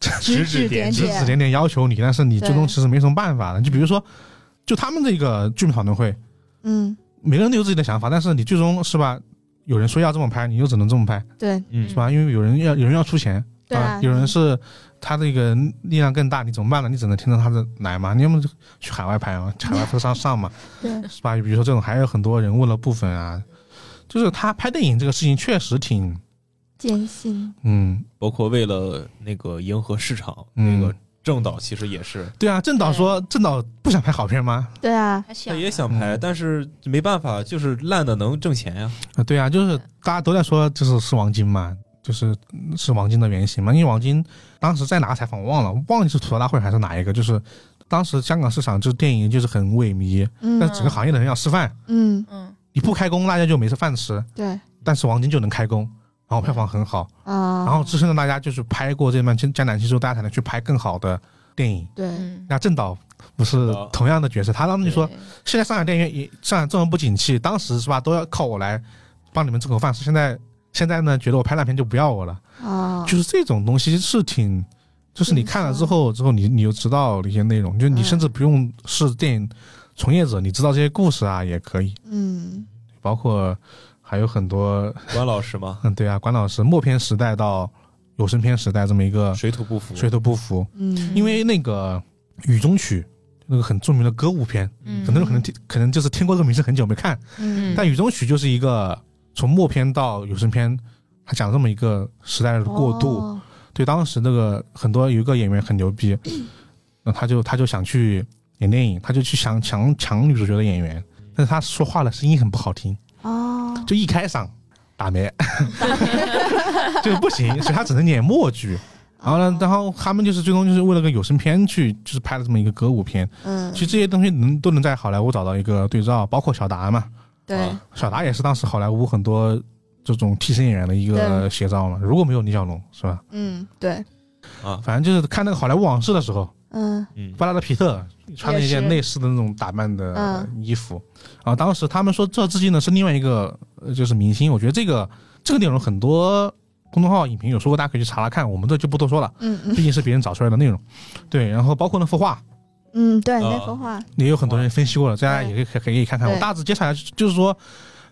Speaker 3: 指指点
Speaker 1: 指指点点要求你，但是你最终
Speaker 3: 对
Speaker 1: 其实没什么办法的。就比如说，就他们这个剧本讨论会，
Speaker 3: 嗯，
Speaker 1: 每个人都有自己的想法，但是你最终是吧？有人说要这么拍，你就只能这么拍，
Speaker 3: 对
Speaker 5: 嗯
Speaker 1: 是吧？因为有人要有人要出钱，
Speaker 3: 对啊
Speaker 1: 吧啊有人是他这个力量更大，你怎么办呢？你只能听到他的来嘛，你要么就去海外拍嘛，海外拍 上上嘛，
Speaker 3: 对，
Speaker 1: 是吧？比如说这种还有很多人物的部分啊，就是他拍电影这个事情确实挺，
Speaker 3: 艰辛，
Speaker 1: 嗯，
Speaker 5: 包括为了那个迎合市场，
Speaker 1: 嗯
Speaker 5: 那个郑导其实也是，
Speaker 1: 对啊。郑导说，郑导不想拍好片吗？
Speaker 3: 对啊，
Speaker 2: 他想
Speaker 5: 他也想拍，
Speaker 1: 嗯
Speaker 5: 但是没办法，就是烂的能挣钱呀。
Speaker 1: 啊，对啊，就是大家都在说，就是是王晶嘛，就是是王晶的原型嘛。因为王晶当时在哪个采访我忘了，忘记是吐槽大会还是哪一个，就是当时香港市场就是电影就是很萎靡，但
Speaker 3: 嗯
Speaker 1: 整个行业的人要吃饭，
Speaker 3: 嗯，
Speaker 2: 嗯
Speaker 1: 你不开工大家就没饭吃，
Speaker 3: 对
Speaker 1: 但是王晶就能开工，然后票房很好，
Speaker 3: 啊，
Speaker 1: 然后支撑着大家就是拍过这段艰艰难期之后，大家才能去拍更好的电影。
Speaker 3: 对
Speaker 2: 嗯，
Speaker 1: 那郑导不是
Speaker 5: 哦
Speaker 1: 同样的角色，他当时就说
Speaker 2: 对
Speaker 1: 现在上海电影院也上海这么不景气，当时是吧都要靠我来帮你们挣口饭吃，现在现在呢觉得我拍烂片就不要我了，
Speaker 3: 啊，
Speaker 1: 就是这种东西是挺，就是你看了之后之后你你就知道一些内容，就你
Speaker 3: 嗯
Speaker 1: 甚至不用是电影从业者，你知道这些故事啊也可以，
Speaker 3: 嗯，
Speaker 1: 包括还有很多
Speaker 5: 关老师嘛，
Speaker 1: 嗯对啊，关老师默片时代到有声片时代这么一个
Speaker 5: 水土不服，
Speaker 1: 水土不服，
Speaker 3: 嗯，
Speaker 1: 因为那个《雨中曲》那个很著名的歌舞片，
Speaker 2: 嗯
Speaker 1: 很多人可能听可能就是听过这个名字很久没看，
Speaker 3: 嗯，
Speaker 1: 但《雨中曲》就是一个从默片到有声片，它讲这么一个时代的过渡。
Speaker 3: 哦，
Speaker 1: 对，当时那个很多有一个演员很牛逼，
Speaker 3: 嗯
Speaker 1: 那他就他就想去演电影，他就去抢抢抢女主角的演员，但是他说话的声音很不好听，
Speaker 3: 哦，
Speaker 1: 就一开嗓打没， 就不行，所以他只能演默
Speaker 3: 哦
Speaker 1: 剧。然后呢，然后他们就是最终就是为了个有声片去，就是拍了这么一个歌舞片。
Speaker 3: 嗯
Speaker 1: 其，实这些东西能都能在好莱坞找到一个对照，包括小达嘛，
Speaker 3: 对
Speaker 5: 啊
Speaker 1: 小达也是当时好莱坞很多这种替身演员的一个
Speaker 3: 对
Speaker 1: 写照嘛。如果没有李小龙，是吧？
Speaker 3: 嗯，对，
Speaker 5: 啊，
Speaker 1: 反正就是看那个《好莱坞往事》的时候，
Speaker 3: 嗯
Speaker 5: 嗯，
Speaker 1: 布拉德皮特穿了一件
Speaker 3: 也是
Speaker 1: 类似的那种打扮的呃
Speaker 3: 嗯
Speaker 1: 衣服，然后当时他们说这致敬的是另外一个呃就是明星，我觉得这个这个内容很多公众号影评有说过，大家可以去查查看，我们这就不多说了，
Speaker 3: 嗯
Speaker 1: 毕
Speaker 3: 嗯
Speaker 1: 竟是别人找出来的内容。对，然后包括那幅画，
Speaker 3: 嗯，对，
Speaker 5: 啊
Speaker 3: 那幅画，
Speaker 1: 也有很多人分析过了，大家也可以可以可以看看。我
Speaker 3: 对
Speaker 1: 大致接下来就是说，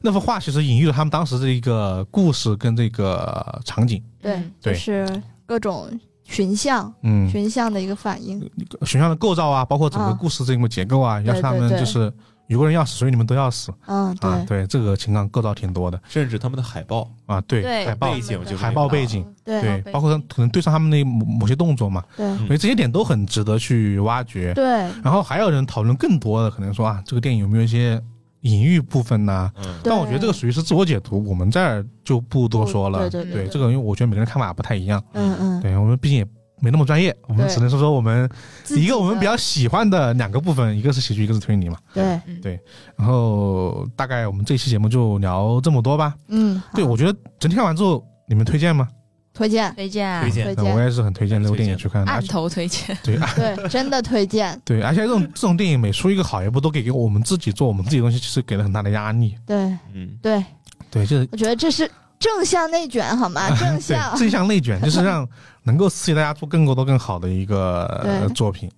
Speaker 1: 那幅画其实隐喻了他们当时这一个故事跟这个场景。
Speaker 3: 对
Speaker 2: 嗯，
Speaker 1: 对
Speaker 3: 就是各种群像，
Speaker 1: 嗯，
Speaker 3: 群像的一个反应，
Speaker 1: 学校的构造啊，包括整个
Speaker 3: 啊
Speaker 1: 故事这个结构啊，要是他们
Speaker 3: 对对
Speaker 1: 就是有个人要死，所以你们都要死
Speaker 3: 嗯，
Speaker 1: 啊
Speaker 3: 对。
Speaker 1: 对，这个情感构造挺多的
Speaker 5: 甚至他们的海报
Speaker 1: 啊。对，
Speaker 2: 对
Speaker 1: 海报
Speaker 5: 背景就是
Speaker 1: 海报背景，
Speaker 3: 对
Speaker 1: 对
Speaker 2: 海，报
Speaker 1: 包括他可能对上他们那某某些动作嘛，
Speaker 3: 对
Speaker 1: 所以这些点都很值得去挖掘。
Speaker 3: 对
Speaker 1: 然后还有人讨论更多的，可能说啊，这个电影有没有一些隐喻部分呢、
Speaker 5: 嗯，
Speaker 1: 但我觉得这个属于是自我解读，我们这儿就不多说了。
Speaker 3: 对对
Speaker 1: 对这个，因为我觉得每个人看法不太一样。
Speaker 3: 嗯嗯，
Speaker 1: 对我们毕竟也没那么专业，我们
Speaker 3: 对
Speaker 1: 只能说说我们
Speaker 3: 自己
Speaker 1: 一个我们
Speaker 3: 的
Speaker 1: 比较喜欢的两个部分，一个是喜剧，一个是推理嘛。
Speaker 3: 对，
Speaker 2: 嗯
Speaker 1: 对然后大概我们这期节目就聊这么多吧。
Speaker 3: 嗯，
Speaker 1: 对，
Speaker 3: 好
Speaker 1: 我觉得整体看完之后，你们推荐吗？
Speaker 3: 推荐
Speaker 2: 推荐啊
Speaker 5: 推荐
Speaker 3: 推
Speaker 1: 呃我
Speaker 3: 荐，
Speaker 1: 也是很推荐这部电影去看的。而
Speaker 2: 按
Speaker 1: 且
Speaker 2: 头推 荐，
Speaker 1: 对啊
Speaker 3: 对，真的推荐，
Speaker 1: 对，而且这种这种电影每出一个好一部，都给给我们自己做我们自己的东西，其实给了很大的压力。
Speaker 3: 对
Speaker 5: 嗯，
Speaker 3: 对，
Speaker 1: 对，就是
Speaker 3: 我觉得这是正向内卷，好吗？正
Speaker 1: 对
Speaker 3: 向，
Speaker 1: 正向内卷，就是让能够刺激大家做更多更好的一个呃
Speaker 3: 对
Speaker 1: 作品。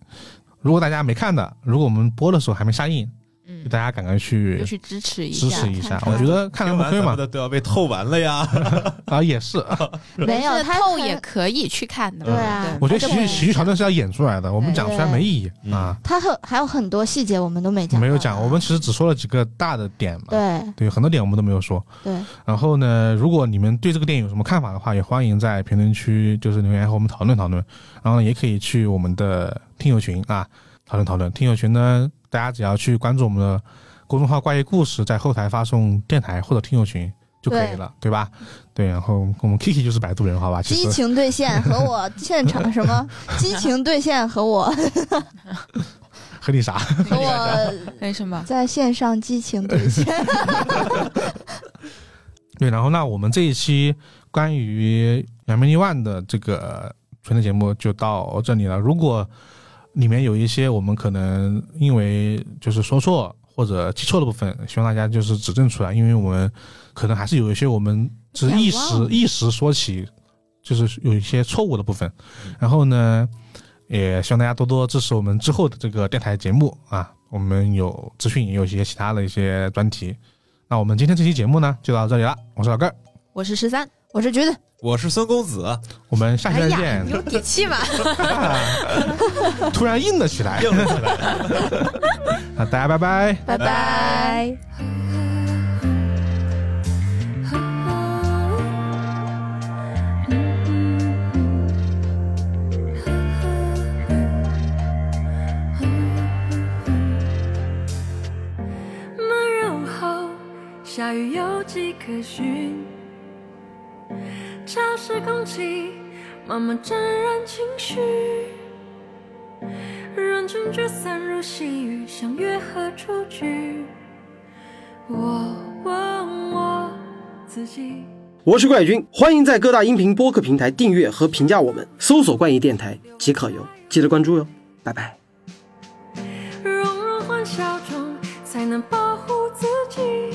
Speaker 1: 如果大家没看的，如果我们播的时候还没下映，
Speaker 2: 嗯
Speaker 1: 就大，家赶快
Speaker 2: 就
Speaker 1: 去
Speaker 2: 去支持一
Speaker 1: 支
Speaker 2: 下
Speaker 1: 持，一下
Speaker 3: 看。看
Speaker 1: 我觉得看了
Speaker 5: 听
Speaker 1: 不
Speaker 5: 完
Speaker 1: 亏
Speaker 5: 咱
Speaker 1: 嘛
Speaker 5: 们，的都要被透完了呀。
Speaker 1: 啊也是。
Speaker 3: 没有
Speaker 2: 但是
Speaker 3: 他
Speaker 2: 透
Speaker 3: 很
Speaker 2: 也可以去看的嘛，
Speaker 3: 对啊
Speaker 1: 我觉得喜
Speaker 3: 他就
Speaker 1: 剧
Speaker 3: 不
Speaker 1: 喜剧桥段是要演出来的，我们讲出来没意义
Speaker 5: 对
Speaker 1: 啊，
Speaker 3: 它很还有很多细节我们都没讲，
Speaker 1: 没有讲。我们其实只说了几个大的点嘛，
Speaker 3: 嗯对
Speaker 1: 对，很多点我们都没有说。
Speaker 3: 对，
Speaker 1: 然后呢，如果你们对这个电影有什么看法的话，也欢迎在评论区就是留言和我们讨论讨论。然后呢，也可以去我们的听友群啊讨论讨论。听友群呢，大家只要去关注我们的公众号“怪异故事”，在后台发送“电台”或者“听友群”就可以
Speaker 3: 对
Speaker 1: 了，对吧？对，然后我们 Kiki 就是摆渡人，好吧？其
Speaker 3: 激
Speaker 1: 实
Speaker 3: 情兑现和我现场 什么激情兑现和我
Speaker 1: 和你啥？
Speaker 3: 和我
Speaker 2: 为什么？
Speaker 3: 在线上激情兑现，
Speaker 1: 对，然后那我们这一期关于《扬名立万》的这个全的节目就到这里了。如果里面有一些我们可能因为就是说错或者记错的部分，希望大家就是指正出来，因为我们可能还是有一些我们只是一时
Speaker 2: 想忘了
Speaker 1: 一时说起，就是有一些错误的部分。然后呢，也希望大家多多支持我们之后的这个电台节目啊，我们有资讯，也有一些其他的一些专题。那我们今天这期节目呢，就到这里了。我是老根儿，
Speaker 2: 我是十哎三，
Speaker 3: 我是觉得
Speaker 5: 我是孙公子，
Speaker 1: 我们下期再
Speaker 5: 哎
Speaker 1: 见。
Speaker 2: 有底气吧？
Speaker 1: 突然硬了起来，
Speaker 5: 硬了起 来。
Speaker 1: 那大家拜拜。
Speaker 2: 拜拜。
Speaker 6: 闷热午后，下雨有迹可循。潮湿空气慢慢沾染情绪，人群聚散如细雨，相约何处去？我问我自己。
Speaker 7: 我是冠宇君，欢迎在各大音频播客平台订阅和评价我们，搜索“冠宇电台”即可哟，记得关注哟，拜拜。
Speaker 6: 融入欢笑中，才能保护自己。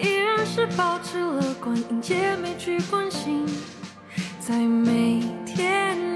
Speaker 6: 依然是保持乐观，迎接每句关心，在每天